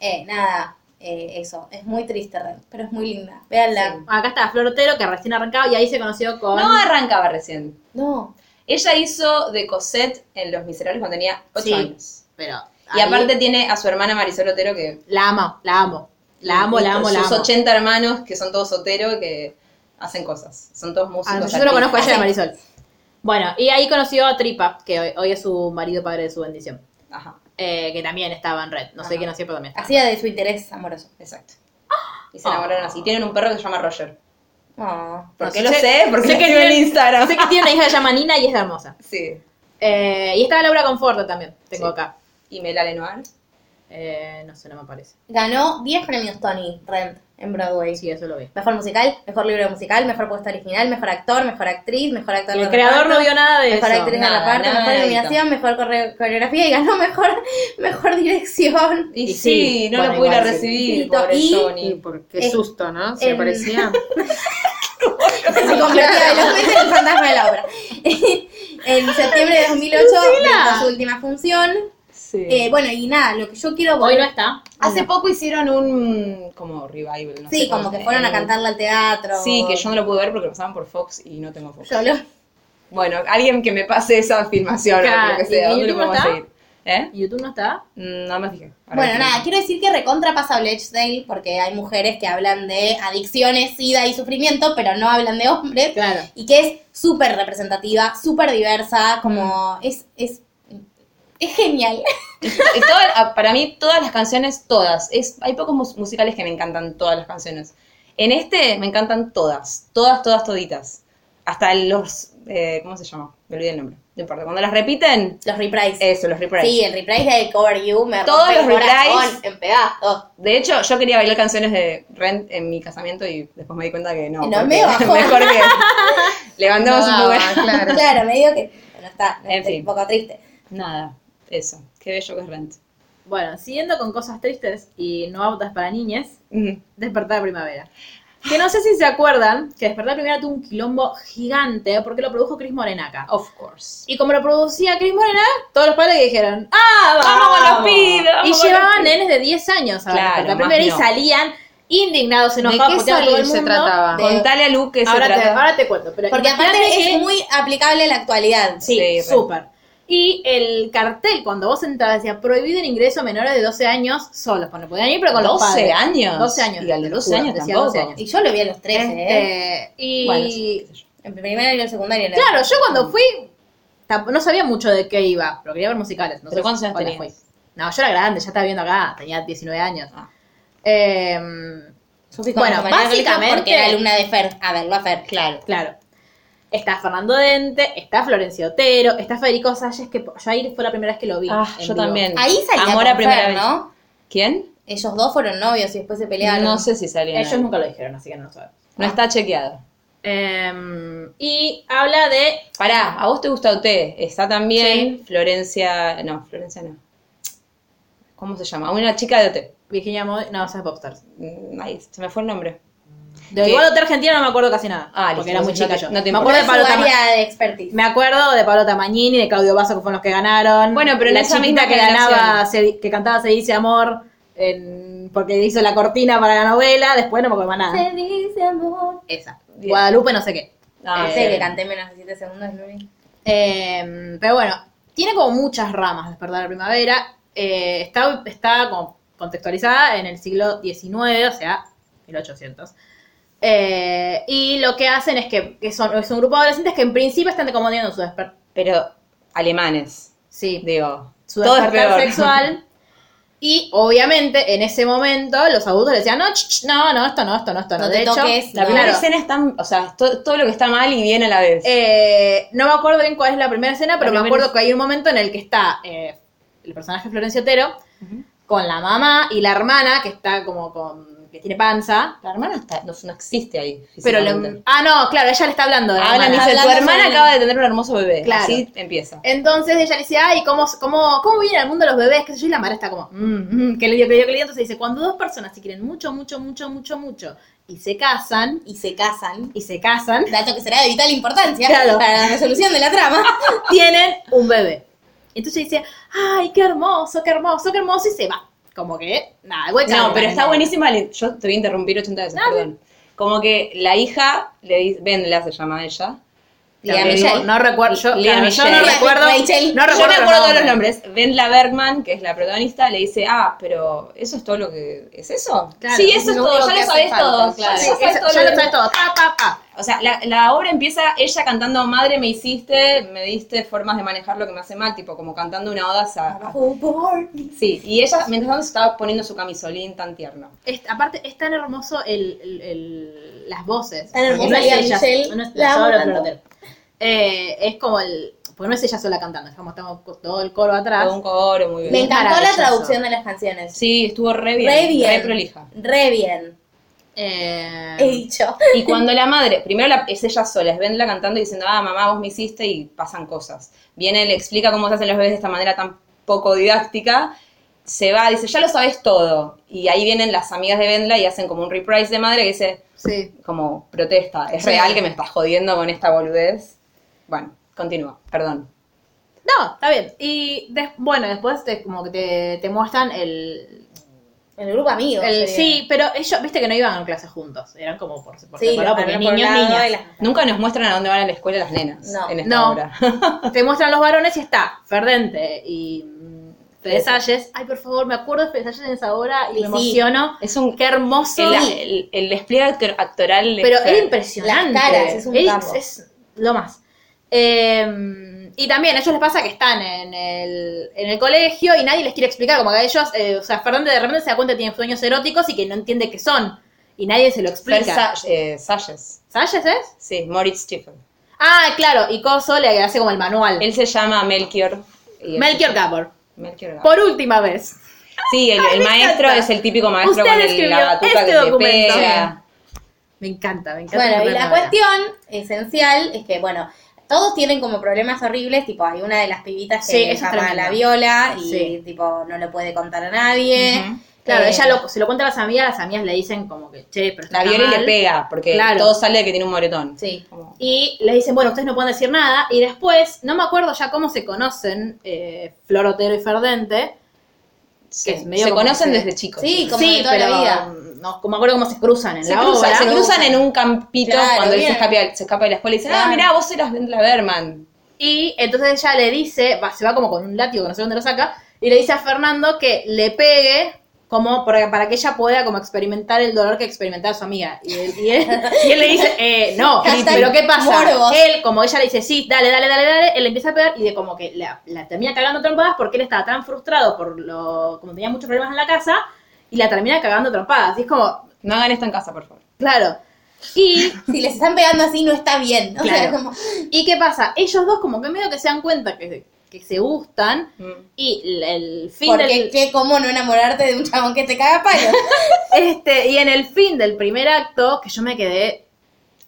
D: Eh, nada, eh, eso, es muy triste Red, pero es muy linda. Véanla.
J: Acá está Florotero, que recién arrancaba y ahí se conoció con...
E: No arrancaba recién.
D: No,
E: Ella hizo de Cosette en Los Miserables cuando tenía 8
J: Sí.
E: años.
J: Pero
E: Y
J: ahí-
E: aparte tiene a su hermana Marisol Otero que...
J: La amo, la amo. La amo, la amo, la
E: Sus
J: amo.
E: 80 hermanos que son todos Otero que hacen cosas. Son todos músicos.
J: Ah, no, yo solo
E: artistas.
J: conozco a ella de Marisol. Bueno, y ahí conoció a Tripa, que hoy, hoy es su marido padre de su bendición.
E: Ajá,
J: eh, que también estaba en red. No sé
E: Ajá.
J: quién hacía, pero también estaba.
D: hacía de su interés amoroso.
E: exacto. y se enamoraron así. Tienen un perro que se llama Roger. ¿Por
J: No,
E: qué
J: sí,
E: lo
J: sé-
E: sé? Porque
J: sé
E: lo
J: que
E: sigo en
J: tienen-
E: Instagram.
J: Sé que tiene una hija que se llama Nina y es hermosa.
E: Sí.
J: Eh, y está Laura Conforto también, tengo acá.
E: ¿Y Mela Lenoir?
J: Eh, no sé, no me aparece.
D: Ganó 10 premios Tony Rent en Broadway.
J: Sí, eso lo vi.
D: Mejor musical, mejor libro musical, mejor puesta original, mejor actor, mejor actriz, mejor actor
J: Y el
D: de
J: creador
D: reparto,
J: no vio nada de
D: mejor
J: eso.
D: actriz de
E: Nada,
D: reparto,
E: nada
D: mejor
E: de
D: iluminación, mejor corre- coreografía y ganó mejor, mejor dirección.
E: Y,
J: Y
E: sí,
J: sí,
E: no
J: bueno,
E: lo pude ir a
J: igual sí.
E: recibir,
D: Y to-
E: pobre
D: y-
C: Y
E: Sony.
C: por
D: Eh,
C: qué susto, ¿no? Se
D: en-
C: aparecía.
D: Se convirtió velozmente en el fantasma de la obra. en septiembre de 2008, brindó su última función.
E: Sí.
D: Eh, bueno, y nada, lo que yo quiero
J: Hoy
D: volver-
J: no está.
E: Hace poco hicieron un como revival, no
D: Sí,
E: sé
D: como
E: cómo
D: que
E: se-
D: fueron a cantarla al teatro.
E: Sí, que yo no lo pude ver porque lo pasaban por Fox y no tengo Fox.
D: Yo lo-
E: Bueno, alguien que me pase esa filmación o
J: Claro,
E: lo que sea,
J: ¿y
E: ¿dónde lo
J: YouTube
E: podemos
J: está?
E: seguir? ¿Eh?
J: ¿YouTube no está?
E: Mm, No me fijé. Ahora
D: Bueno,
E: que-
D: nada, quiero decir que recontra pasa Bledgedale porque hay mujeres que hablan de adicciones, sida y sufrimiento, pero no hablan de hombres.
J: Claro.
D: Y que es súper representativa, súper diversa, como
E: Mm.
D: es, es, es genial.
E: Y toda- a- para mí, todas las canciones, todas. Es, hay pocos mus- musicales que me encantan todas las canciones. En este me encantan todas, todas, todas, toditas. Hasta los, eh, ¿cómo se llama? Me olvidé el nombre. No importa. Cuando las repiten,
D: Los reprise.
E: eso, los reprise.
D: Sí, el reprise de Cover You me
E: Todos
D: rompe el
E: los reprise.
D: corazón en pedazos.
E: De hecho, yo quería bailar canciones de Rent en mi casamiento y después me di cuenta que no.
D: No,
E: porque
D: me bajó.
E: Mejor que levantamos
C: No,
E: un poco.
C: claro.
D: Claro, me digo que no está, no,
E: En
D: estoy
E: fin.
D: un poco triste.
E: Nada, eso. Qué bello que es Rent.
J: Bueno, siguiendo con cosas tristes y no aptas para niñas,
E: Mm.
J: Despertar Primavera. Que no sé si se acuerdan que Despertar Primavera tuvo un quilombo gigante porque lo produjo Cris Morenaca.
E: Of course.
J: Y como lo producía Cris Morena, todos los padres dijeron, ¡ah, vamos!
E: ¡Vamos con los pibes, vamos
J: Y
E: con
J: llevaban nenes de 10 años a ver
E: Claro,
J: la
E: más
J: primera y
E: no.
J: salían indignados, enojados,
C: qué
J: porque todo el
C: salir se
J: mundo.
E: Ah.
C: trataba?
D: De-
E: Contale a Lu que se
J: ahora, te,
E: trata.
J: ahora te cuento. Pero
D: Porque aparte
J: imagínate
D: es
J: que-
D: muy aplicable a la actualidad.
J: Sí,
E: re.
J: súper. Y el cartel, cuando vos entrabas, decía prohibido el ingreso a menores de 12 años solos. Bueno, podían ir, pero con los
E: 12
J: padres.
E: años.
J: 12 años.
E: Y al de
J: te
E: 12
J: juro,
E: años
J: decía
E: tampoco.
D: Y yo lo vi a los 13, ¿eh?
J: Este, y
E: Bueno, sí, qué sé yo.
D: En primer y en secundario. la-
J: claro, yo cuando fui tamp- no sabía mucho de qué iba, pero quería ver musicales. No
E: ¿Pero
J: sé
E: cuántos años
J: cuáles
E: tenías?
J: fui. No, yo era grande, ya estaba viendo acá, tenía 19 años.
E: Ah.
J: Em,
D: Yo fui con
J: Bueno,
D: mi compañera Bélgica
J: básicamente-
D: Porque era alumna de Fer. A verlo a Fer, claro.
J: claro. Está Fernando Dente, está Florencio Otero, está Federico Salles, que po- yo ahí fue la primera vez que lo vi.
E: Ah,
J: en
E: yo
J: vivo.
E: también.
D: Ahí salía
E: Amor
D: con
E: a primera
D: Fer,
E: vez.
D: ¿no?
E: ¿Quién?
D: Ellos dos fueron novios y después se pelearon.
E: No sé si salía.
J: Ellos nunca lo dijeron, así que no lo sabemos.
E: No está chequeado.
J: Em, y habla de
E: Pará, ¿a vos te gusta UT? Está también
J: Sí.
E: Florencia. No, Florencia no. ¿Cómo se llama? Una chica de OT.
J: Virginia Moy, no, esa es Popstars.
E: Mm, Ay, se me fue el nombre.
J: De
E: ¿Qué?
J: igual otra argentina no me acuerdo casi nada.
E: Ah, listo,
J: porque era muy
E: entonces no
J: chica
E: te-
J: yo.
E: no te
J: me acuerdo
E: importa.
J: de
D: Su
J: Pablo Tamaño.
D: área de expertise.
J: Me acuerdo de Pablo Tamagnini, de Claudio Basso, que fueron los que ganaron.
E: Bueno, pero en
J: la
E: esa
J: chiquita
E: misma
J: que
E: generación.
J: ganaba, se- que cantaba Se dice amor, en- porque hizo la cortina para la novela, después no me acuerdo más nada.
D: Se dice amor.
J: Esa.
E: Bien.
J: Guadalupe no sé qué.
E: Ah,
D: No sé que canté menos de 7 segundos, Luli.
J: Eh, pero bueno, tiene como muchas ramas Despertar la Primavera. Eh, está, está como contextualizada en el siglo XIX, o sea, 1800. Eh, y lo que hacen es que, que son, es un grupo de adolescentes que en principio están como teniendo su despertar.
E: Pero alemanes,
J: Sí,
E: digo.
J: su
E: todo es
J: despertar
E: peor.
J: sexual. Y obviamente en ese momento los adultos le decían, no, ch, ch, no, no, esto no, esto no, esto no.
D: No
J: de
D: te
J: hecho,
D: toques,
J: la
E: La
D: no.
E: primera
J: primera
E: escena es tan. O sea, es to- todo lo que está mal y bien a la vez.
J: Eh, no me acuerdo bien cuál es la primera escena, pero
E: La
J: me
E: primera
J: acuerdo que hay un momento en el que está eh, el personaje Florencio Otero con la mamá y la hermana que está como con que tiene panza.
E: la hermana está- no, no existe ahí.
J: Pero le-
E: físicamente.
J: ah no, claro, ella le está hablando. de la
E: Hablan y
J: hermana.
E: dicen, tu
D: Hablando
E: hermana
D: sobre-
E: acaba de tener un hermoso bebé.
J: Claro. Eh,
E: Así empieza.
J: Entonces ella le dice, ay, ¿cómo, cómo, cómo viene al mundo los bebés? ¿Qué sé yo? Y la madre está como, mmm, que le dio, que le dio, que le dio. Entonces dice, cuando dos personas se quieren mucho, mucho, mucho, mucho, mucho y se casan,
D: Y se casan.
J: y se casan,
D: Dato que será de vital importancia
J: Claro.
D: para la resolución de la trama.
J: tienen un bebé. Entonces dice, ay, qué hermoso, qué hermoso, qué hermoso, y se va. Como que, nada, güey,
E: No, pero está
J: buenísimo.
E: buenísima. la- Yo te voy a interrumpir 80 veces, perdón. Como que la hija, le dice, Vendla se llama ella,
J: Lía Michelle. No recuerdo, yo, claro, yo no recuerdo. No recuerdo
E: yo me
J: los
E: acuerdo todos los
J: nombres.
E: nombres. Vendla Bergman, que es la protagonista, le dice, ah, pero ¿eso es todo lo que es eso?
J: Claro,
E: sí, eso es
J: lo
E: todo,
J: único
E: ya
J: que
E: lo sabés
J: hace falta,
E: todo.
J: claro.
E: Ya
J: Sí,
E: sabés
J: eso-
E: todo
J: ya lo sabés
E: todo. O sea, la, la obra empieza ella cantando Madre me hiciste, me diste formas de manejar lo que me hace mal, tipo como cantando una oda a... a- Sí, y ella mientras tanto se estaba poniendo su camisolín tan tierno.
J: Es- aparte, es tan hermoso el, el- el- las voces.
E: Tan hermosa
J: Porque no es
E: Lía
J: ella-
E: Michelle,
J: no es-
E: la
J: solo
E: amo
J: el
E: tanto.
J: flotero. Eh, es como el. Pues no es ella sola cantando, es como estamos con todo el coro atrás.
E: Todo un coro, muy bien.
D: Me encantó la
J: Maravilloso.
D: traducción de las canciones.
E: Sí, estuvo re bien.
D: Re bien.
E: Re prolija.
D: Re bien.
J: Eh,
D: He dicho.
J: Ah.
E: Y cuando la madre, primero la- es ella sola, es Vendla cantando y diciendo, ah, mamá, vos me hiciste y pasan cosas. Viene, le explica cómo se hacen los bebés de esta manera tan poco didáctica, se va, dice, ya lo sabes todo. Y ahí vienen las amigas de Vendla y hacen como un reprise de madre que dice, como protesta, es
J: Sí.
E: real que me estás jodiendo con esta boludez. Bueno, continúa, perdón.
J: No, está bien. Y des- bueno, después te, como que te, te muestran el.
D: El grupo amigo.
J: el-
D: sería.
J: sí, pero ellos, viste que no iban a clase juntos, eran como por, por
D: Sí,
J: separado, porque
D: separaron por
J: niños,
D: lado
J: niñas.
D: y las-
E: Nunca nos muestran a dónde van a la escuela las nenas
D: No.
E: en esta
J: No.
E: obra.
J: Te muestran los varones y está Ferdente y mm, Fede Salles. Ay, por favor, me acuerdo de Fede Salles en esa hora y
E: Sí.
J: me emociono.
E: Es un
J: Qué hermoso.
E: El, el- el despliegue actor- actoral de
J: Pero
E: Fer.
J: era impresionante.
E: Las caras, es un
J: Él
E: capo.
J: es lo más. Eh, y también a ellos les pasa que están en el, en el colegio y nadie les quiere explicar, como que a ellos, eh, o sea, Fernando de repente se da cuenta que tiene sueños eróticos y que no entiende qué son. Y nadie se lo
E: Fer
J: explica.
E: Sa- eh, Salles.
J: ¿Salles es?
E: Sí, Moritz Stephen.
J: Ah, claro, y Coso le hace como el manual.
E: Él se llama Melchior. Y-
J: Melchior Gabor.
E: Melchior Gabor.
J: Por última vez.
E: Sí, el, el
J: me
E: maestro
J: encanta.
E: es el típico maestro
J: Usted
E: con el,
J: escribió
E: la batuta
J: este
E: que te
J: documento.
E: pega.
J: Me encanta, me encanta.
D: Bueno, y
J: Fernanda.
D: la cuestión esencial es que, bueno, todos tienen como problemas horribles, tipo, hay una de las pibitas
J: Sí, eso
D: que
J: es
D: llama a
J: tremendo.
D: la viola y,
J: Sí.
D: tipo, no le puede contar a nadie.
J: Claro,
D: Eh,
J: ella lo, se lo cuenta a las amigas, las amigas le dicen como que, che, pero esto
E: La
J: está
E: viola y le
J: mal.
E: pega, porque
J: Claro.
E: todo sale de que tiene un moretón.
D: Sí.
E: Como-
J: Y les dicen, bueno, ustedes no pueden decir nada. Y después, no me acuerdo ya cómo se conocen eh, Flor Otero y Ferdente.
E: sí.
J: es medio
E: se
J: como
E: conocen
J: que-
E: desde chicos.
D: Sí, como de toda la vida.
J: mm, No, como me acuerdo cómo se cruzan en
E: Se
J: la
E: cruzan,
J: obra.
E: se cruzan en un campito
D: Claro,
E: cuando él se
D: bien.
E: escapa, se escapa de la escuela y dicen, ah,
D: Claro.
E: mirá, vos eras Vendla Berman.
J: Y entonces ella le dice, va, se va como con un látigo, que no sé dónde lo saca, y le dice a Fernando que le pegue como para, para que ella pueda como experimentar el dolor que experimentaba su amiga. Y él, y él- y él le dice, eh, no,
D: Hashtag
J: pero ¿qué pasa?
D: morbos.
J: Él, como ella le dice, sí, dale, dale, dale, dale, él le empieza a pegar y de como que la, la termina cagando a trompadas porque él estaba tan frustrado por lo, como tenía muchos problemas en la casa, y la termina cagando a trompadas. Y es como,
E: No hagan esto en casa, por favor.
J: claro. Y
D: Si les están pegando así, no está bien. ¿no? O sea,
J: Claro.
D: como-
J: ¿Y qué pasa? Ellos dos como que medio que se dan cuenta que, que se gustan
E: Mm.
J: y el- el fin
D: porque,
J: del,
D: ¿qué, ¿cómo no enamorarte de un chabón que te caga a palos?
J: este y en el fin del primer acto que yo me quedé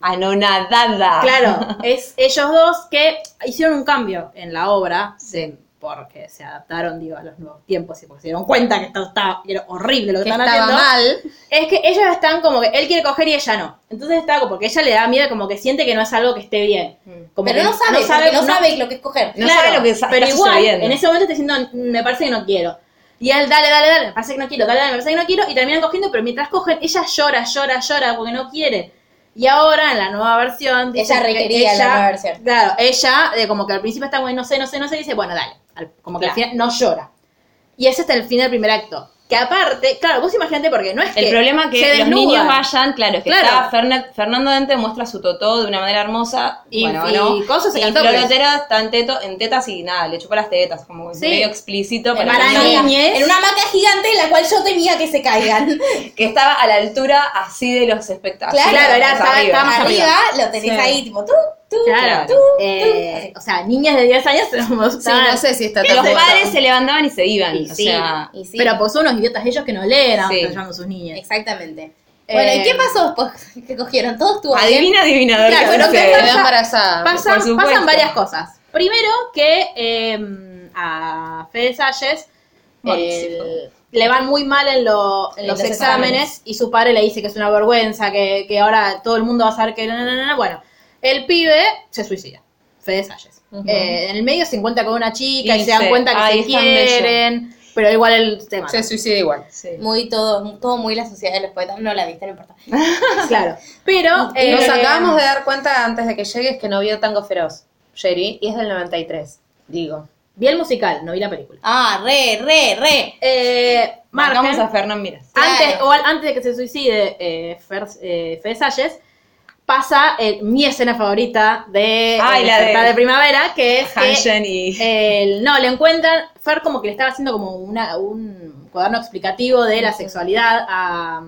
D: Ah.
E: Anonadada.
J: claro es ellos dos que hicieron un cambio en la obra de- porque se adaptaron digo a los nuevos tiempos y porque se dieron cuenta que esto estaba que era horrible lo que,
D: Que
J: estaban
D: estaba
J: haciendo
D: mal.
J: es que ellos están como que él quiere coger y ella no entonces está como porque ella le da miedo como que siente que no es algo que esté bien Como
D: Pero
J: que
D: no sabe, no sabe, no sabe lo que es coger.
E: No sabe lo que sa-
J: pero
E: está
J: igual,
E: sucediendo.
J: en ese momento está diciendo, "Mm, me parece que no quiero. Y él, dale, dale, dale, me parece que no quiero, dale, dale, me parece que no quiero. Y terminan cogiendo, pero mientras cogen, ella llora, llora, llora porque no quiere. Y ahora, en la nueva versión... dicen
D: Ella
J: que
D: requería la nueva versión.
J: Claro, ella, eh, como que al principio está, bueno, no sé, no sé, no sé, y dice, bueno, dale. Al- Como que al final no llora. Y ese está el fin del primer acto. Que aparte, claro, vos imagínate porque no es que
E: El problema es
J: se
E: que los
J: desnudan.
E: niños vayan, claro, es que
J: Claro.
E: está Fernet- Fernando Dente muestra su totó de una manera hermosa
J: Y-
E: bueno,
J: y
E: no.
J: cosas se
E: y
J: cantó,
E: Flor
J: pues.
E: Otero está en, teto- en tetas y nada, le chupa las tetas, como
J: Sí.
E: medio explícito para,
J: para
E: que no-
J: niños.
D: En una hamaca gigante en la cual yo temía que se caigan.
E: que estaba a la altura así de los espectáculos.
D: Claro,
J: Claro, era- estaba- estábamos
D: Arriba,
J: arriba.
D: lo tenés
J: Sí.
D: ahí, tipo, tú, tú,
J: Claro.
D: tú,
J: Eh, o sea, niñas de 10 años somos
C: Sí, no sé si está tan
E: Los
C: bueno.
E: padres se levantaban y se iban,
J: Y
E: o
J: sí.
E: sea,
D: tú. Y sí,
J: Pero pues son unos idiotas ellos que no leen a
E: Sí.
J: están llevando sus niñas.
D: exactamente. Bueno, ¿y
J: Eh,
D: qué pasó después que cogieron? Todo estuvo bien.
E: adivina adivinador
J: Claro,
E: qué
J: pero
E: sucede.
J: ¿qué
C: Quedó embarazada.
J: Pasan,
E: Por supuesto.
J: pasan varias cosas. Primero que eh, a Fede Salles
E: Morísimo.
J: eh, le van muy mal en, lo- en
D: En
J: los
D: los
J: exámenes,
D: exámenes.
J: y su padre le dice que es una vergüenza, que, que ahora todo el mundo va a saber que... na, na, na, na. Bueno, el pibe se suicida, Fede Salles. Eh, en el medio se encuentra con una chica y,
E: Y
J: se dan
E: dice,
J: cuenta que
E: "Ay,
J: se
E: es tan bello".
J: quieren. Pero igual el tema.
C: Se suicida igual.
D: Muy todo, todo muy la sociedad de los poetas. No la viste, no importa.
J: claro. Pero. eh,
C: Nos acabamos de dar cuenta antes de que llegues que no vio Tango Feroz, Sherry, y es del 93, digo.
J: Vi el musical, no vi la película.
D: Ah, re, re, re.
J: Eh, marquen.
E: Marcamos a Fernán Miras.
J: Antes, o al- antes de que se suicide eh, Fer, eh, Fede Salles, pasa eh, mi escena favorita de
E: Ay,
J: eh,
E: la de-
J: Despertar primavera, que es que
E: Hansen y.
J: el- no, le encuentran, Fer como que le estaba haciendo como una- un cuaderno explicativo de la sexualidad a,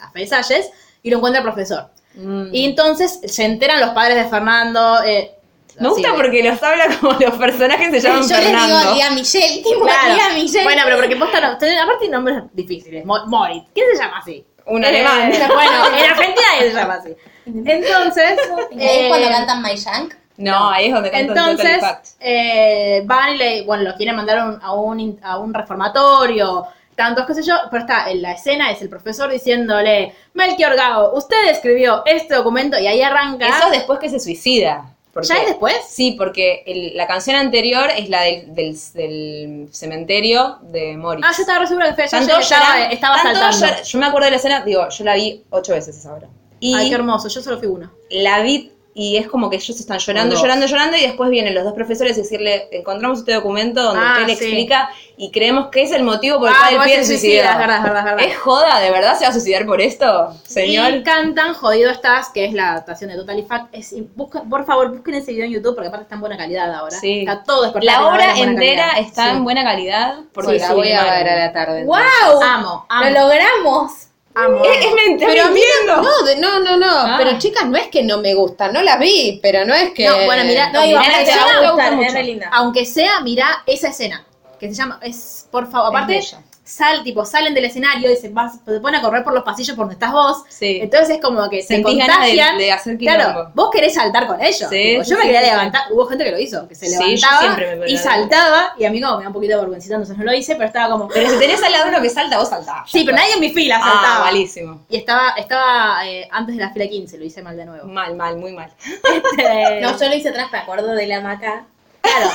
J: a Fede Salles, y lo encuentra el profesor.
C: Mm.
E: Mm.
J: Y entonces se enteran los padres de Fernando. eh,
E: Me
J: así
E: gusta
J: de-
E: porque los habla como los personajes se
D: Yo
E: llaman
D: les digo
E: Fernando.
D: a Michelle, tipo,
J: Claro.
D: a Michelle.
J: Bueno, pero porque posta no, tenés- aparte nombres difíciles. Mo- Moritz, ¿quién se llama así?
E: un
J: Eh,
E: alemán.
J: Bueno, en Argentina él se llama así. Entonces,
D: ¿Entendés
J: eh,
D: cuando cantan My Junk?
E: No, ahí es donde canta Total
J: entonces
E: Impact.
J: eh, van y le, bueno, lo quieren mandar a un, a un, in- a un reformatorio, tantos qué sé yo, pero está en la escena, es el profesor diciéndole, Melchior Gao, usted escribió este documento y ahí arranca.
E: Eso es después que se suicida. porque-
J: ¿Ya es después?
E: Sí, porque el- la canción anterior es la del, del- del cementerio de Moritz.
J: Ah, yo estaba re segura que fue ya
E: Están
J: estaba,
E: todos llorando,
J: estaba
E: están todos
J: saltando.
E: llor- Yo me acuerdo de la escena, digo, yo la vi ocho veces esa hora. Y
J: Ay, qué hermoso, yo solo fui una.
E: la vi y es como que ellos están llorando,
J: Dos.
E: llorando, llorando y después vienen los dos profesores y decirle, encontramos este documento donde
J: Ah,
E: usted le
J: sí.
E: explica y creemos que es el motivo por el
J: Ah,
E: cual el
J: igual
E: pie
J: se suicida, es verdad, es
E: suicidó.
J: verdad, es verdad.
E: ¿Es joda? ¿De verdad se va a suicidar por esto, señor?
J: Y cantan Jodido Estás, que es la adaptación de Total Fact. Es, busca- por favor, busquen ese video en YouTube porque aparte está en buena calidad ahora.
E: Sí.
J: Está todo despertado.
E: La obra entera está en buena calidad porque
C: Porque la voy a ver a la tarde.
J: ah,
D: ¡Wow!
J: Amo, amo.
D: ¡Lo logramos!
J: amo.
E: Es, es ment-
C: Pero a mí no,
E: mintiendo.
C: no, de- no, no, no.
E: Ah.
C: Pero chicas, no es que no me gusta, no la vi, pero no es que.
J: No, bueno, mira,
D: No,
J: mira
D: iba a
J: la
D: te
J: escena,
D: va a
E: gusta
D: gustar, es
E: mucho.
D: re linda.
J: aunque sea, mira esa escena que se llama, es, por favor, aparte,
E: bella.
J: sal, tipo, salen del escenario y se, vas- se ponen a correr por los pasillos por donde estás vos.
E: Sí.
J: Entonces es como que se
E: Sentís ganas de-
J: contagian.
E: de hacer
J: Claro,
E: quilombo.
J: vos querés saltar con ellos.
E: Sí,
J: Tipo,
E: sí,
J: yo me
E: sí,
J: quería
E: sí, sí.
J: levantar, hubo gente que lo hizo, que se
E: Sí, yo
J: levantaba
E: siempre me
J: y
E: levantaba.
J: saltaba, y a mí como me da un poquito de vergüencita, entonces no lo hice, pero estaba como...
E: Pero si tenés al lado uno que salta, vos saltás.
J: Sí, pero nadie en mi fila
E: Ah,
J: saltaba.
E: malísimo.
J: y estaba, estaba eh, antes de la fila 15, lo hice mal de nuevo.
E: Mal, mal, muy mal.
J: Este,
D: No, yo lo hice atrás, me acuerdo de la maca.
J: claro.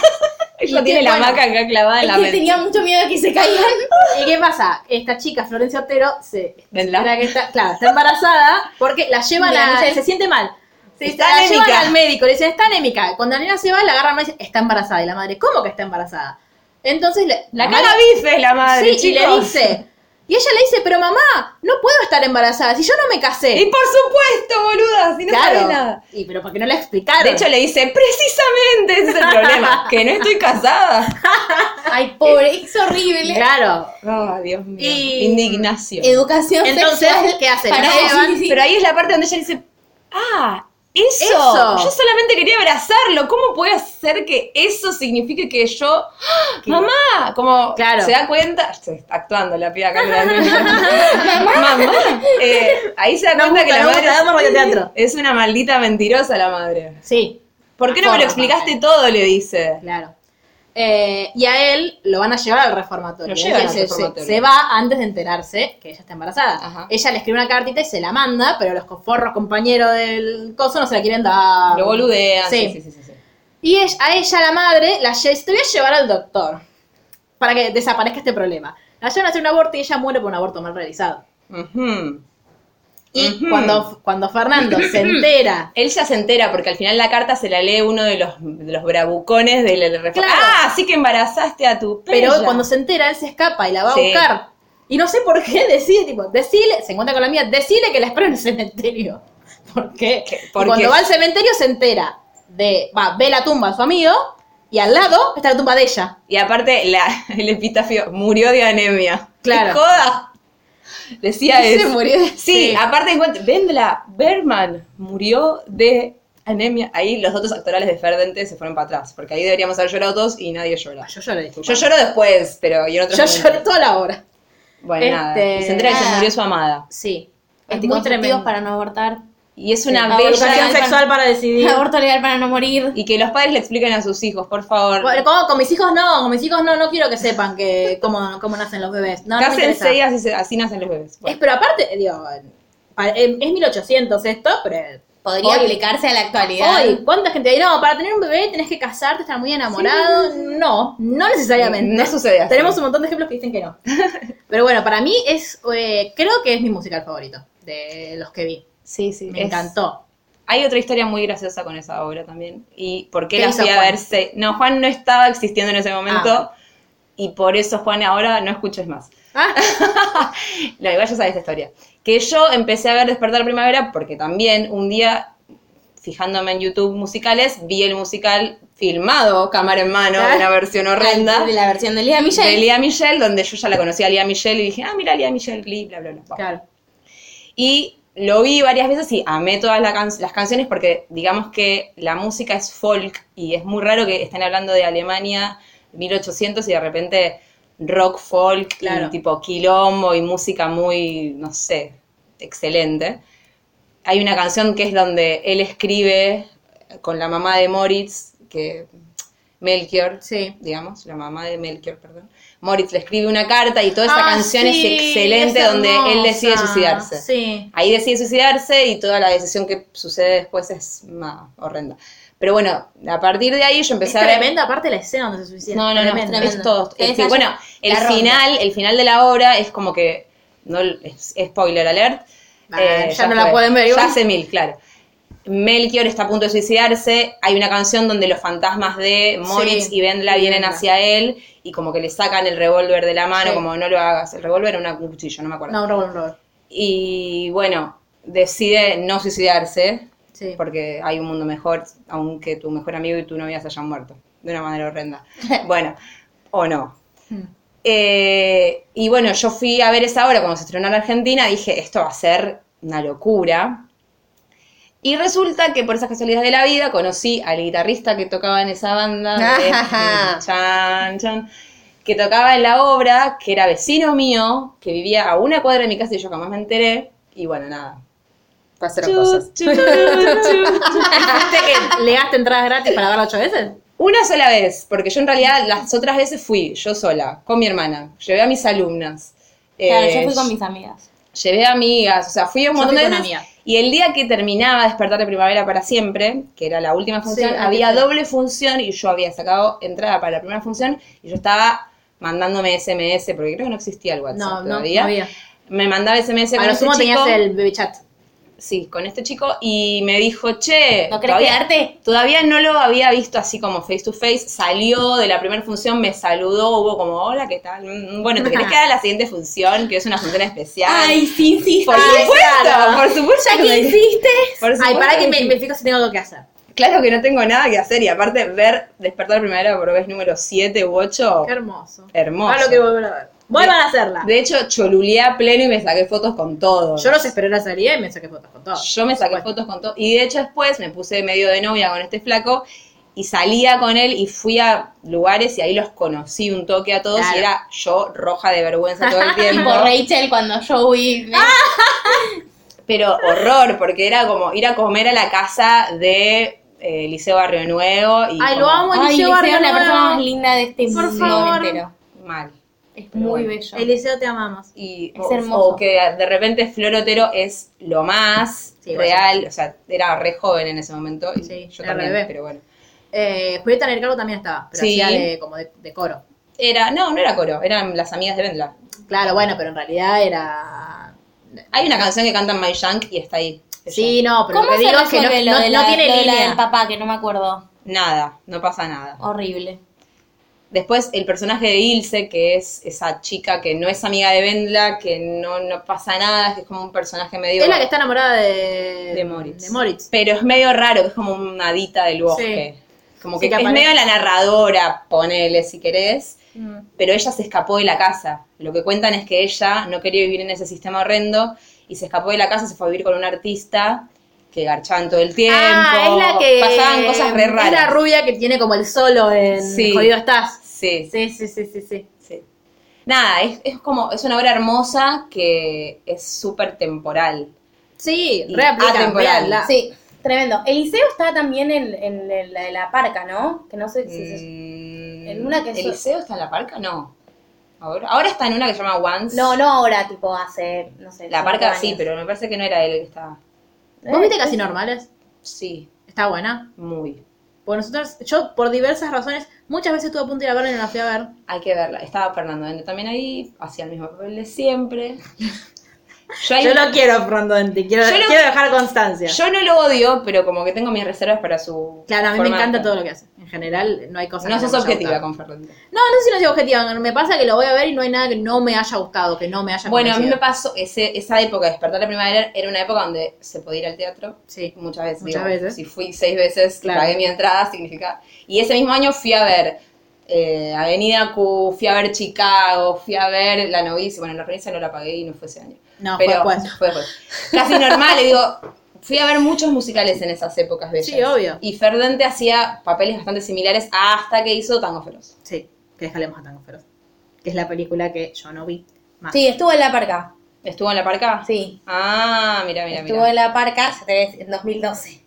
E: Ella
D: Y
E: tiene
D: qué
E: la
D: bueno.
E: maca acá clavada en
D: Es
E: la
D: que
E: mente.
D: tenía mucho miedo de que se caigan.
J: ¿Y qué pasa? Esta chica, Florencia Otero, se
E: ¿Verdad?
J: era que está, claro, está embarazada porque la llevan
D: Mira,
J: a.
D: Michelle.
J: Se siente mal. Se-
E: Está
J: la
E: anémica.
J: llevan al médico, le dicen, está anémica. Cuando la nena se va, la agarran y dicen, está embarazada. Y la madre, ¿cómo que está embarazada? Entonces le-
E: La
J: madre-
E: cara bife es la madre,
J: Sí, y
E: chicos.
J: le dice. Y ella le dice, pero mamá, no puedo estar embarazada si yo no me casé.
E: Y por supuesto, boluda, si no
J: claro.
E: sabes nada.
J: Y pero porque no le explicaron.
E: De hecho, le dice, precisamente ese es el problema, que no estoy casada.
D: Ay, pobre, es horrible.
J: claro.
E: Ah, Dios mío.
J: Y-
E: Indignación.
D: Educación
J: Entonces,
D: sexual
J: ¿qué hacen?
D: Para
J: La llevan,
D: sí, sí.
E: Pero ahí es la parte donde ella dice, ah, eso.
J: Eso.
E: Yo solamente quería abrazarlo. ¿Cómo puede hacer que eso signifique que yo, ¡Ah! mamá, como
J: Claro.
E: se da cuenta, Estoy actuando la piba acá, la mamá, mamá. Eh, ahí se da
J: Nos
E: cuenta que
J: gusta,
E: la
J: nos
E: madre
J: gusta, damos radioteatro.
E: es una maldita mentirosa la madre.
J: Sí.
E: ¿Por qué no me lo explicaste todo? Le dice.
J: Claro. Eh, y a él lo van a llevar al reformatorio.
E: Lo llevan
J: Él
E: al
J: se-
E: reformatorio.
J: Se, se va antes de enterarse que ella está embarazada.
E: Ajá.
J: Ella le escribe una cartita y se la manda, pero los forros compañeros del coso no se la quieren dar.
E: Lo boludea. Sí,
J: Sí.
E: sí, sí. sí, sí.
J: Y ella- a ella, la madre, la lle- te voy a llevar al doctor para que desaparezca este problema. La llevan a hacer un aborto y ella muere por un aborto mal realizado.
E: Ujú.
J: Y
E: Ujú.
J: cuando, cuando Fernando se entera
E: Él ya se entera porque al final la carta se la lee uno de los, de los bravucones del del refor-
J: Claro.
E: Ah, así que embarazaste a tu
J: Pero
E: bella.
J: cuando se entera, él se escapa y la va a
E: Sí.
J: buscar. Y no sé por qué decide, tipo, decile, se encuentra con la mía, decile que la espera en el cementerio. ¿Por qué?
E: ¿Qué?
J: Y
E: ¿Por
J: cuando
E: qué?
J: va al cementerio se entera de, va, ve la tumba de su amigo y al lado está la tumba de ella.
E: Y aparte la- el epitafio murió de anemia.
J: Claro.
E: ¡Qué joda! Decía
C: Se
E: eso.
C: murió de-
E: Sí, aparte encuentra. Vendla, Berman murió de anemia. Ahí los datos actorales de Ferdente se fueron para atrás, porque ahí deberíamos haber llorado todos y nadie llora.
J: Yo lloré, disculpa.
E: Yo lloro después, pero yo en otros
J: Yo
E: momentos.
J: lloré toda la hora.
E: Bueno, nada.
J: Este,
E: Y se entera que se
D: nada.
E: murió su amada.
J: Sí. Es muy
D: Anticonceptivos
J: tremendo.
D: para no abortar.
E: Y es una
D: Sí,
E: bella.
D: abortación sexual
J: para decidir.
D: Aborto legal para no morir.
E: Y que los padres le expliquen a sus hijos, por favor.
J: Con, con mis hijos no, con mis hijos no, no quiero que sepan que cómo, cómo nacen los bebés. No, no me interesa.
E: Cásense y así, se- así nacen los bebés.
J: Es,
E: Bueno.
J: pero aparte, digo, pa- eh, es 1800 esto, pero
D: podría
J: Hoy-
D: aplicarse a la actualidad.
J: Hoy, ¿cuánta gente hay? No, para tener un bebé tenés que casarte, estar muy enamorado. No, no necesariamente.
E: No sucede así.
J: Tenemos un montón de ejemplos que dicen que no. Pero bueno, para mí es, eh, creo que es mi musical favorito de los que vi.
E: Sí, sí.
J: Me encantó.
E: Hay otra historia muy graciosa con esa obra también. Y por qué
J: ¿Qué
E: la
J: hizo
E: fui a
J: Juan?
E: verse. No, Juan no estaba existiendo en ese momento.
D: Ah.
E: Y por eso, Juan, ahora no escuches más.
D: Ah.
E: Lo igual ya sabes esta historia. Que yo empecé a ver Despertar Primavera porque también un día, fijándome en YouTube musicales, vi el musical filmado, cámara en mano,
D: Ah.
E: una versión horrenda.
D: De la versión de Lía Michelle.
E: De Lía Michelle, donde yo ya la conocía a Lía Michelle y dije, ah, mira Lía Michelle, Glee, bla, bla, bla. Bueno. Y lo vi varias veces y amé todas la can- las canciones porque digamos que la música es folk y es muy raro que estén hablando de Alemania 1800 y de repente rock, folk, y
J: Claro.
E: tipo quilombo y música muy, no sé, excelente. Hay una canción que es donde él escribe con la mamá de Moritz, que Melchior, digamos, la mamá de Melchior, perdón. Moritz le escribe una carta y toda esa
J: Ah,
E: canción
J: sí,
E: es excelente
J: es
E: donde él decide
J: hermosa,
E: suicidarse.
J: Sí.
E: Ahí decide suicidarse y toda la decisión que sucede después es nah, horrenda. Pero bueno, a partir de ahí yo
J: Es
E: empecé a ver...
J: tremenda aparte la escena donde se suicida.
E: No, no, no,
J: Tremenda.
E: es todo.
J: Es
E: es que,
J: allá-
E: bueno, el
J: la ronda.
E: final, el final de la obra es como que, no es- spoiler alert. Eh,
J: Ah, ya no la pueden ver igual.
E: Ya hace mil, claro. Melchior está a punto de suicidarse. Hay una canción donde los fantasmas de Moritz
J: Sí,
E: y Vendla vienen
J: Wendla.
E: hacia él y como que le sacan el revólver de la mano,
J: Sí.
E: como no lo hagas. El revólver era una- un cuchillo, no me acuerdo.
J: No, un rol, un rol.
E: Y bueno, decide no suicidarse
J: Sí.
E: porque hay un mundo mejor, aunque tu mejor amigo y tu novia se hayan muerto, de una manera horrenda. Bueno, o no. Eh, y bueno, yo fui a ver esa obra cuando se estrenó en la Argentina, dije, esto va a ser una locura. Y resulta que por esas casualidades de la vida conocí al guitarrista que tocaba en esa banda, de- chan, chan, que tocaba en la obra, que era vecino mío, que vivía a una cuadra de mi casa y yo jamás me enteré. Y bueno, nada.
K: Pasaron cosas.
J: ¿Viste que le gasté entradas gratis para verla ocho veces?
E: Una sola vez, porque yo en realidad las otras veces fui yo sola, con mi hermana. Llevé a mis alumnas.
D: Claro,
E: Eh,
D: yo fui con mis amigas.
E: Llevé amigas, o sea, fui a un
D: Yo
E: montón
D: fui
E: de
D: con una
E: veces. Y el día que terminaba Despertar de Primavera para Siempre, que era la última función,
J: Sí,
E: había
J: antes de-
E: doble función y yo había sacado entrada para la primera función y yo estaba mandándome SMS, porque creo que no existía el WhatsApp
J: No, no,
E: todavía.
J: no había.
E: Me mandaba SMS
J: A
E: con
J: lo
E: este
J: sumo tenías
E: chico.
J: el baby chat.
E: Sí, con este chico y me dijo, che,
D: ¿No querés quedarte?
E: Todavía no lo había visto así como face to face. Salió de la primera función, me saludó, hubo como, hola, ¿qué tal? Mm, Bueno, ¿te querés quedar a la siguiente función? Que es una función especial.
D: sí, insiste.
E: por supuesto, por supuesto.
D: Ya
E: que
D: que
E: me-
D: insiste.
E: por
J: Ay,
E: supuesto
J: para que me,
E: sí.
J: me fijo si tengo algo que hacer.
E: Claro que no tengo nada que hacer y aparte ver Despertar Primavera por vez número 7 u 8,
J: Qué hermoso.
E: hermoso.
J: Ah, lo que volver a ver. Vuelvan a hacerla.
E: De hecho, choluleé a pleno y me saqué fotos con todo.
J: Yo los esperé la salida y me saqué fotos con todo.
E: Yo me saqué fotos con todo. Y de hecho después me puse medio de novia con este flaco y salía con él y fui a lugares y ahí los conocí un toque a todos
J: Claro.
E: y era yo roja de vergüenza todo el
D: Tipo
E: tiempo.
D: Rachel cuando Joey. me-
J: Ah,
E: Pero horror, porque era como ir a comer a la casa de eh, Liceo Barrio Nuevo y
J: Ay,
E: como-
J: lo amo,
D: Ay,
J: Eliseo
D: Liceo
J: Barrio
D: es la
J: Nuevo.
D: persona más linda de este
J: Por
D: mundo
J: favor.
D: entero.
E: mal.
D: Es
E: Pero
D: muy
E: bueno.
D: bello.
J: Eliseo, te amamos.
E: Y,
D: Es
E: o-
D: hermoso.
E: O que de repente Flor Otero es lo más
J: Sí,
E: real, o sea, era re joven en ese momento y
J: Sí,
E: yo
J: era
E: también,
J: bebé.
E: pero bueno.
J: Eh, Julieta en el cargo también estaba, pero
E: Sí.
J: hacía de, como de, de coro.
E: Era, no, no era coro, eran las amigas de Vendla.
J: Claro, bueno, pero en realidad era...
E: Hay una canción que cantan My Junk y está ahí.
J: Sí, no, pero
D: ¿Cómo
J: lo que
D: se
J: digo es que no,
D: resuelve lo
J: no-
D: de
J: no
D: la,
J: tiene
D: lo de la
J: línea.
D: del papá? Que no me acuerdo.
E: Nada, no pasa nada.
D: Horrible.
E: Después, el personaje de Ilse, que es esa chica que no es amiga de Vendla, que no, no pasa nada, que es como un personaje medio...
J: Es la que está enamorada de...
E: De Moritz.
J: De Moritz.
E: Pero es medio raro, que es como una adita del bosque. Como
J: Sí,
E: que,
J: que
E: es
J: aparece.
E: medio la narradora, ponele, si querés. Pero ella se escapó de la casa. Lo que cuentan es que ella no quería vivir en ese sistema horrendo y se escapó de la casa, se fue a vivir con un artista que garchaban todo el tiempo.
J: Ah, es la que...
E: Pasaban cosas re raras.
J: Es la rubia que tiene como el solo en
E: Sí.
J: Jodido Estás.
E: Sí,
J: Sí, sí, sí, sí, sí.
E: sí. Nada, es, es como, es una obra hermosa que es súper temporal.
J: Sí,
E: Y
J: reaplica,
E: atemporal.
J: véanla.
D: Sí, tremendo. Eliseo estaba también en, en, el- la de la parca, ¿no? Que no sé si se-
E: En
D: en una que es-
E: Mm, ¿Eliseo está en la parca? No. Ahora, ahora está en una que se llama
J: Mm.
E: Once.
D: No, no ahora, tipo hace, no sé.
E: La
D: cinco
E: parca
D: años.
E: sí, pero me parece que no era él que estaba.
D: Eh,
J: ¿Vos viste Casi Normales?
E: Sí.
J: ¿Está buena?
E: Muy.
J: Pues nosotros, yo por diversas razones, muchas veces estuve a punto de ir a verla y no la fui a ver.
E: Hay que verla. Estaba Fernando Dente también ahí, hacía el mismo papel de siempre. Yo, ahí-
J: Yo lo quiero, Fernando Dente, quiero,
E: Yo lo-
J: quiero dejar constancia.
E: Yo no lo odio, pero como que tengo mis reservas para su.
J: Claro, a mí me
E: formato.
J: encanta todo lo que hace. En general, no hay cosas
E: No
J: que me
E: sos
J: haya
E: objetiva
J: gustado.
E: con Fernando.
J: No, no sé si no soy objetiva. Me pasa que lo voy a ver y no hay nada que no me haya gustado, que no me haya
E: Bueno, a mí me
J: convencido.
E: pasó ese, esa época de despertar la primavera, era una época donde se podía ir al teatro.
J: Sí.
E: Muchas veces.
J: Muchas
E: digo,
J: veces.
E: Si fui seis veces,
J: Claro.
E: pagué mi entrada, significa. Y ese mismo año fui a ver eh, Avenida Q, fui a ver Chicago, fui a ver La Novicia. Bueno, la provincia no la pagué y no fue ese año.
J: No, pues,
E: pero
J: fue después.
E: fue después. Casi normal, le digo. Fui a ver muchos musicales en esas épocas bellas.
J: Sí, obvio.
E: Y Ferdente hacía papeles bastante similares hasta que hizo Tango Feroz.
J: Sí, que dejaremos a Tango Feroz. Que es la película que yo no vi. Más.
D: Sí, estuvo en la parca.
E: ¿Estuvo en la parca?
D: Sí.
E: Ah, mira, mira,
D: estuvo
E: mira.
D: en la parca ya te ves, en 2012.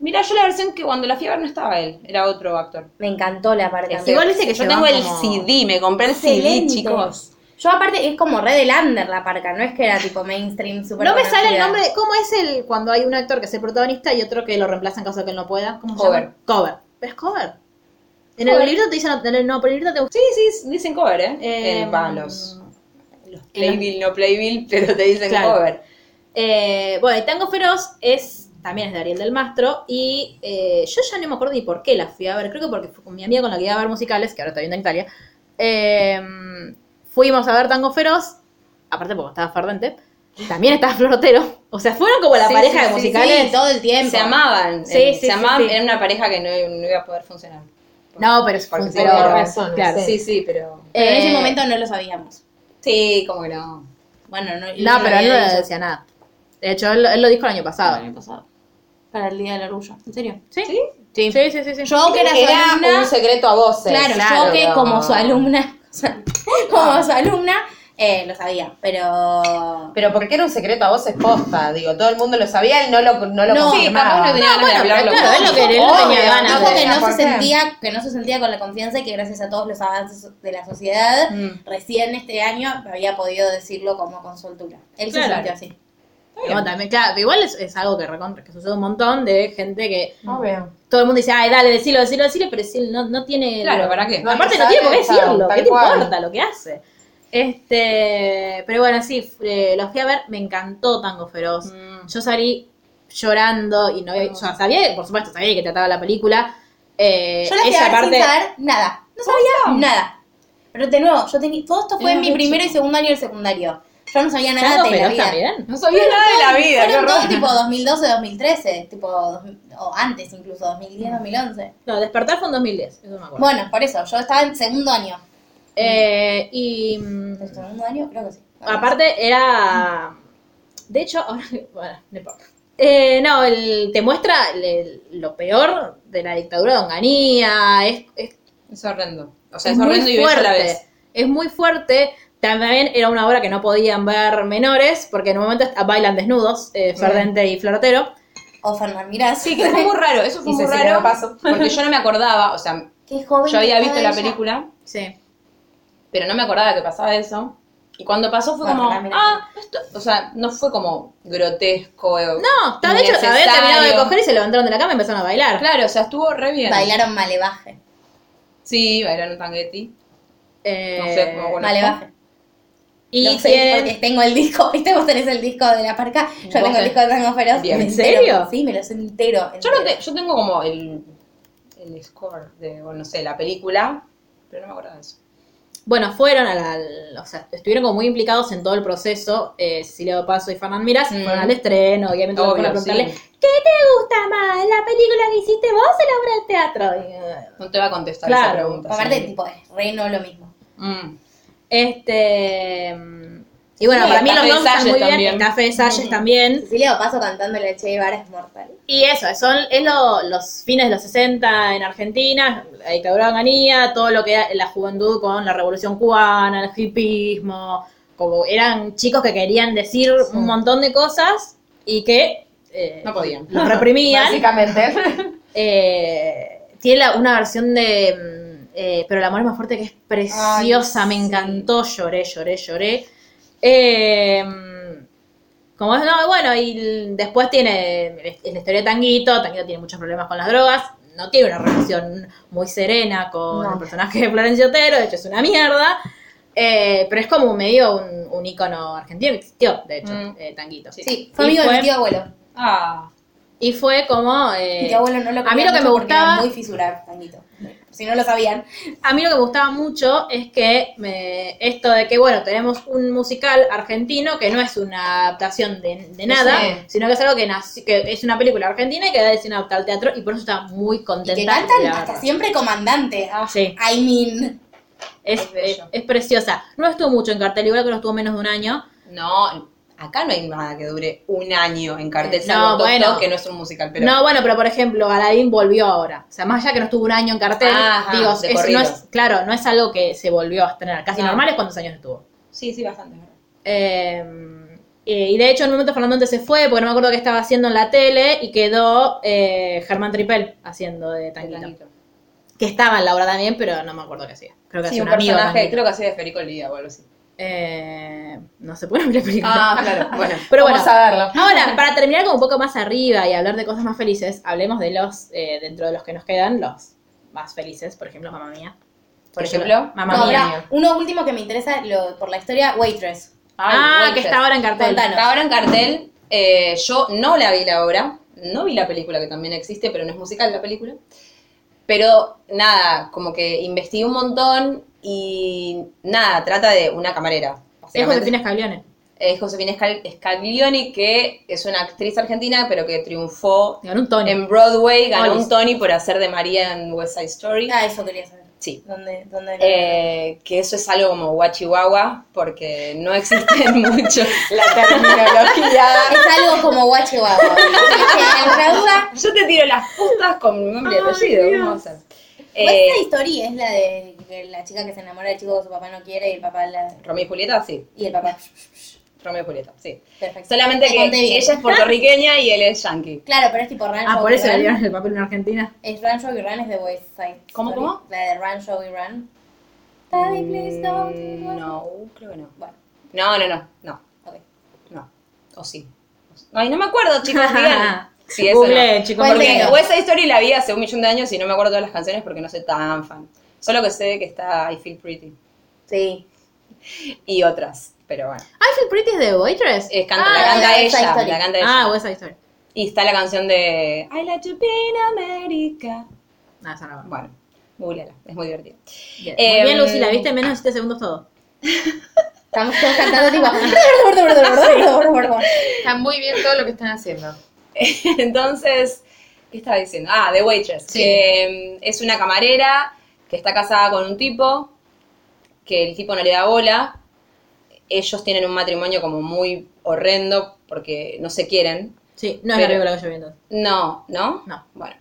E: Mira, yo la versión que cuando la fui a ver no estaba él, era otro actor.
D: Me encantó la parca.
E: Igual dice que yo
J: se
E: tengo
J: van
E: el
J: como-
E: CD, me compré el CD,
D: Excelente.
E: chicos.
D: Yo aparte es como re del under la parca, no es que era tipo mainstream super
J: No me sale el
D: conocida.
J: nombre de cómo es el cuando hay un actor que es el protagonista y otro que lo reemplaza en caso de que él no pueda. ¿Cómo se
E: Cover.
J: llama? Cover. Pero es cover. En el
E: Cover.
J: libro te dicen, no, no, pero el libro te gusta.
E: Sí, sí, dicen cover, ¿eh?
J: Em,
E: Eh, va, los, los Playbill, no Playbill, pero te dicen
J: Claro.
E: cover.
J: Eh, bueno, y Tango Feroz es también es de Ariel del Mastro y eh, yo ya no me acuerdo ni por qué la fui a ver, creo que porque fue con mi amiga con la que iba a ver musicales, que ahora está viviendo en Italia, eh, fuimos a ver Tango Feroz, aparte porque estaba Ferdente, también estaba Florotero, o sea, fueron como la
E: Sí,
J: pareja
E: sí,
J: de
E: sí,
J: musicales.
D: Sí, todo el tiempo.
E: Se amaban,
J: Sí,
E: eh,
J: sí,
E: se
J: sí,
E: amaban,
J: sí.
E: era una pareja que no, no iba a poder funcionar.
J: No, pero,
E: Porque
J: pero-
E: tenía
B: razones,
J: claro,
E: Sí, sí, pero...
D: Pero en
J: Eh,
D: ese momento no lo sabíamos.
E: Sí, como que no.
D: Bueno, no. yo
J: No, pero él
D: había
J: no
D: dicho.
J: decía nada. De hecho, él, él lo dijo el año pasado.
D: El año pasado. Para el Día del Orgullo. ¿En serio?
J: ¿Sí? Sí, sí, sí. sí,
D: Yo que era, su
B: Era
D: alumna.
B: un secreto a voces.
D: Claro,
J: Claro.
D: yo que como su alumna, como su alumna, eh, lo sabía, pero...
B: Pero porque era un secreto a voces posta, digo, todo el mundo lo sabía, él no lo, no lo
D: No,
B: confirmaba.
E: no tenía ganas de hablarlo.
J: Ah, claro, él lo que él no
B: Obvio,
J: tenía ganas
D: Dijo
J: de-
D: que no
B: ¿por
D: se
B: qué?
D: sentía, que no se sentía con la confianza y que gracias a todos los avances de la sociedad,
E: Mm,
D: recién este año había podido decirlo como con soltura. Él se
J: Claro.
D: sintió así.
J: No, también, claro, igual es, es algo que, recontra- que sucede un montón de gente que
B: Obvio.
J: todo el mundo dice, ay, dale, decilo, decilo, decilo, pero si él no, no tiene...
E: Claro, ¿para qué?
B: No
J: Aparte
B: te
J: no
B: sale,
J: tiene por qué
B: claro,
J: decirlo,
B: tal
J: ¿qué te
B: cual.
J: importa lo que hace? Este, pero bueno, sí, eh, los fui a ver, me encantó Tango Feroz.
D: Mm.
J: Yo salí llorando y no o sea, sabía, por supuesto, sabía que trataba la película. Eh,
D: Yo la fui a
J: esa
D: ver
J: parte,
D: sin saber nada. No sabía nada. Pero de nuevo, yo tenía, todo esto fue en mi primero y segundo año del secundario. Yo no sabía nada
J: Tango
D: de la
J: Feroz
D: vida.
J: también.
E: No sabía nada de la vida, qué
D: Fueron
E: horror.
D: todos tipo 2012, 2013, tipo, dos- o antes incluso, 2010, 2011.
J: No, Despertar fue en 2010, eso me acuerdo.
D: Bueno, por eso, yo estaba en segundo año.
J: Eh, y mm,
D: ¿En segundo año? Creo que sí.
J: aparte era... De hecho, ahora... Bueno, no importa. Eh, no, el- te muestra el- el- lo peor de la dictadura de Onganía, Ah, es, es
E: Es horrendo. O sea,
J: es
E: es, horrendo
J: muy
E: y bello a
J: fuerte.
E: la vez.
J: Es muy fuerte. También era una obra que no podían ver menores, porque en un momento est- bailan desnudos, eh, Ferdente y Florotero.
D: O Fernán, mirá, sí,
E: Que fue muy raro, eso fue
B: Y
E: muy
B: Cecilia
E: raro.
B: no pasó.
E: Porque yo no me acordaba, o sea,
D: qué joven.
E: yo había
D: que
E: visto
D: estaba
E: la
D: ella.
E: película,
J: Sí.
E: pero no me acordaba que pasaba eso. Y cuando pasó fue
D: Bueno,
E: como,
D: la miré.
E: ah, esto, o sea, no fue como grotesco. eh,
J: No, está- de hecho, se habían terminado de coger y se levantaron de la cama y empezaron a bailar.
E: Claro, o sea, estuvo re bien.
D: Bailaron malevaje.
E: Sí, bailaron tanguetti.
J: Eh,
E: No sé, cómo bueno.
D: Malevaje.
J: y eh,
D: no sé,
J: tienen-
D: porque tengo el disco, viste, vos tenés el disco de la parca, yo
E: Vos
D: tengo el
E: tenés-
D: disco de Tango Feroz.
E: Bien.
D: me
J: ¿En
D: entero.
J: serio?
D: Sí, me lo sé entero.
E: Yo, no
D: entero.
E: te- yo tengo como el, el score de, bueno, no sé, la película, pero no me acordaba de eso.
J: Bueno, fueron a la. al- O sea, estuvieron como muy implicados en todo el proceso. Eh, Cecilia Paso y Fernán Miras
E: Mm.
J: fueron al estreno, obviamente
E: Obvio,
J: fueron a preguntarle:
E: sí.
J: ¿Qué te gusta más? ¿La película que hiciste vos o la obra de teatro? Y, eh,
E: No te va a contestar
J: Claro,
E: esa pregunta.
D: Aparte,
E: sí.
D: tipo, es re no lo mismo.
E: Mm.
J: eh, Este. mm, Y bueno,
E: Sí,
J: para mí
E: está
J: los
E: Fede
J: dos están
E: Salles
J: muy
E: también. Mm.
J: bien. Está Fede Salles también.
D: Cecilia Paso cantándole a Che Guevara es mortal.
J: Y eso, son es lo- los fines de los 60 en Argentina, la dictadura de Onganía, todo lo que era la juventud con la revolución cubana, el hipismo. Como eran chicos que querían decir un montón de cosas y que eh,
E: No podían.
J: los reprimían.
B: Básicamente.
J: Eh, tiene la- una versión de mm, eh, Pero el amor es más fuerte que es preciosa, me encantó, lloré, lloré, lloré. Eh, Como es, no, bueno, y l- después tiene es la historia de Tanguito, Tanguito tiene muchos problemas con las drogas, no tiene una relación muy serena con
A: No.
J: el personaje de Florencio Otero, de hecho es una mierda, eh, pero es como medio un, un ícono argentino que existió, de hecho, eh, Tanguito.
D: Sí, fue amigo de mi tío abuelo.
J: Ah. Y fue como... eh,
D: Mi tío abuelo no lo
J: a mí lo
D: quería
J: que me
D: mucho porque
J: gustaba...
D: Era muy fisurar, Tanguito. Si no lo sabían.
J: A mí lo que me gustaba mucho es que me- esto de que, bueno, tenemos un musical argentino que no es una adaptación de, de nada,
D: Sí.
J: sino que es algo que, nació- que es una película argentina y que es una adaptada al teatro y por eso estaba muy
D: Y
J: contenta.
D: que
J: la
D: cantan
J: verdad.
D: hasta siempre comandante. Ah,
J: Sí.
D: I mean.
J: Es, es- es preciosa. No estuvo mucho en cartel, igual que no estuvo menos de un año.
E: No, acá no hay nada que dure un año en cartel,
J: Eh, No,
E: salvo Tok
J: bueno.
E: Tok, que no es un musical, pero...
J: no, bueno, pero por ejemplo, Aladdin volvió ahora. O sea, más allá que no estuvo un año en cartel,
E: Ajá,
J: digo,
E: de
J: es-
E: corrido.
J: no es, claro, no es algo que se volvió a estrenar. Casi
E: No.
J: normal es cuántos años estuvo.
E: Sí, sí, bastante.
J: Eh, eh, y de hecho, en un momento Fernando Montes se fue, porque no me acuerdo qué estaba haciendo en la tele, y quedó eh, Germán Tripel haciendo de Tanguito. Que estaba en la obra también, pero no me acuerdo qué hacía. Creo que
E: Sí,
J: hacía
E: un
J: un amigo. de
E: personaje,
J: Tanguito.
E: creo que hacía de Federico Lía o algo así.
J: Eh, no se puede ver película.
E: Ah, claro, bueno.
J: Pero
E: Vamos
J: bueno,
E: a verlo.
J: ahora, para terminar como un poco más arriba y hablar de cosas más felices, hablemos de los, eh, dentro de los que nos quedan, los más felices, por ejemplo, Mamá Mía.
E: Por ejemplo,
J: Mamá
D: No,
J: Mía.
D: pará, uno último que me interesa lo- por la historia, Waitress.
J: Ah,
E: Waitress.
J: que está ahora en cartel.
D: Contanos.
E: Está ahora en cartel. Eh, yo no la vi la obra, no vi la película que también existe, pero no es musical la película. Pero nada, como que investigué un montón y nada, trata de una camarera.
J: Es
E: básicamente.
J: Josefina Scaglione.
E: Es Josefina Scal- Scaglioni, que es una actriz argentina, pero que triunfó
J: Ganó un Tony.
E: en Broadway, ganó
J: Olis.
E: un Tony por hacer de María en West Side Story.
D: Ah, eso quería saber.
E: Sí.
D: ¿Dónde, dónde
E: Eh, que eso es algo como guachihuahua, porque no existen muchos.
C: La terminología.
D: Es algo como guache guau. ¿Alguna duda?
E: Yo te tiro las putas con mi nombre y apellido. ¿cómo va a ser? Eh,
D: Esta Pues historia es la de que la chica que se enamora del chico que su papá no quiere y el papá la...
E: Romeo y Julieta, sí.
D: Y el papá.
E: Romeo y Julieta, sí.
D: Perfecto.
E: Solamente
D: Te
E: que
D: conté bien.
E: ella es puertorriqueña y él es yankee.
D: Claro, pero es tipo Rancho.
J: Ah, por eso le
D: Run.
J: dieron el papel en Argentina.
D: Es Rancho y Run es de West Side.
E: ¿Cómo,
D: Story.
E: cómo?
D: La de Rancho y Run. Mm, Daddy, please don't.
E: Mm, No, uh, creo que no.
D: Bueno,
E: No, no, no, no.
D: ok.
E: No. O sí. Ay, no me acuerdo, chicos, digan. Sí, eso
J: Google,
E: no.
J: chicos.
E: Porque
D: Bueno.
E: West Side Story la vi hace un millón de años y no me acuerdo todas las canciones porque no soy tan fan. Solo que sé que está I Feel Pretty
D: Sí.
E: y otras, pero bueno.
J: I Feel Pretty Ah, es de Waitress.
E: Es canta-
D: Ah,
E: la canta
D: West Side
E: ella,
D: Story.
E: la canta ella.
J: Ah, West Side Story.
E: Y está la canción de I like to be in America.
J: No, esa no va.
E: Bueno, googleala, es muy divertido.
J: Bien.
E: Eh,
J: Muy bien, Lucy, la viste en menos de 7 segundos todo.
D: Estamos todos cantando tipo.
C: Está muy bien todo lo que están haciendo.
E: Entonces, ¿qué estaba diciendo? Ah, The Waitress. Que mm, es una camarera que está casada con un tipo, que el tipo no le da bola. Ellos tienen un matrimonio como muy horrendo porque no se quieren.
J: Sí, no es
E: Pero-
J: la película que yo vi entonces.
E: No, ¿no?
J: No.
E: Bueno.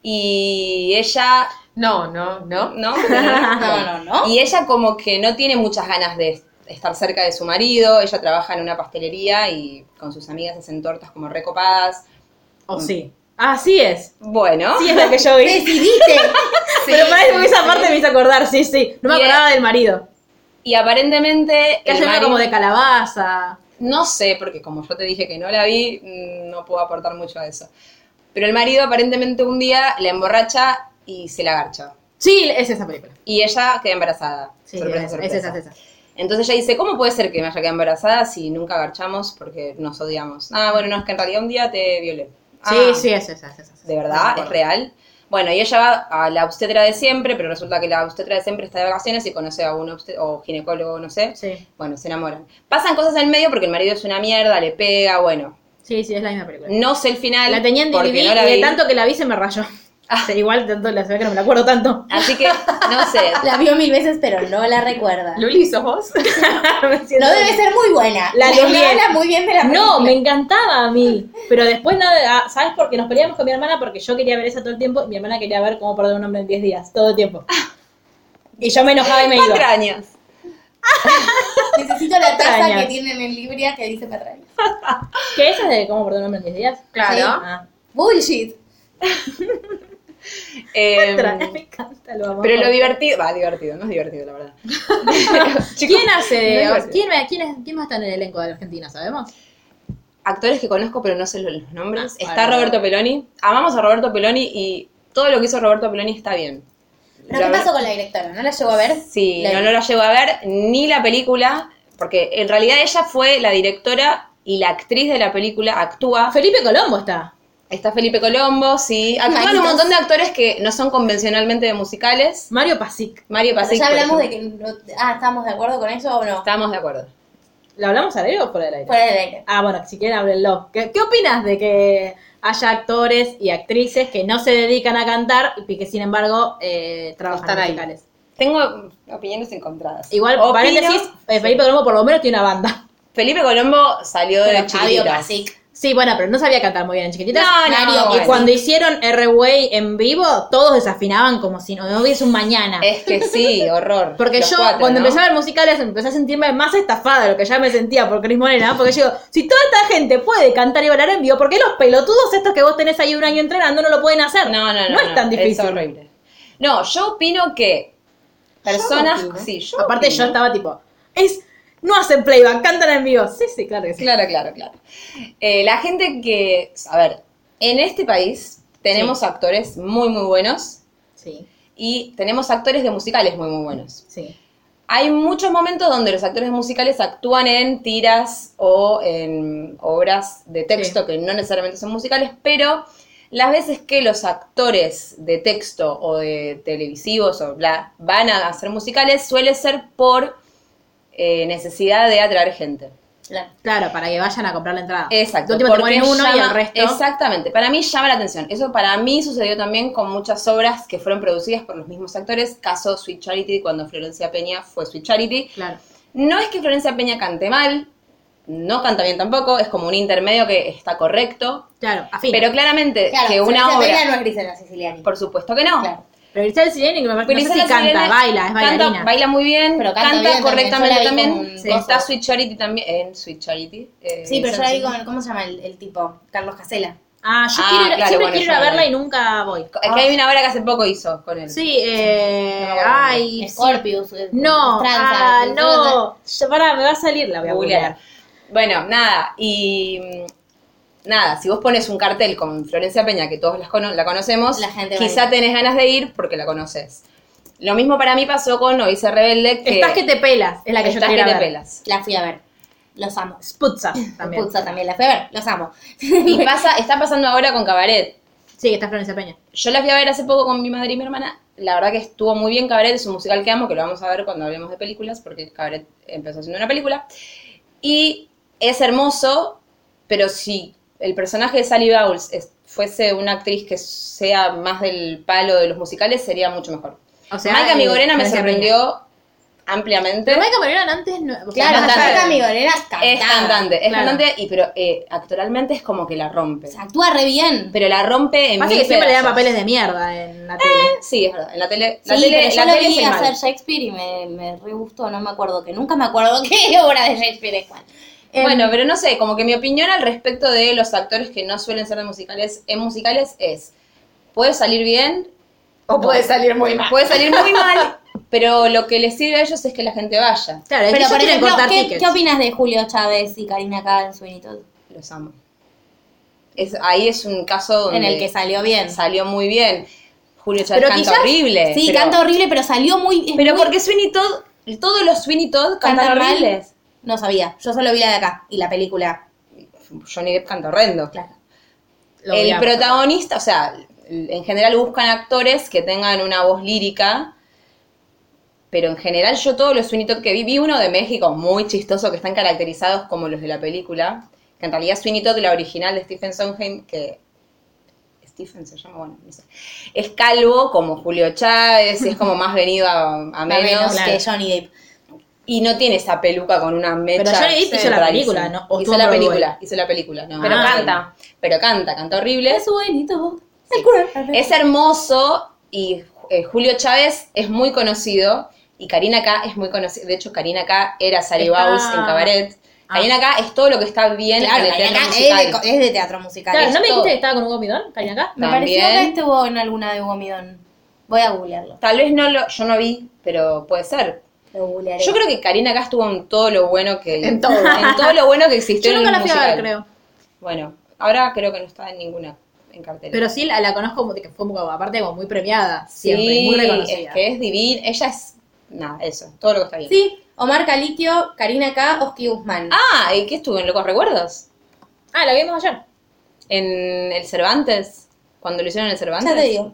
E: Y ella
C: No, no, no.
E: ¿no?
D: No, no, no.
E: Y ella como que no tiene muchas ganas de estar cerca de su marido, ella trabaja en una pastelería y con sus amigas hacen tortas como recopadas.
J: ¿O sí? Ah, sí es.
E: Bueno,
J: Sí es la que yo vi.
D: Decidiste.
J: Pero para eso esa parte me hizo acordar, sí, sí. No me
E: Bien.
J: acordaba del marido.
E: y aparentemente
J: Que
E: el
J: hace una
E: marido-
J: como de calabaza.
E: no sé, porque como yo te dije que no la vi, mm, no puedo aportar mucho a eso. Pero el marido aparentemente un día la emborracha y se la garcha.
J: Sí, es esa película.
E: Y ella queda embarazada.
J: Sí,
E: sorpresa,
J: es,
E: sorpresa.
J: es esa, es esa.
E: Entonces ella dice, ¿cómo puede ser que me haya quedado embarazada si nunca garchamos porque nos odiamos? Ah, bueno, no, es que en realidad un día te violé. Ah,
J: Sí, sí, es esa, es esa. es esa.
E: ¿De verdad? ¿Es real? Bueno, y ella va a la obstetra de siempre, pero resulta que la obstetra de siempre está de vacaciones y conoce a un obste- o ginecólogo, no sé.
J: Sí,
E: Bueno, se enamoran. Pasan cosas en el medio porque el marido es una mierda, le pega, bueno.
J: sí, sí, es la misma película.
E: No sé el final.
J: La tenía en
E: porque
J: DVD
E: no la
J: y de
E: vi.
J: tanto que la vi Ah. se me rayó. Sí, igual tanto la se ve que no me la acuerdo tanto.
E: Así que, no sé.
D: La vio mil veces, pero no la recuerda.
C: Luli, ¿sos vos?
J: Me siento-
D: No debe ser muy buena.
J: La
D: Pero
J: Luli.
D: no habla muy bien de la
J: No, me
D: película.
J: encantaba a mí. Pero después, nada, ah, ¿sabes por qué nos peleamos con mi hermana? Porque yo quería ver esa todo el tiempo y mi hermana quería ver cómo perder un hombre en 10 días, todo el tiempo. Y yo me enojaba y me
E: Cuatro
J: iba.
E: años.
D: Necesito la taza
J: Patrañas.
D: que tienen en Libria que dice patrañas.
J: ¿Qué es esa de cómo perder un hombre en 10 días?
C: Claro.
J: Ah.
D: Bullshit.
E: Eh,
J: me encanta, lo amo.
E: pero lo divertido, va, divertido, no es divertido, la verdad.
J: ¿Quién hace?
E: No
J: de-
E: es divertido.
J: ¿quién, quién es- quién va a estar en el elenco de la Argentina, sabemos?
E: actores que conozco, pero no sé los, los nombres. está Roberto Peloni. Amamos a Roberto Peloni y todo lo que hizo Roberto Peloni está bien.
D: ¿Pero qué pasó con la directora? ¿No la llegó a ver?
E: Sí,
D: La-
E: no, no la llego a ver, ni la película, porque en realidad ella fue la directora y la actriz de la película actúa.
J: Felipe Colombo está.
E: Está Felipe Colombo, sí. Actúan un
D: Malditos.
E: montón de actores que no son convencionalmente de musicales.
J: Mario Pasic.
E: Mario
D: Pero
E: Pasic.
D: ya
E: por
D: hablamos de
E: ejemplo.
D: que. no- ah, ¿estamos de acuerdo con eso o no?
E: Estamos de acuerdo.
J: ¿Lo hablamos al aire o fuera del aire?
D: Fuera del aire.
J: Ah, bueno, si quieren háblenlo. ¿Qué, ¿Qué opinas de que haya actores y actrices que no se dedican a cantar y que sin embargo eh, trabajan
B: Están
J: en
B: ahí.
J: musicales?
E: Tengo opiniones encontradas.
J: Igual,
E: Opino-
J: paréntesis, eh, Felipe Colombo por lo menos tiene una banda.
E: Felipe Colombo salió de
D: Pero Fabio
E: chiquititas.
D: Pasic.
J: Sí, bueno, pero no sabía cantar muy bien en chiquititas.
E: No, no,
J: y
E: bueno.
J: cuando hicieron R-Way en vivo, todos desafinaban como si no hubiese un mañana.
E: Es que sí, horror.
J: Porque
E: Los
J: yo,
E: cuatro,
J: cuando
E: ¿no?
J: empecé a ver musicales, empecé a sentirme más estafada de lo que ya me sentía por Cris Morena. Porque yo digo, si toda esta gente puede cantar y bailar en vivo, ¿por qué los pelotudos estos que vos tenés ahí un año entrenando no lo pueden hacer?
E: No, no, no.
J: No es tan
E: Es
J: difícil.
E: horrible. No, yo opino que personas. sí, yo
J: Aparte,
E: opino.
J: yo estaba tipo, es no hacen playback, cantan en vivo. Sí, sí, claro que sí.
E: Claro, claro, claro. Eh, la gente que. A ver, en este país tenemos actores muy, muy buenos
J: Sí,
E: y tenemos actores de musicales muy, muy buenos.
J: sí.
E: Hay muchos momentos donde los actores musicales actúan en tiras o en obras de texto que no necesariamente son musicales, pero las veces que los actores de texto o de televisivos o bla van a hacer musicales suele ser por eh, necesidad de atraer gente.
D: Claro.
J: Claro, para que vayan a comprar la entrada.
E: Exacto.
J: Ah, De última te ponen uno y
E: llama-
J: el resto.
E: Exactamente. Para mí llama la atención. Eso para mí sucedió también con muchas obras que fueron producidas por los mismos actores. Caso Sweet Charity, cuando Florencia Peña fue Sweet Charity.
J: Claro.
E: No es que Florencia Peña cante mal, no canta bien tampoco, es como un intermedio que está correcto.
J: Claro, afín.
E: Pero claramente
D: Claro,
E: que una
D: Florencia
E: obra.
D: Peña no es Grisela Siciliani.
E: Por supuesto que no.
D: Claro.
J: Pero Grisel Sireni, que me parece no sé
E: Priscila
J: si canta,
E: Sirene
J: baila, es
E: canta,
J: bailarina.
E: baila muy bien,
D: Pero
E: canta,
D: canta bien también, yo
E: correctamente
D: la vi
E: también.
D: con-
E: Sí.
D: con-
E: Está Sweet Charity también, en Sweet Charity. eh,
D: Sí, pero yo la vi
E: Sanchi.
D: con. ¿Cómo se llama el, el tipo? Carlos Casela.
J: Ah, yo
E: Ah,
J: quiero ir-
E: claro,
J: siempre
E: bueno,
J: quiero ir
E: yo
J: a
E: no
J: verla
E: voy.
J: y nunca voy.
E: Es
D: Ah.
E: que hay una obra que hace poco hizo con él.
J: Sí, eh,
E: No,
J: ay, sí.
D: Scorpius. eh,
J: No,
D: Stranza,
J: ah,
D: Cruz,
J: no. Yo- Pará, me va a salir, la voy a googlear.
E: Googleala. Bueno, nada, y mm, nada, si vos pones un cartel con Florencia Peña, que todos las cono- la conocemos,
D: La gente va a
E: quizá
D: ir.
E: tenés ganas de ir porque la conoces. Lo mismo para mí pasó con Oise Rebelde, que
J: Estás que te pelas, es la que yo
E: Estás
J: quiero
E: que te
J: ver.
E: pelas.
D: La fui a ver. Los amo.
J: Sputza
D: También.
J: también.
D: también la fui a ver. Los amo.
E: Y pasa, está pasando ahora con Cabaret.
J: Sí, que está Florencia Peña.
E: Yo la fui a ver hace poco con mi madre y mi hermana. La verdad que estuvo muy bien Cabaret, es un musical que amo, que lo vamos a ver cuando hablemos de películas, porque Cabaret empezó haciendo una película. Y es hermoso, pero si el personaje de Sally Bowles es- fuese una actriz que sea más del palo de los musicales, sería mucho mejor.
J: O
E: Maika
J: eh,
E: Migorena me
J: Florencia
E: sorprendió ampliamente.
J: Peña. Pero Maika Migorena antes no. o sea,
D: Claro,
J: no
E: cantante.
D: Maika
J: sabe.
D: Migorena
E: Es cantante, es
J: Claro.
E: cantante, y, pero eh, actoralmente es como que la rompe.
D: Se actúa re bien.
E: Pero la rompe en
J: Pasa
E: mil
J: que siempre le dan
E: pedazos.
J: papeles de mierda en la tele.
E: Sí, es verdad. En la tele, la
D: sí,
E: tele,
D: pero yo
E: la
D: lo
E: tele
D: vi
E: es el mal.
D: hacer Shakespeare y me, me re gustó, no me acuerdo que nunca me acuerdo qué obra de Shakespeare es cuál. Em,
E: Bueno, pero no sé, como que mi opinión al respecto de los actores que no suelen ser de musicales en musicales es, puede salir bien,
B: O puede salir muy mal.
E: puede salir muy mal, pero lo que les sirve a ellos es que la gente vaya.
J: Claro, es que
D: pero
J: ellos
D: por
J: quieren
D: ejemplo,
J: cortar
D: ¿qué,
J: tickets.
D: ¿qué opinas de Julio Chávez y Karina Cansu y todo?
E: Los amo. Es, ahí es un caso donde
D: En el que salió bien.
E: salió muy bien. Julio Chávez
J: Pero
E: canta
J: quizás-
E: horrible.
D: sí,
E: Eh, pero-
D: canta horrible, pero salió muy. es
E: Pero
D: muy-
E: porque Sweeney Todd, todos los Sweeney Todd cantan
D: Cantan mal.
E: horribles.
D: No sabía, yo solo vi la de acá y la película.
E: Johnny Depp canta horrendo.
D: Claro.
J: Lo
E: el
J: odiamos.
E: protagonista, o sea, en general buscan actores que tengan una voz lírica, pero en general yo todos los Sweeney Todd que vi, vi uno de México muy chistoso que están caracterizados como los de la película, que en realidad Sweeney Todd, la original de Stephen Sondheim, que Stephen se llama, bueno, no sé, es calvo como Julio Chávez, es como más venido a,
D: Más
E: a
D: o menos
E: menos,
D: que Johnny Depp.
E: y no tiene esa peluca con una mecha.
J: Pero Johnny Depp hizo la
E: rarísima.
J: película, ¿no? O
E: Hizo
J: estuvo
E: la
J: en Broadway.
E: película, hizo la película, no.
J: Pero
E: no,
J: canta.
E: Pero canta, canta horrible.
D: Es buenito.
E: Sí. Es hermoso y eh, Julio Chávez es muy conocido y Karina K es muy conocida. De hecho, Karina K era Sally
J: Está-
E: Bowles en Cabaret.
J: Ah.
E: Karina K es todo lo que está bien
D: Claro,
E: en el
D: Karina
E: teatro
D: K
E: musical.
D: es, de, es de teatro musical.
J: Claro, ¿no me
E: esto-
J: dijiste que estaba con Hugo Midón? Karina acá?
D: Me
E: También.
D: pareció que estuvo en alguna de Hugo Midón. Voy a googlearlo.
E: Tal vez no lo, yo no vi, pero puede ser.
D: Lo googlearé.
E: Yo creo que Karina K estuvo en todo lo bueno que
B: En todo.
E: en todo lo bueno que existió
J: Yo
E: en
J: nunca la
E: un
J: fui a ver,
E: musical.
J: creo.
E: Bueno, ahora creo que no está en ninguna en cartel.
J: Pero sí la, la conozco como de que fue como, aparte como muy premiada, siempre, muy reconocida.
E: es que es divina. Ella es, nada, eso, todo lo que está bien.
D: Sí, Omar Calitio, Karina K, Oski Guzmán.
E: Ah, ¿y qué estuvo en Locos Recuerdos?
D: Ah, la vimos ayer.
E: En el Cervantes, cuando lo hicieron en el Cervantes.
D: Ya te digo.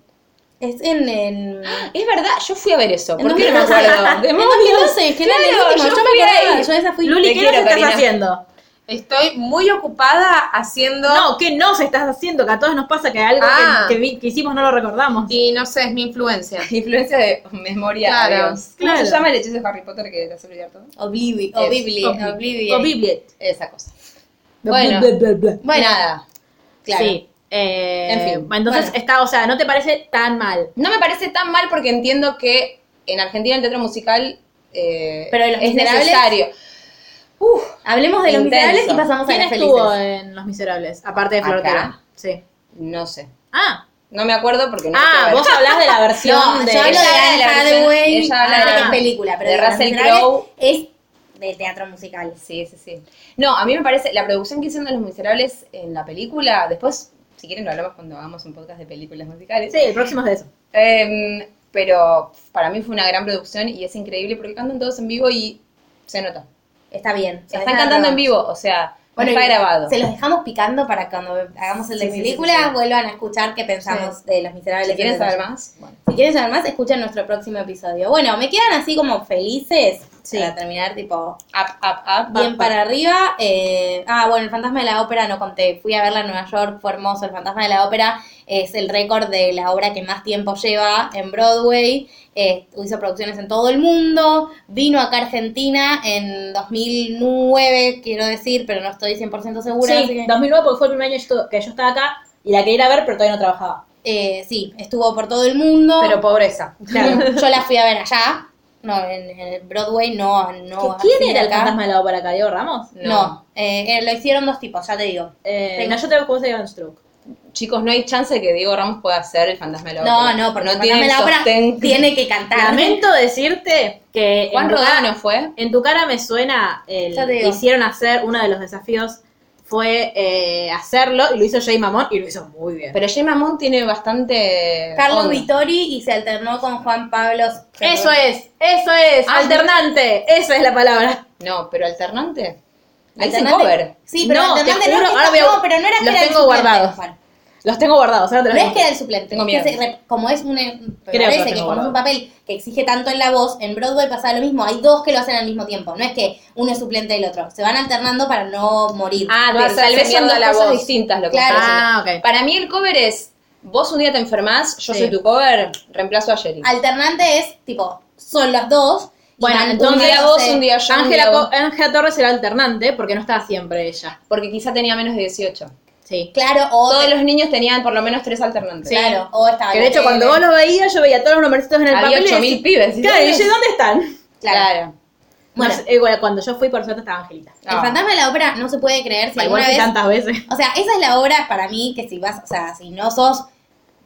D: Es en. en...
E: Es verdad, yo fui a ver eso.
D: En
E: ¿Por qué no me
D: 2012.
E: acuerdo?
D: En
E: Demonios.
D: 2012, es que era el
E: Claro,
D: último,
E: yo
D: yo me
E: fui
D: acordaba,
E: ahí.
D: yo esa fui.
J: Luli,
E: Te
J: ¿qué nos
E: quiero,
J: estás
E: Karina.
J: haciendo?
B: Estoy muy ocupada haciendo.
J: No, ¿qué nos estás haciendo? Que a todos nos pasa que algo
B: Ah.
J: que, que vi- que hicimos no lo recordamos.
B: Y no sé, es mi influencia.
E: Influencia de memoria.
B: Claro,
E: adiós. ¿Cómo
J: claro.
E: se llama el hechizo de Harry Potter que te hace olvidar todo?
D: Oblivi-
E: Es-
D: Oblivie-
J: Obli-
D: Oblivie.
J: O Bibliet.
E: Esa cosa. Bueno,
J: Bla, bla, bla, bla.
E: bueno. Nada.
D: Claro.
J: Sí. eh,
E: En fin,
J: Entonces
E: bueno.
J: está, o sea, no te parece tan mal.
E: No me parece tan mal porque entiendo que en Argentina el teatro musical eh,
D: Pero de los
E: es
D: miserables,
E: necesario.
D: Uf, hablemos de los
E: Intenso.
D: miserables y pasamos a
J: ¿Quién
D: las
J: estuvo
D: felices.
J: en Los Miserables? Aparte de Flor
E: Acá.
J: Terán. Sí.
E: No sé.
J: Ah,
E: No me acuerdo porque no
J: ah,
E: sé.
J: vos hablás de la versión
D: No,
J: de.
D: yo hablo
E: ella habla
D: de
E: de la
D: Anne
E: versión-
D: Hathaway,
E: ella habla
J: de
D: ah,
J: la-
D: es película, pero
E: de
D: digo, Los
E: Russell
D: Miserables
E: Crowe.
D: es de teatro musical.
E: Sí, sí, sí. No, a mí me parece, la producción que hicieron de Los Miserables en la película, después, si quieren lo hablamos cuando hagamos un podcast de películas musicales.
J: Sí, el próximo es de eso.
E: Em, pero para mí fue una gran producción y es increíble porque cantan todos en vivivo y se nota.
D: Está bien.
E: Se están cantando en vivo, o sea, no
D: Bueno,
E: está
D: y
E: grabado.
D: Se los dejamos picando para cuando hagamos el de
E: Sí, sí, sí,
D: película,
E: sí, sí.
D: vuelvan a escuchar qué pensamos de Los Miserables.
E: Si quieren
D: de
E: saber
D: Russell.
E: más, bueno.
D: Si quieren saber más, escuchen nuestro próximo episodio. Bueno, me quedan así como felices
J: Sí.
D: para terminar, tipo,
E: Up, up, up.
D: bien para arriba. Eh, ah, bueno, el fantasma de la ópera no conté. Fui a verla en Nueva York, fue hermoso. El fantasma de la ópera es el récord de la obra que más tiempo lleva en Broadway. Eh, hizo producciones en todo el mundo. Vino acá a Argentina en 2009, quiero decir, pero no estoy 100% segura. así
J: Sí,
D: que-
J: 2009 porque fue el primer año que yo estu- que yo estaba acá y la quería ir a ver, pero todavía no trabajaba. Oh,
D: Eh, sí, estuvo por todo el mundo.
B: Pero pobreza.
D: Claro, yo la fui a ver allá. No, en, en el Broadway no. no
J: ¿Que ¿Quién
D: así
J: era el
D: acá.
J: fantasma de la ópera acá? ¿Diego Ramos?
D: No, eh, eh, lo hicieron dos tipos, ya te digo.
J: Eh,
D: Tengo-
J: no, yo te conozco de Van Stroke.
E: Chicos, no hay chance de que Diego Ramos pueda hacer el fantasma de la
D: No,
E: ópera.
D: no, porque
E: no
D: Fantasma de
E: tiene
D: la Ópera
E: sostén.
D: tiene que cantar.
J: Lamento decirte que. en
E: Juan
J: tu cara-
E: Rodano fue.
J: En tu cara me suena el
D: Ya te digo.
J: hicieron hacer uno de los desafíos fue eh, hacerlo y lo hizo Jay Mamón y lo hizo muy bien.
E: Pero Jay Mamón tiene bastante.
D: Carlos
E: onda.
D: Vittori y se alternó con Juan Pablo.
J: eso es, eso es,
E: Ah,
J: alternante, esa es la palabra.
E: No, pero alternante. Ahí se
D: Alternante-
E: cover.
D: Sí, pero
J: No,
D: alternante
J: te
D: no,
J: juro,
D: que
J: ahora
D: está-
J: voy a-
D: no, pero no era que
J: los
D: era el
J: tengo
D: suplente,
J: guardados.
D: Juan.
J: Los tengo guardados, ahora te los
D: No es
J: digo.
D: que era el suplente,
E: Tengo
D: es que
E: miedo.
D: se re- como es un em, me
J: Creo que
D: parece
J: lo
D: que,
J: tengo
D: como es
J: guardado.
D: un papel que exige tanto en la voz, en Broadway pasa lo mismo, hay dos que lo hacen al mismo tiempo, no es que uno es suplente del otro, se van alternando para no morir.
E: Ah,
B: Va
E: te- tal vez son
B: enseñando
E: dos
B: la
E: cosas
B: voz.
E: distintas lo que
D: Claro.
E: estás haciendo.
J: Ah, ok.
E: Para mí el cover es, vos un día te enfermas, yo
J: Sí.
E: soy tu cover, reemplazo a Jerry.
D: Alternante es tipo, son los dos. y
J: Bueno,
D: van-
J: entonces
E: un día vos,
D: hace-
E: un día yo, un
J: Ángela
E: día
J: Co-
E: vos.
J: Ángela Torres era alternante porque no estaba siempre ella.
E: Porque quizá tenía menos de 18.
J: Sí.
D: Claro, o
E: Todos los niños tenían por lo menos tres alternantes.
D: claro, o estaba
J: Que
D: la
J: de hecho
D: tele.
J: cuando vos los veías yo veía todos los nombrecitos en el
E: Había
J: papel y
E: 8000
J: decía-
E: pibes, ¿y
J: Claro, y
E: dónde?
J: yo, ¿dónde están?
D: claro.
E: Claro.
D: Bueno.
J: No sé, igual, cuando yo fui por suerte estaba Angelita.
D: El fantasma de la ópera no se puede creer si
J: igual
D: alguna
J: fui
D: vez
J: tantas veces.
D: O sea, esa es la obra para mí que si vas, o sea, si no sos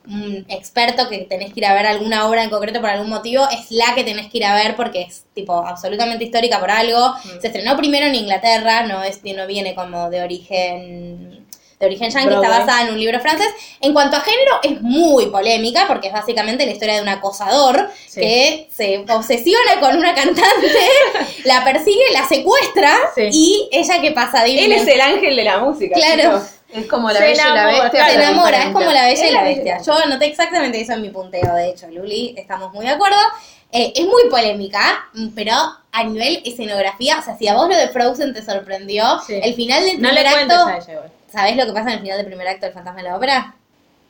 D: un experto que tenés que ir a ver alguna obra en concreto por algún motivo, es la que tenés que ir a ver porque es tipo absolutamente histórica por algo.
J: Mm.
D: Se estrenó primero en Inglaterra, no es no viene como de origen de origen yankee, está
J: Broadway.
D: basada en un libro francés. En cuanto a género, es muy polémica porque es básicamente la historia de un acosador
J: Sí.
D: que se obsesiona con una cantante, la persigue, la secuestra
J: Sí.
D: y ella que pasa de
E: Él es el ángel de la música.
D: Claro.
E: chicos.
B: Es como la
J: Se
B: bella y la
J: enamora,
B: bestia.
D: se
J: claro.
B: pero
D: enamora, es
B: diferente.
D: como la bella y
E: Es
D: la
E: la
D: bestia. Yo anoté exactamente eso en mi punteo, de hecho, Luli, estamos muy de acuerdo. Eh, es muy polémica, mm, pero a nivel escenografía, o sea, si a vos lo de Frozen te sorprendió,
J: Sí.
D: el final del
J: No
D: primer
J: le cuentes a
D: acto,
J: ella igual.
D: ¿sabés lo que pasa en el final del primer acto del Fantasma de la Ópera?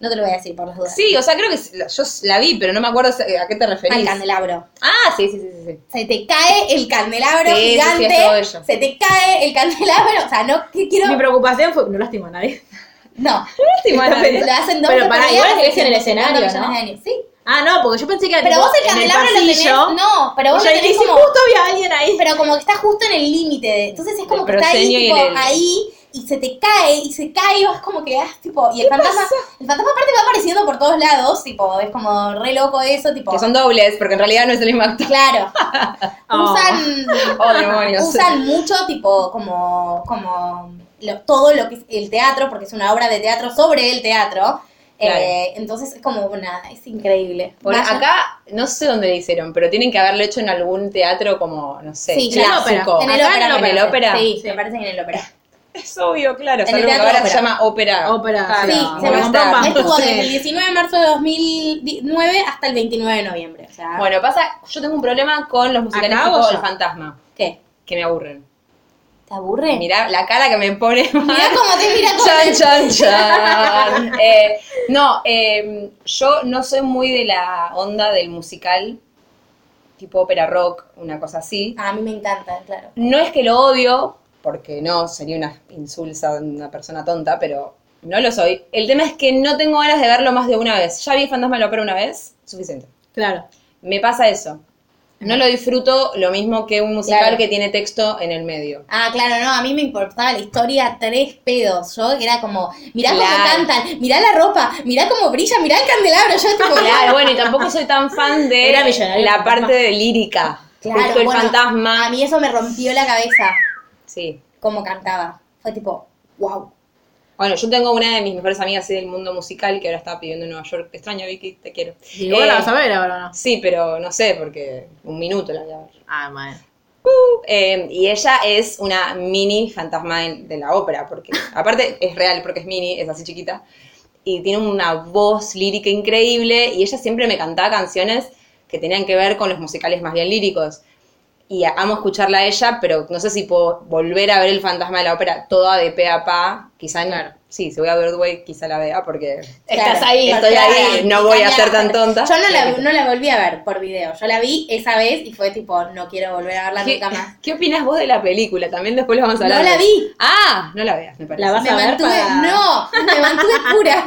D: No te lo voy a decir por las dudas.
E: Sí, o sea, creo que s- la- yo s- la vi, pero no me acuerdo a qué te
D: Al
E: referís.
D: candelabro.
E: Ah, sí, sí, sí, sí, sí.
D: Se te cae el candelabro
E: Sí, sí, sí,
D: gigante.
E: es todo ello.
D: se te cae el candelabro. O sea, no que
J: Mi
D: quiero.
J: preocupación fue no lastimo a nadie.
D: No.
E: Bueno,
D: Lo hacen dos
J: Pero para
D: temporadas
J: igual
D: que
J: es en el
D: hicieron
J: escenario,
D: millones de
J: ¿no?
D: años. Sí.
J: Ah, no, porque yo pensé que
D: Pero
J: tipo,
D: vos el
J: en
D: candelabro lo tenés.
J: pasillo,
D: No, pero vos
J: y yo
D: lo tenés
J: dije, sí,
D: como-
J: justo había alguien ahí.
D: Pero como que está justo en el límite, de- entonces es como
E: El
D: que está ahí,
E: proscenio y
D: tipo,
E: el- el-
D: ahí, y se te cae, y se cae, y vas como que, ah, tipo, y el fantasma, el fantasma aparte va apareciendo por todos lados, tipo, es como re loco eso, tipo,
E: Que son dobles, porque en realidad no es el mismo actor.
D: claro,
J: Oh.
D: usan,
E: Oh, demonios.
D: usan mucho, tipo, como, como lo- todo lo que es el teatro, porque es una obra de teatro sobre el teatro.
E: Claro.
D: Eh, entonces es como una, es increíble.
E: Por
D: Vayan.
E: acá, no sé dónde le hicieron, pero tienen que haberlo hecho en algún teatro como, no sé,
D: Sí,
E: clásico.
D: en el
E: Acá
D: ópera.
E: En el ópera.
D: Sí, me parece que en el ópera.
E: Es obvio, claro.
D: En
E: salvo
D: el
E: que
D: teatro
E: ahora
D: ópera.
E: se llama
D: oh,
E: ópera.
J: Ópera,
E: Claro,
D: Sí, se
E: va a
D: me
E: estar.
D: rompa. Estuvo
E: Sí.
D: desde el 19 de marzo de 2009 hasta el 29 de noviembre. O sea,
E: Bueno, pasa, yo tengo un problema con los musicales
J: ¿Acá o
E: tipo El
J: ya?
E: Fantasma,
D: ¿qué?
E: que me aburren.
D: ¿Te aburre?
E: Mirá la cara que me pone.
D: Mirá cómo te mira cómo
E: Chan,
D: te-
E: chan, chan. Eh, no, eh, yo no soy muy de la onda del musical, tipo ópera rock, una cosa así.
D: Ah, A mí me encanta, claro.
E: No es que lo odio, porque no, sería una insulsa, una persona tonta, pero no lo soy. El tema es que no tengo ganas de verlo más de una vez. Ya vi Fantasma de la Ópera una vez, suficiente.
J: Claro.
E: Me pasa eso. No lo disfruto lo mismo que un musical
D: Claro.
E: que tiene texto en el medio.
D: Ah, claro, no, a mí me importaba la historia tres pedos. Yo era como, mirá cómo
E: Claro.
D: cantan, mirá la ropa, mirá cómo brilla, mirá el candelabro. Yo tipo,
E: Claro, bueno, y tampoco soy tan fan de
J: Era millonario el
E: la
J: fantasma.
E: parte de lírica.
D: Claro,
E: Justo el
D: bueno,
E: fantasma.
D: A mí eso me rompió la cabeza,
E: Sí.
D: cómo cantaba. Fue tipo, wow.
E: Bueno, yo tengo una de mis mejores amigas así del mundo musical que ahora está viviendo en Nueva York. Te extraño, Vicky, te quiero.
J: Y vos
E: Eh,
J: la vas a ver ahora, ¿no?
E: Sí, pero no sé, porque un minuto la voy a ver.
J: Ah, bueno.
E: Eh, y ella es una mini fantasma en- de la ópera, porque aparte es real, porque es mini, es así chiquita, y tiene una voz lírica increíble, y ella siempre me cantaba canciones que tenían que ver con los musicales más bien líricos. Y a- amo escucharla a ella, pero no sé si puedo volver a ver el fantasma de la ópera toda de pe a pa, quizá en- Sí, si voy a Broadway quizá la vea, porque
D: Estás ahí.
E: estoy ahí, no voy a ser tan tonta.
D: Yo no la,
E: Claro.
D: no la volví a ver por video. Yo la vi esa vez y fue tipo, no quiero volver a verla
E: ¿Qué,
D: nunca más.
E: ¿Qué opinas vos de la película? También después lo vamos a
D: No
E: hablar.
D: la vi.
E: Ah, no la veas, me parece.
J: La vas
D: Me
J: a ver
D: mantuve,
J: para-
D: no, me mantuve pura.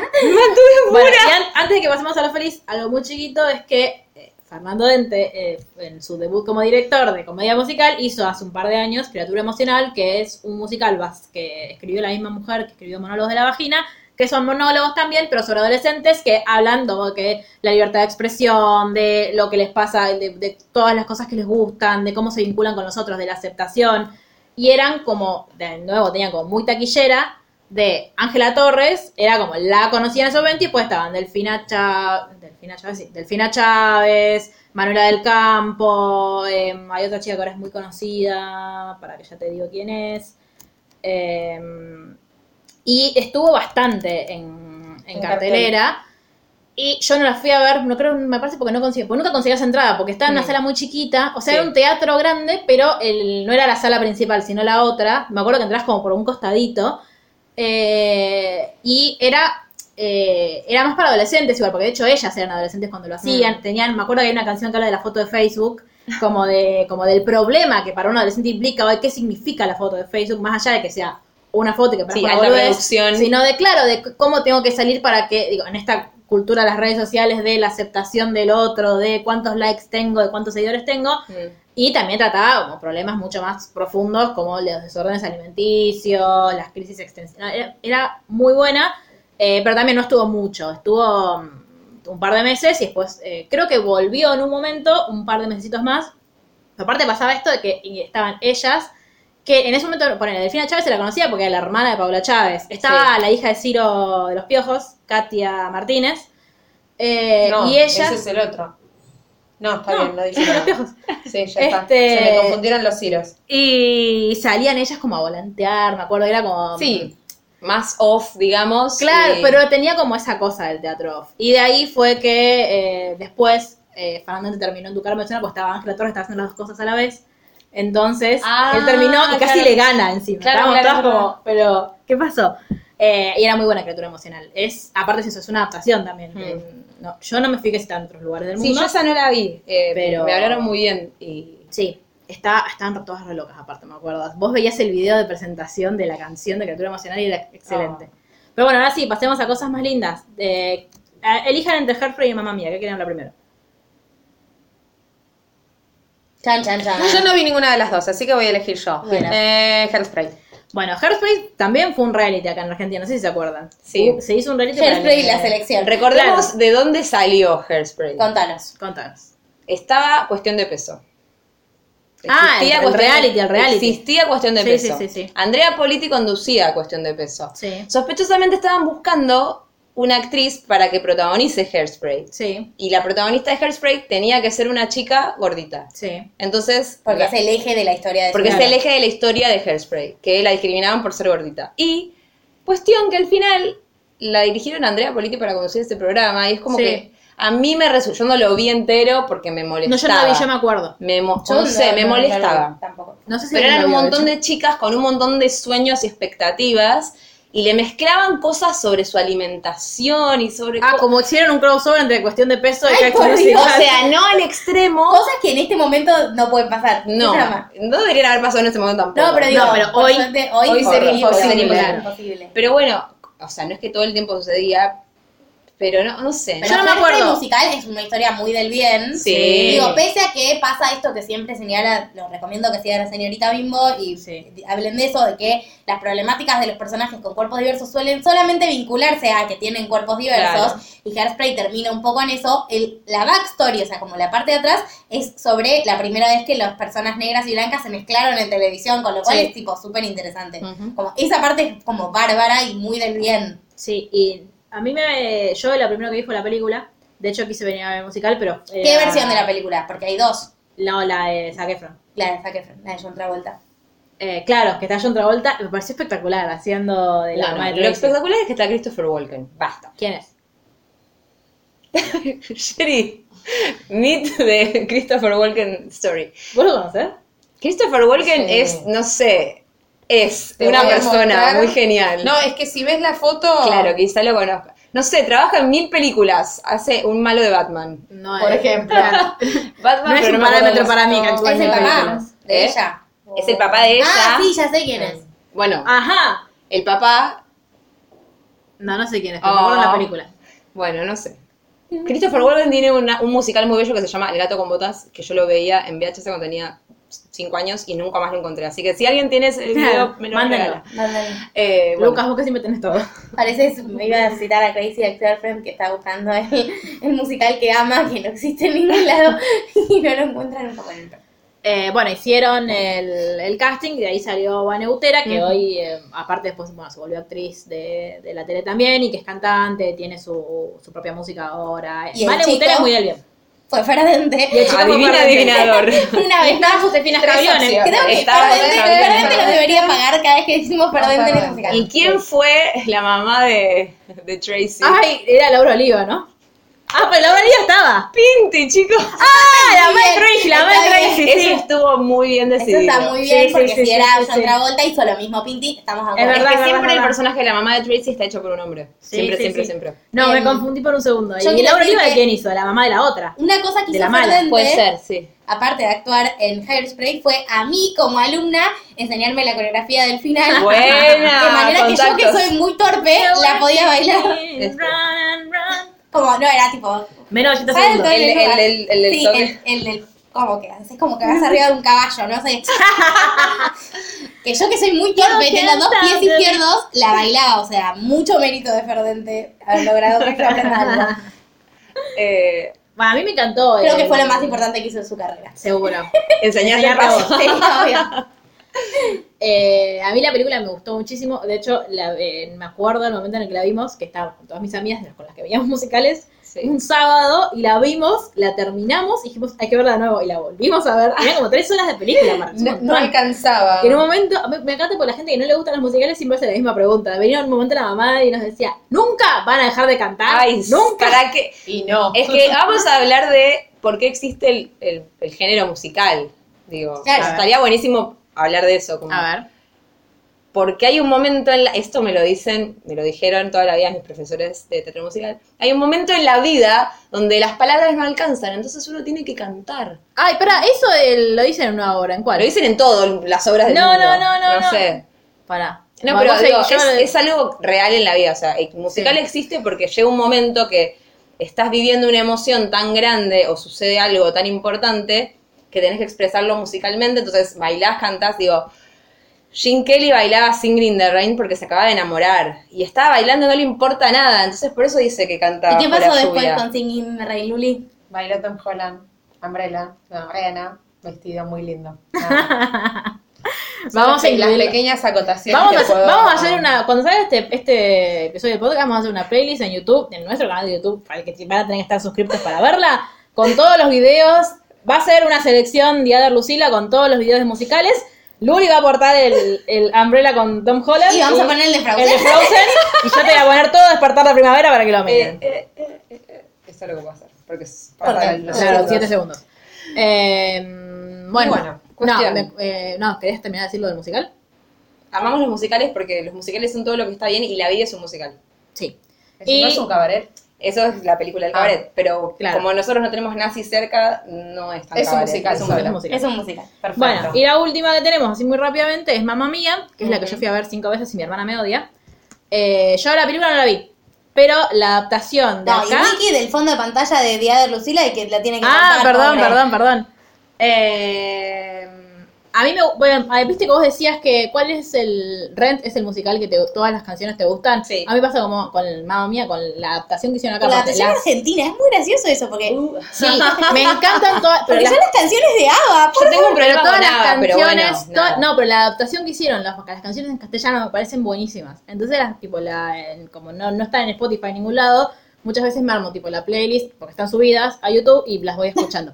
J: Bueno, y an- antes de que pasemos a lo feliz, algo muy chiquito es que eh, Fernando Dente, eh, en su debut como director de comedia musical, hizo hace un par de años Criatura Emocional, que es un musical bas- que escribió la misma mujer que escribió Monólogos de la Vagina, que son monólogos también, pero sobre adolescentes que hablan de que la libertad de expresión, de lo que les pasa, de, de todas las cosas que les gustan, de cómo se vinculan con los otros, de la aceptación. Y eran como, de nuevo, tenían como muy taquillera, de Ángela Torres, era como la conocía en ese momento y pues estaban Delfina Chávez, Delfina Chávez, sí, Delfina Chávez, Manuela del Campo, eh, hay otra chica que ahora es muy conocida, para que ya te digo quién es. eh, y estuvo bastante en, en
D: En
J: cartelera. Y yo no la fui a ver, no creo, me parece porque no conseguí, porque nunca conseguías entrada, porque estaba en una
E: Mm.
J: sala muy chiquita, o sea,
E: Sí.
J: era un teatro grande, pero el, no era la sala principal, sino la otra. Me acuerdo que entras como por un costadito. Eh, y era, eh, era más para adolescentes igual, porque de hecho ellas eran adolescentes cuando lo
E: Mm.
J: hacían. Tenían, me acuerdo que hay una canción que habla de la foto de Facebook, como de, como del problema que para un adolescente implica hoy qué significa la foto de Facebook, más allá de que sea una foto y que para
E: Sí,
J: una
E: alta
J: boludez,
E: producción.
J: sino de claro, de c- cómo tengo que salir para que, digo, en esta cultura de las redes sociales, de la aceptación del otro, de cuántos likes tengo, de cuántos seguidores tengo,
E: Mm.
J: y también trataba como problemas mucho más profundos como los desórdenes alimenticios, las crisis extensivas. Era, era muy buena, eh, pero también no estuvo mucho. Estuvo mm, un par de meses y después eh, creo que volvió en un momento, un par de mesecitos más. Pero Aparte pasaba esto de que y estaban ellas, que en ese momento, ponele, Delfina Chávez se la conocía porque era la hermana de Paula Chávez. Estaba la hija de Ciro de los Piojos, Katia Martínez. eh,
C: No,
J: y ella...
C: ese es el otro. No, está
J: No,
C: bien, no
J: es
C: dije
J: de los
C: nada.
J: Piojos.
C: Sí, ya está.
J: Este-
C: Se me confundieron los ciros.
J: Y salían ellas como a volantear, me acuerdo, era como...
E: Sí, más off, digamos.
J: Claro,
E: y-
J: pero tenía como esa cosa del teatro off. Y de ahí fue que eh, después eh, Fernando Dante terminó en tu cara emocional, porque estaba Ángela Torres, estaba haciendo las dos cosas a la vez. Entonces,
E: Ah,
J: él terminó y casi
E: claro.
J: le gana encima.
E: Claro,
J: Estábamos
E: claro,
J: todas
E: claro.
J: como, pero, ¿qué pasó? Eh, y era muy buena criatura emocional. Es, aparte si eso, es una adaptación también.
E: Mm.
J: Eh, no, yo no me fijé si está en otros lugares del
E: Sí,
J: mundo.
E: yo esa no la vi, eh,
J: Pero-
E: me hablaron muy bien. Y...
J: Sí, está, estaban todas re locas aparte, me acuerdo. Vos veías el video de presentación de la canción de Criatura Emocional y era excelente.
D: Ah.
J: Pero bueno, ahora sí, pasemos a cosas más lindas. Eh, a- elijan entre Herfrey y Mamá Mía, ¿qué quieren hablar primero?
D: Chan, chan, chan.
C: Yo no vi ninguna de las dos, así que voy a elegir yo.
D: Bueno.
C: Eh, Hairspray.
J: Bueno, Herfrey también fue un reality acá en Argentina, no sé si se acuerdan.
E: Sí.
J: Uh, se hizo un reality. para
D: Hairspray y la
J: eliminar-
D: selección.
E: Recordemos de dónde salió Hairspray.
D: Contanos.
J: Contanos.
E: Estaba cuestión de peso.
J: Ah, el- el reality, el reality.
E: Existía cuestión de
J: Sí,
E: peso.
J: sí, sí, sí.
E: Andrea Politi conducía cuestión de peso.
J: Sí.
E: Sospechosamente estaban buscando una actriz para que protagonice Hairspray.
J: Sí.
E: Y la protagonista de Hairspray tenía que ser una chica gordita.
J: Sí.
E: Entonces.
D: Porque es el eje de la historia de
E: Porque
D: ese
E: es el eje de la historia de Hairspray, que la discriminaban por ser gordita. Y cuestión que al final la dirigieron a Andrea Politi para conducir este programa y es como
J: Sí.
E: que a mí me resultó, yo no lo vi entero porque me molestaba.
J: No, yo no la vi, yo me acuerdo.
E: Me mo-
J: Yo
E: no
J: no-
E: sé, me
J: no, no la vi.
E: molestaba.
D: Tampoco.
J: No sé si
E: Pero
J: alguien
E: eran
J: lo
E: un
J: vio,
E: montón
J: hecho.
E: de chicas con un montón de sueños y expectativas y le mezclaban cosas sobre su alimentación y sobre...
J: Ah,
E: co-
J: como hicieron un crossover entre cuestión de peso y
D: Ay,
J: Jack
D: por
J: Jones y
D: Dios,
E: o
J: Jack.
E: sea, no al extremo.
D: Cosas que en este momento no pueden pasar.
E: No,
D: Ese drama.
E: no deberían haber pasado en este momento tampoco.
D: No, pero digo,
J: pero
D: por
J: hoy-
D: suerte, hoy,
E: hoy
D: sería
E: sería imposible.
D: imposible. imposible.
E: Pero bueno, o sea, no es que todo el tiempo sucedía, pero no, no sé.
D: Pero
J: Yo no me
D: Hairspray
J: acuerdo.
D: musical es una historia muy del bien.
E: Sí.
D: Digo, pese a que pasa esto que siempre señala, lo recomiendo que siga la señorita Bimbo y hablen de eso, de que las problemáticas de los personajes con cuerpos diversos suelen solamente vincularse a que tienen cuerpos diversos
E: Claro.
D: y Hairspray termina un poco en eso. El, la backstory, o sea, como la parte de atrás, es sobre la primera vez que las personas negras y blancas se mezclaron en televisión, con lo cual
J: Sí.
D: es tipo súper interesante.
J: Ujú.
D: Como esa parte es como bárbara y muy del bien.
J: Sí, y a mí me. Yo lo primero que vi fue la película. De hecho, quise venir a ver el musical, pero.
D: ¿Qué versión de la película? Porque hay dos.
J: No, la de Zac Efron.
D: La de Zac Efron, la de John Travolta.
J: Eh, claro, que está John Travolta. Me pareció espectacular haciendo de la
E: No, no,
J: madre.
E: lo espectacular es que está Christopher Walken. Basta.
J: ¿Quién es?
E: Sherry, meet de Christopher Walken Story.
J: ¿Vos lo conocés?
E: Christopher Walken
C: Sí.
E: es, no sé, es
C: Te
E: una
C: voy a
E: persona
C: mostrar.
E: muy genial.
C: No, es que si ves la foto.
E: Claro, quizá lo conozca. No sé, trabaja en mil películas. Hace un malo de Batman.
J: No,
C: Por
J: eh,
C: ejemplo.
E: Batman
J: No es
E: pero
J: un
E: me acuerdo
J: parámetro
E: los-
J: para mí que actúa
D: Es
J: en
D: el papá
J: películas.
D: de
E: ¿Eh?
D: ella.
E: Es el papá de ella.
D: Ah, sí, ya sé quién es.
E: Bueno,
J: Ajá.
E: el papá
J: No, no sé quién es, pero me acuerdo de
E: Oh.
J: la película.
E: Bueno, no sé. Christopher Walken tiene una- un musical muy bello que se llama El gato con botas, que yo lo veía en VHS cuando tenía 5 años y nunca más lo encontré. Así que si alguien tiene ese video, me lo
J: Mándalo.
E: regala.
D: Mándale.
E: Eh, bueno.
J: Lucas, vos que siempre tenés todo.
D: Pareces, me iba a citar a Crazy Ex-Girlfriend que está buscando el, el musical que ama, que no existe en ningún lado y no lo encuentra nunca por el
J: Eh, bueno, hicieron el, el casting y de ahí salió Vaneutera, que hoy, eh, aparte después, bueno, se volvió actriz de, de la tele también y que es cantante, tiene su, su propia música ahora.
D: ¿Y el
J: Vane Butera
D: chico?
J: es muy del bien.
D: Fue Ferdente.
J: Y el chico
E: Adivina,
J: fue Ferdente.
E: adivinador.
D: Una vez más,
J: Josefina
D: tres
J: Scaglione.
D: opciones. Creo que
E: Estaba
D: Ferdente,
E: Ferdente.
D: Ferdente nos debería pagar cada vez que decimos Ferdente
J: Ah,
D: en el musical.
E: ¿Y quién fue la mamá de, de Tracy?
J: Ay, era Laura Oliva, ¿no? Ah, pero Laura Oliva estaba.
E: Pinti, chicos!
J: Ah, la
D: Muy
J: Mike
D: bien,
J: Tracy, la
D: está
J: Mike
D: bien.
J: Tracy,
E: Eso
J: sí.
E: estuvo muy bien
D: Eso
E: decidido.
D: está muy bien
J: Sí, sí,
D: porque
J: sí,
D: si
J: sí,
D: era
J: sí,
D: John
J: sí.
D: Travolta hizo lo mismo Pinti, estamos de acuerdo.
J: Es verdad.
E: Es que siempre el
J: verdad.
E: personaje de la mamá de Tracy está hecho por un hombre.
J: Sí,
E: Siempre,
J: sí,
E: siempre,
J: sí.
E: siempre.
J: No,
D: Em,
J: me confundí por un segundo.
D: yo
J: ¿Y
D: quiero
J: Laura
D: decir
J: Oliva
D: que-
J: de quién hizo? La mamá de la otra.
D: Una cosa que
J: De
D: hizo
J: la mala,
D: Ferdente,
E: Puede ser, sí.
D: aparte de actuar en Hairspray, fue a mí como alumna enseñarme la coreografía del final.
E: Buena,
D: De manera que yo,
E: contactos.
D: que soy muy torpe, la podía bailar.
J: Este. Run, run.
D: Como, no, era tipo...
J: Menos 80
D: ¿sabes
J: segundos.
D: el
E: El-
D: toque?
E: el- el- el del
D: Sí,
E: toque.
D: el- el del- Como que haces como que vas arriba de un caballo, no sé. que yo que soy muy torpe, tengo dos pies izquierdos, la bailaba, o sea, mucho mérito de Ferdente haber logrado que yo aprenda algo.
E: Eh,
J: Bueno, a mí me encantó.
D: Creo
J: eh,
D: que fue lo más importante que hizo en su carrera.
J: Seguro.
E: enseñarle
J: Enseñarle a
E: paso.
D: Sí, obvio.
J: Eh, a mí la película me gustó muchísimo. De hecho, la- eh, me acuerdo el momento en el que la vimos, que estábamos con todas mis amigas con las que veíamos musicales,
E: Sí.
J: un sábado, y la vimos, la terminamos, y dijimos, hay que verla de nuevo, y la volvimos a ver. Eran como tres horas de película, Marta, es un
C: No, no
J: montón.
C: alcanzaba.
B: Ah.
J: Que en un momento, me, me encanta por la gente que no le gustan los musicales, siempre hace la misma pregunta. Venía un momento la mamá y nos decía, ¿nunca van a dejar de cantar?
E: Ay,
J: ¿Nunca?
E: ¿Para qué?
C: Y no.
E: Es que vamos a hablar de por qué existe el, el- el género musical. Digo,
D: Claro.
E: estaría buenísimo hablar de eso. Como,
J: A ver.
E: Porque hay un momento en la. Esto me lo dicen, me lo dijeron toda la vida mis profesores de teatro musical. Hay un momento en la vida donde las palabras no alcanzan, entonces uno tiene que cantar.
J: Ay, espera, eso eh, lo dicen en una hora, ¿en cuál?
E: Lo dicen en todo las obras del
J: No,
E: mundo.
J: no, no, no, no.
E: sé.
J: Pará.
E: No,
J: Bueno,
E: pero
J: vos
E: digo,
J: seguí, yo
E: es,
J: lo-
E: es algo real en la vida. O sea, el musical
J: Sí.
E: existe porque llega un momento que estás viviendo una emoción tan grande o sucede algo tan importante que tenés que expresarlo musicalmente. Entonces bailás, cantás, digo. Gene Kelly bailaba Singing in the Rain porque se acaba de enamorar. Y estaba bailando, no le importa nada. Entonces por eso dice que cantaba.
D: ¿Y qué
E: por la
D: pasó después
E: lluvia.
D: con Singing Ray Luli?
C: Bailó Tom Holland, Umbrella, no, Rihanna,
B: Vestido muy lindo.
J: Vamos a
B: las
J: incluirlo.
B: pequeñas acotaciones.
J: Vamos
B: que
J: a, hacer,
B: puedo-
J: vamos a hacer una. Cuando salga este, este episodio de podcast, vamos a hacer una playlist en YouTube, en nuestro canal de YouTube, para el que van a tener que estar suscriptos para verla, con todos los videos. Va a ser una selección Diada Lucila con todos los videos musicales. Luli va a aportar el, el Umbrella con Tom Holland.
D: Y vamos a poner el de Frozen.
J: El de Frozen. Y yo te voy a poner todo Despertar la Primavera para que lo
E: Eh,
J: miren.
B: Eso es lo que puedo hacer. Porque es
J: Porque, claro, 7 segundos. Eh, bueno,
B: Bueno,
J: no,
B: cuestión.
J: me- eh, no, ¿querés terminar de decir lo del musical?
E: Amamos los musicales porque los musicales son todo lo que está bien y la vida es un musical.
J: Sí.
B: Y... No es un cabaret.
E: Eso es la película del cabaret, pero
J: claro.
E: como nosotros no tenemos nazi cerca, no es tan
B: Es un
E: cabaret,
B: musical
E: es un
B: solo.
E: musical.
J: musical.
D: Es un musical.
B: Perfecto.
J: Bueno, y la última que tenemos, así muy rápidamente, es Mamma Mía, que es la que
E: Ujú.
J: yo fui a ver cinco veces y mi hermana me odia. Eh, yo la película no la vi, pero la adaptación de
D: No, y
J: acá...
D: Wiki del fondo de pantalla de Día de Lucila y que la tiene que
J: Ah,
D: contar,
J: perdón,
D: pobre.
J: perdón, perdón, Eh, a mí me... Bueno, a- viste que vos decías que cuál es el... Rent es el musical que te, todas las canciones te gustan.
E: Sí.
J: A mí pasa como con el Mamma Mía, con la adaptación que hicieron acá.
D: Con la
J: porque
D: versión
J: las-
D: argentina, es muy gracioso eso, porque,
J: Sí, me encantan todas... pero
D: porque
J: las-
D: son las canciones de ABBA.
J: Yo tengo un
E: Pero
J: problema
E: todas
J: con
E: las
J: ABBA, pero
E: canciones,
J: bueno,
E: nada.
J: to- no, pero la adaptación que hicieron, las, las canciones en castellano me parecen buenísimas. Entonces, las, tipo, la, en- como no, no están en Spotify en ningún lado, muchas veces me armo tipo la playlist, porque están subidas a YouTube y las voy escuchando.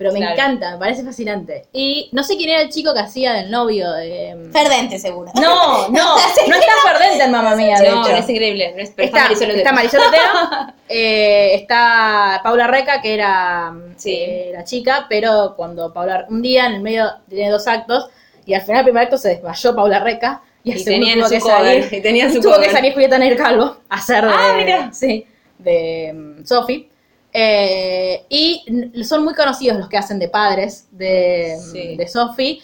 J: Pero me
E: Claro.
J: encanta, me parece fascinante. Y no sé quién era el chico que hacía del novio de... em,
D: Perdente, seguro.
J: No, no, no está perdente en mamá mía, de
E: No,
J: hecho.
E: es increíble. no es- pero
J: Está,
E: Marisol Otero.
J: está Marisol Otero, eh, está Paula Reca, que era mm,
E: Sí.
J: eh, la chica, pero cuando Paula, un día en el medio tiene dos actos, y al final del primer acto se desmayó Paula Reca, y, al
E: Y
J: segundo
E: tenían
J: tuvo que
E: su cover,
J: salir,
E: y tenían su
J: tuvo
E: cover. Ah,
J: que salir Julieta Nair Calvo a hacer de, sí, de mm, Sophie. Eh, y n- son muy conocidos los que hacen de padres de, mm,
E: Sí.
J: de Sophie.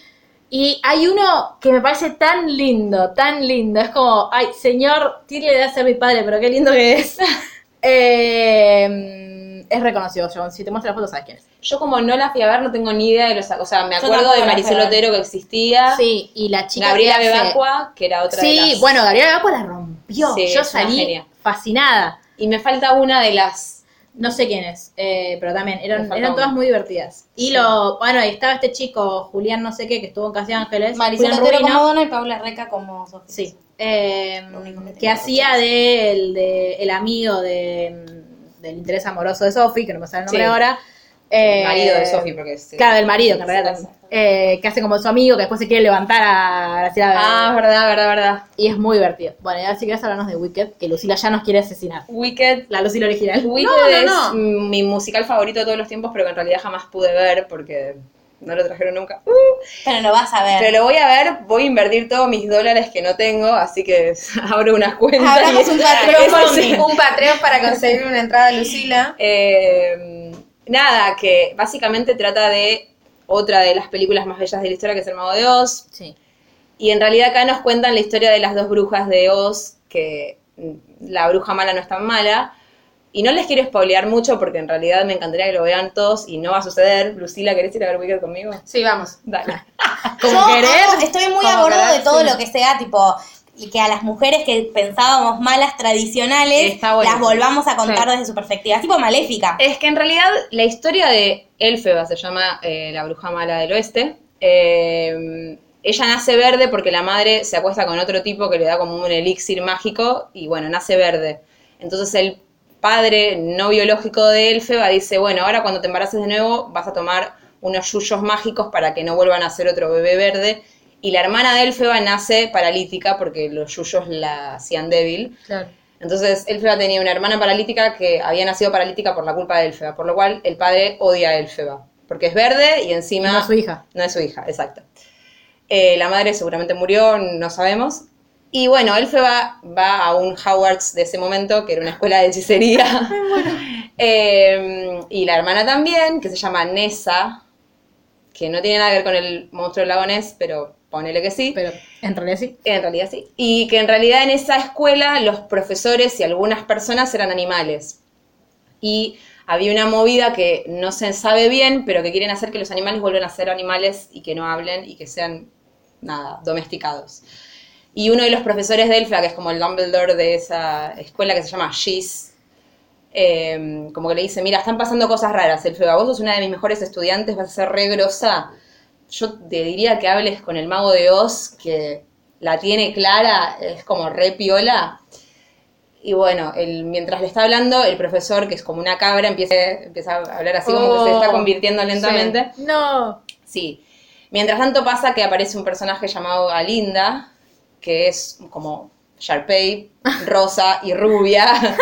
J: Y hay uno que me parece tan lindo, tan lindo. Es como, ay, señor, tiene de ser mi padre, pero qué lindo que es. Eh, es reconocido, John. Si te muestro las fotos, sabes quién es.
E: Yo como no la fui a ver, no tengo ni idea de los... O sea, me
D: Yo
E: acuerdo
D: tampoco
E: de
D: la
E: Marisol
D: fui a ver.
E: Otero que existía.
J: Sí, y la chica.
E: Gabriela
J: que hace-
E: Bebacua, que era otra de
J: Sí,
E: las-
J: bueno, Gabriela Bebacua la rompió.
E: Sí,
J: Yo
E: es una
J: salí
E: genia.
J: fascinada.
E: Y me falta una de las...
J: No sé quién es, eh, pero también
E: Me
J: eran,
E: falta
J: eran todas
E: uno.
J: muy divertidas. Y
E: Sí.
J: lo, bueno, ahí estaba este chico, Julián no sé qué, que estuvo en Casi Ángeles.
D: Marisol
J: Julián
D: Otero
J: Rubino.
D: como Donna y Paula Reca como Sofía.
J: Sí. eh,
D: Lo único que tengo
J: que hacía de el, de el amigo de, mm, del interés amoroso de Sophie, que no me sale el nombre
E: Sí.
J: ahora. eh,
E: el marido de Sofi, porque... es-
J: Claro, el marido, que en realidad
E: Sí.
J: eh, que hace como su amigo que después se quiere levantar a Graciela
E: Ah, verdad, verdad, verdad.
J: Y es muy divertido. Bueno, y ahora si querés hablarnos de Wicked, que Lucila ya nos quiere asesinar.
E: Wicked.
J: La Lucila original.
E: Wicked
B: no.
E: es mi musical favorito de todos los tiempos, pero que en realidad jamás pude ver porque no lo trajeron nunca.
D: Pero lo vas a ver.
E: Pero lo voy a ver, voy a invertir todos mis dólares que no tengo, así que abro unas cuentas.
D: Abramos
E: y-
D: un Patreon.
E: Sí.
B: Un Patreon para conseguir una entrada a Lucila.
E: Eh, nada, que básicamente trata de otra de las películas más bellas de la historia, que es El Mago de Oz.
J: Sí.
E: Y en realidad acá nos cuentan la historia de las dos brujas de Oz, que mm, la bruja mala no es tan mala. Y no les quiero spoilear mucho porque en realidad me encantaría que lo vean todos y no va a suceder. Lucila, ¿querés ir a ver Wicked conmigo?
B: Sí, vamos.
E: Dale.
J: Como
D: Yo
J: querés.
D: amo- estoy muy a
B: Como
D: bordo
B: querés,
D: de todo
B: sí.
D: lo que sea, tipo, y que a las mujeres que pensábamos malas tradicionales,
E: Está bueno.
D: las volvamos a contar
E: Sí. Eh,
D: desde su perspectiva. Es tipo maléfica.
E: Es que en realidad la historia de Elfeba se llama eh, la bruja mala del oeste. eh, ella nace verde porque la madre se acuesta con otro tipo que le da como un elixir mágico y bueno, nace verde. Entonces el padre no biológico de Elfeba dice, bueno, ahora cuando te embaraces de nuevo vas a tomar unos yuyos mágicos para que no vuelvan a ser otro bebé verde. Y la hermana de Elfeba nace paralítica porque los yuyos la hacían débil. Entonces, Elfeba tenía una hermana paralítica que había nacido paralítica por la culpa de Elfeba, por lo cual el padre odia a Elfeba, porque es verde y encima...
J: No es su hija.
E: No es su hija, exacto. Eh, la madre seguramente murió, no sabemos. Y bueno, Elfeba va a un Howards de ese momento, que era una escuela de hechicería. Eh, y la hermana también, que se llama Nessa, que no tiene nada que ver con el monstruo del lago Ness, pero ponele que sí.
J: Pero en realidad sí.
E: En realidad sí. Y que en realidad en esa escuela los profesores y algunas personas eran animales. Y había una movida que no se sabe bien, pero que quieren hacer que los animales vuelvan a ser animales y que no hablen y que sean, nada, domesticados. Y uno de los profesores de Elfa, que es como el Dumbledore de esa escuela que se llama em, Giz, eh, como que le dice, mira, están pasando cosas raras, Elfeba, vos sos una de mis mejores estudiantes, vas a ser re grosa, yo te diría que hables con el mago de Oz, que la tiene clara, es como re piola. Y bueno, el, mientras le está hablando, el profesor, que es como una cabra, empieza, empieza a hablar así como
J: Oh,
E: que se está convirtiendo lentamente.
J: No.
E: Sí. Mientras tanto pasa que aparece un personaje llamado Galinda, que es como Sharpay, rosa y rubia,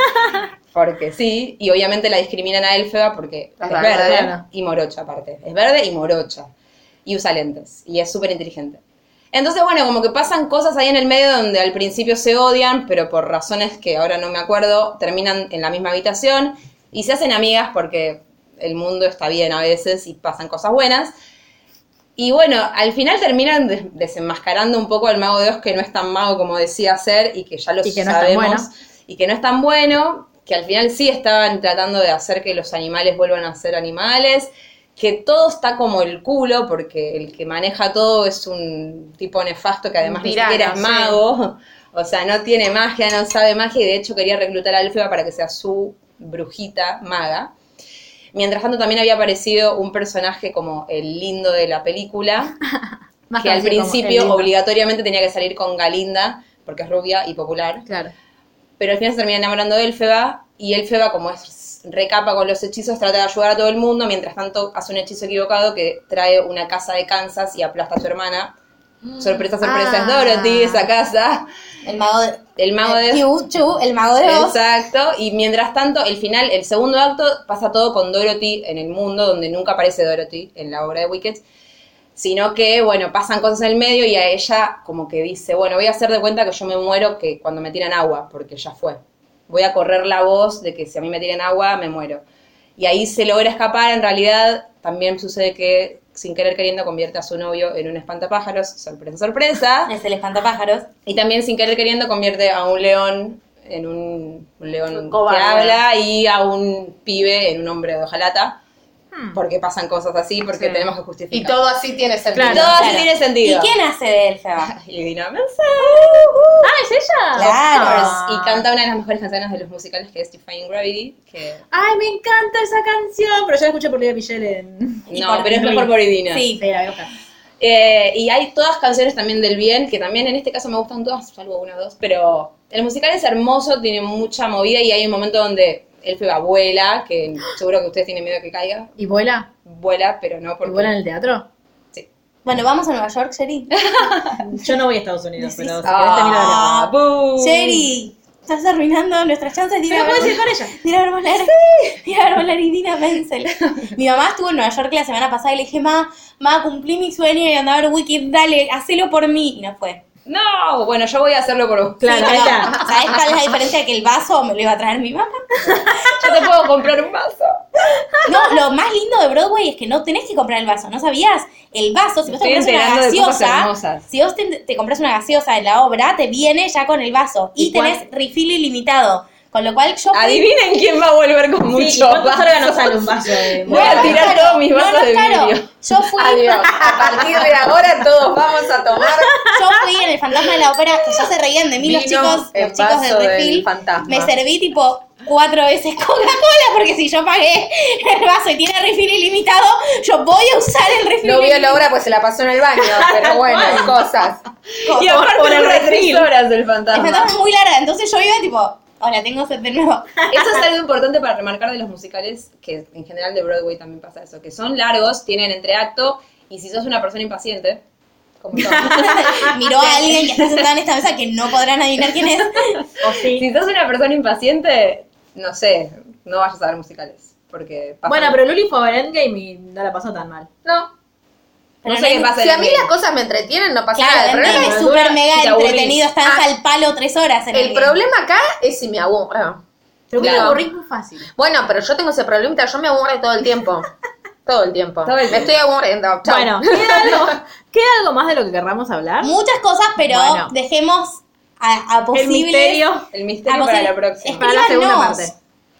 E: porque sí, y obviamente la discriminan a Elfeba porque es
C: rara,
E: verde
C: rara.
E: y morocha aparte, es verde y morocha, y usa lentes, y es súper inteligente. Entonces, bueno, como que pasan cosas ahí en el medio donde al principio se odian, pero por razones que ahora no me acuerdo, terminan en la misma habitación y se hacen amigas porque el mundo está bien a veces y pasan cosas buenas. Y bueno, al final terminan des- desenmascarando un poco al mago de Oz que no es tan mago como decía ser y que ya lo
J: Y que no es tan
E: sabemos
J: bueno.
E: y que no es tan bueno, que al final sí estaban tratando de hacer que los animales vuelvan a ser animales, que todo está como el culo porque el que maneja todo es un tipo nefasto que además
C: Tirano,
E: ni siquiera es
C: sí.
E: mago, o sea, no tiene magia, no sabe magia y de hecho quería reclutar a Alfeba para que sea su brujita maga. Mientras tanto también había aparecido un personaje como el lindo de la película,
J: Más
E: que al
J: conocido como el
E: principio
J: lindo.
E: obligatoriamente tenía que salir con Galinda, porque es rubia y popular.
J: Claro.
E: Pero al final se termina enamorando de Elfeba, y Elfeba, como es recapa con los hechizos, trata de ayudar a todo el mundo, mientras tanto hace un hechizo equivocado que trae una casa de Kansas y aplasta a su hermana. Sorpresa, sorpresa,
D: Ah. Eh,
E: es Dorothy, esa casa.
D: El mago de...
E: El mago de...
D: Chu, chu, el mago de Oz.
E: Exacto, y mientras tanto, el final, el segundo acto, pasa todo con Dorothy en el mundo, donde nunca aparece Dorothy en la obra de Wicked, sino que, bueno, pasan cosas en el medio y a ella como que dice, bueno, voy a hacer de cuenta que yo me muero que cuando me tiran agua, porque ya fue. Voy a correr la voz de que si a mí me tiran agua, me muero. Y ahí se logra escapar, en realidad también sucede que sin querer queriendo convierte a su novio en un espantapájaros, sorpresa, sorpresa.
D: Es el espantapájaros.
E: Y también sin querer queriendo convierte a un león en un, un león
D: Un
E: que
D: cobarde.
E: habla y a un pibe en un hombre de hojalata. Porque pasan cosas así, porque
C: Sí.
E: tenemos que justificar.
C: Y todo así tiene sentido.
E: Y todo así tiene sentido.
D: ¿Y quién hace de Elfeba?
E: Y no me
J: Ah, es ella.
D: Claro.
E: Y canta una de las mejores canciones de los musicales que es Defying Gravity. Que...
J: Ay, me encanta esa canción. Pero yo la escuché por Lidia Michelle en.
E: No, pero es mejor por Idina.
J: Sí, sí, la voy a buscar.
E: Eh, y hay todas canciones también del bien, que también en este caso me gustan todas, salvo una o dos, pero el musical es hermoso, tiene mucha movida y hay un momento donde el feba vuela, que seguro que ustedes tienen miedo que caiga.
J: ¿Y vuela?
E: Vuela, pero no
J: ¿Y
E: porque...
J: vuela en el teatro?
D: Bueno, vamos a Nueva York, Sherry.
J: Yo no voy a Estados Unidos, pero si querés te miro de acá.
E: Ah, bu.
D: Sherry, estás arruinando nuestras chances de ir
J: Pero
D: a ver.
J: puedes ir con ella.
D: de ir a ver volar. de ir a ver volar Idina Menzel. Mi mamá estuvo en Nueva York la semana pasada y le dije, ma, ma, cumplí mi sueño y andaba a ver Wicked, dale, hacelo por mí. Y no fue.
E: No, bueno, yo voy a hacerlo por vos.
J: Claro, ahí
D: pero,
J: está.
D: ¿Sabes cuál es la diferencia? Que el vaso me lo iba a traer mi mamá.
E: Yo te puedo comprar un vaso.
D: No, lo más lindo de Broadway es que no tenés que comprar el vaso, ¿no sabías? El vaso, si vos te
E: Estoy
D: compras una
E: enterando de cosas
D: gaseosa,
E: hermosas.
D: si vos te, te compras una gaseosa en la obra, te viene ya con el vaso y,
J: ¿Y cuál?
D: tenés refill ilimitado. Con lo cual yo fui-
E: Adivinen quién va a volver con mucho
J: Sí, ¿y ¿Cuántos
E: vaso.
J: órganos sale un vaso de
E: Voy a tirar
D: Claro,
E: todos mis
D: no,
E: vasos
D: no,
E: de
D: claro.
E: vidrio.
D: Yo fui,
C: Adiós. A partir de ahora todos vamos a tomar
D: yo fui en el fantasma de la ópera, que ya se reían de mí los
C: Vino
D: chicos,
C: en
D: los chicos
C: vaso del
D: del refill.
C: fantasma.
D: Me serví tipo cuatro veces Coca-Cola, porque si yo pagué el vaso y tiene refill ilimitado, yo voy a usar el refill
C: No vio
D: ilimitado.
C: la obra pues se la pasó en el baño, pero bueno, cosas.
E: Y aparte
I: por el
E: dura tres
I: refil.
E: horas el
D: El fantasma es muy larga, entonces yo iba tipo, hola, tengo sed de nuevo.
E: Eso es algo importante para remarcar de los musicales, que en general de Broadway también pasa eso, que son largos, tienen entreacto, y si sos una persona impaciente, como yo,
D: Miró a alguien que está sentado en esta mesa que no podrán adivinar quién es.
J: O sí.
E: si sos una persona impaciente, no sé, no vayas a ver musicales, porque pasa-
J: Bueno, pero Luli fue a ver Endgame y no la pasó tan mal.
C: No.
E: no
D: pero
E: sé
D: no
E: qué
D: es-
E: pasa. en
C: Si a mí
E: el-
C: las cosas me entretienen, no pasa nada. El
D: Claro, el
C: problema,
D: es
E: es
D: súper
E: dura y te
D: mega
E: aburrís.
D: entretenido, estás
C: Ah,
D: al palo tres horas. En
C: el problema acá es si me aburro.
J: Pero
C: Claro.
J: claro. aburrís muy fácil.
C: Bueno, pero yo tengo ese problemita, yo me aburro todo el tiempo. Todo el tiempo.
E: Todo el
C: Me
E: tiempo.
C: estoy aburriendo. Chau.
J: Bueno, ¿queda algo, ¿queda algo más de lo que querramos hablar?
D: Muchas cosas, pero
J: Bueno.
D: dejemos a, a
J: El
D: posibles...
J: misterio.
E: el
D: a
E: misterio para
D: posibles-
E: la próxima.
J: Para la segunda
D: Escríbanos.
J: parte.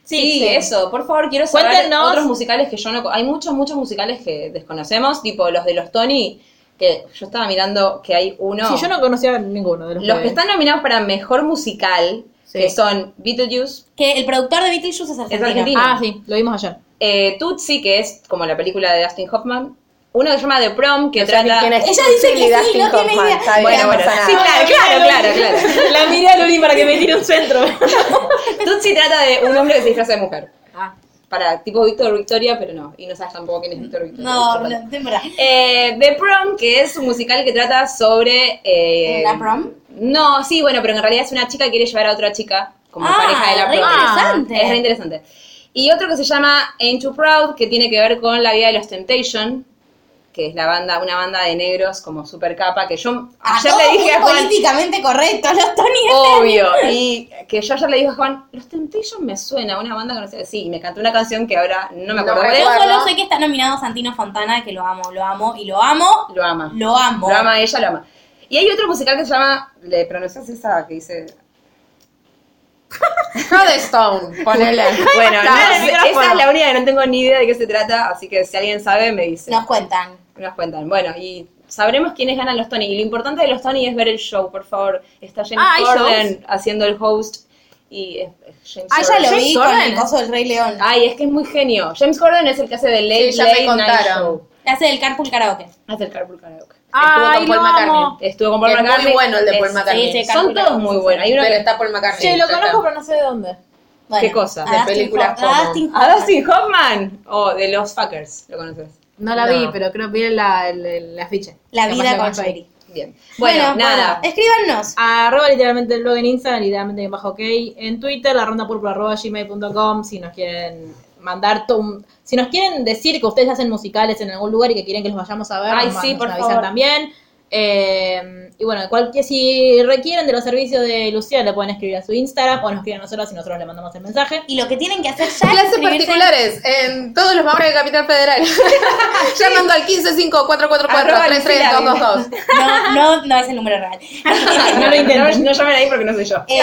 E: Sí, eso. Por favor, quiero saber
J: Cuéntenos.
E: otros musicales que yo no... Hay muchos, muchos musicales que desconocemos, tipo los de los Tony, que yo estaba mirando que hay uno...
J: Sí, yo no conocía a ninguno de los,
E: Los que
J: nueve.
E: están nominados para Mejor Musical,
J: Sí.
E: que son Beetlejuice,
D: Que el productor de Beetlejuice es argentino.
E: argentino.
J: Ah, sí, lo vimos ayer.
E: eh, Tootsie, que es como la película de Dustin Hoffman, uno que se llama The Prom, que
C: No sé ni
E: trata...
C: quién es.
E: Ella
C: dice que sí, no tiene idea.
E: Bueno, bueno, sí, claro, claro, claro, claro.
G: La miré a Luli para que me tire un centro.
E: Tutsi trata de un hombre que se disfraza de mujer.
C: Ah.
E: Para, tipo Víctor Victoria, pero no. Y no sabes tampoco quién es Víctor Victoria.
D: No,
E: Pero bueno.
D: no, temprano.
E: Eh, The Prom, que es un musical que trata sobre... eh,
D: ¿La prom?
E: No, sí, bueno, pero en realidad es una chica que quiere llevar a otra chica como
D: Ah,
E: pareja de la
D: re
E: prom.
D: interesante.
E: Es re interesante. Y otro que se llama Ain't Too Proud, que tiene que ver con la vida de los Temptation, que es la banda, una banda de negros como super capa, que yo
D: A
E: ayer
D: todo
E: le dije
D: muy
E: a Juan... Oh,
D: políticamente correcto, los Tony
E: Obvio. Y que yo ayer le dije a Juan, Los Temptation me suena, una banda que no sé. Sí, me cantó una canción que ahora no me acuerdo cuál es.
D: Yo solo sé que está nominado Santino Fontana, que lo amo, lo amo y lo amo.
E: Lo ama.
D: Lo amo.
E: Lo ama ella, lo ama. Y hay otro musical que se llama, ¿le pronuncias esa que dice?
C: Stone, ponele.
E: Bueno, no,
C: Dale,
E: sé, esa es la única que no tengo ni idea de qué se trata, así que si alguien sabe, me dice.
D: Nos cuentan.
E: Nos cuentan. Bueno, y sabremos quiénes ganan los Tony. Y lo importante de los Tony es ver el show, por favor. Está James
J: Ah, ¿hay
E: Corden haciendo el host y eh, eh, James
D: Ah, ya lo
E: Corden.
D: vi con el coso del Rey León.
E: Ay, es que es muy genio. James Corden es el que hace de Late,
C: Sí, ya me
E: Late Night
C: contaron.
E: Show.
D: La hace del Carpool Karaoke.
E: Hace el Carpool Karaoke.
J: Ay, lo amo.
E: Estuvo con Paul
C: Es muy
E: McCartney.
C: bueno el de Paul
E: Es-
C: McCartney.
D: Sí, sí,
E: Son
D: Carpool
E: todos
D: Karaoke,
E: muy
D: sí,
E: buenos. Hay uno
C: Pero
E: que
C: está Paul McCartney.
A: Che,
C: Ya
A: lo conozco,
C: está.
A: pero no sé de dónde.
D: Bueno,
E: ¿Qué cosa?
D: a
E: De
D: Dustin
C: películas
D: Hoff- a
C: como-
D: Dustin
E: A
D: Hoffman.
E: Dustin Hoffman o de los Fuckers, lo conoces.
J: No la vi,
C: No.
J: pero creo que vi la- el, el afiche.
D: La
J: Capaz
D: vida
J: lo
D: con
J: encuentro ahí.
D: Sherry.
E: Bien. Bueno, nada.
D: bueno, escríbanos.
J: Arroba literalmente el blog en Instagram, literalmente en bajo ok. En Twitter, la ronda púrpura arroba gmail.com si nos quieren mandar to- un- si nos quieren decir que ustedes hacen musicales en algún lugar y que quieren que los vayamos a ver,
E: Ay,
J: nos,
E: sí,
J: nos
E: por
J: avisan
E: favor.
J: también. Eh, y bueno, cualquier, si requieren de los servicios de Lucía, le pueden escribir a su Instagram o nos escriben a nosotros y nosotros le mandamos el mensaje.
D: Y lo que tienen que hacer ya es
C: Clases
D: inscribirse-
C: particulares en todos los barrios de Capital Federal. Llamando al 155444332222.
D: No, no, no es el número real.
J: No lo intenten.
E: No, no llamen ahí porque no soy yo.
D: Eh,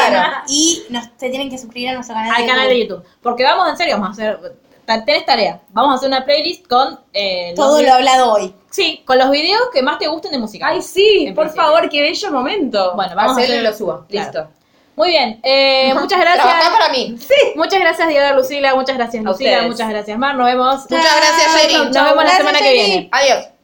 D: Y nos, se tienen que suscribir a nuestro canal.
J: al canal de YouTube. Porque vamos en serio, vamos a hacer. ta- Tenés tarea. Vamos a hacer una playlist con. eh, los
D: Todo lo
J: videos-
D: hablado hoy.
J: Sí, con los videos que más te gusten de música.
E: Ay, sí,
J: En
E: por
J: principio.
E: favor, qué bello momento.
J: Bueno, vamos a hacer.
C: lo subo.
J: claro.
E: listo.
J: Muy bien. eh, muchas
C: Trabajá
J: gracias.
C: para mí.
J: Muchas gracias, Diego Lucila. Muchas gracias,
E: A
J: Lucila.
E: ustedes.
J: Muchas gracias, Mar. Nos vemos.
C: Muchas gracias, Jerry.
J: Nos vemos la semana que viene.
C: Adiós.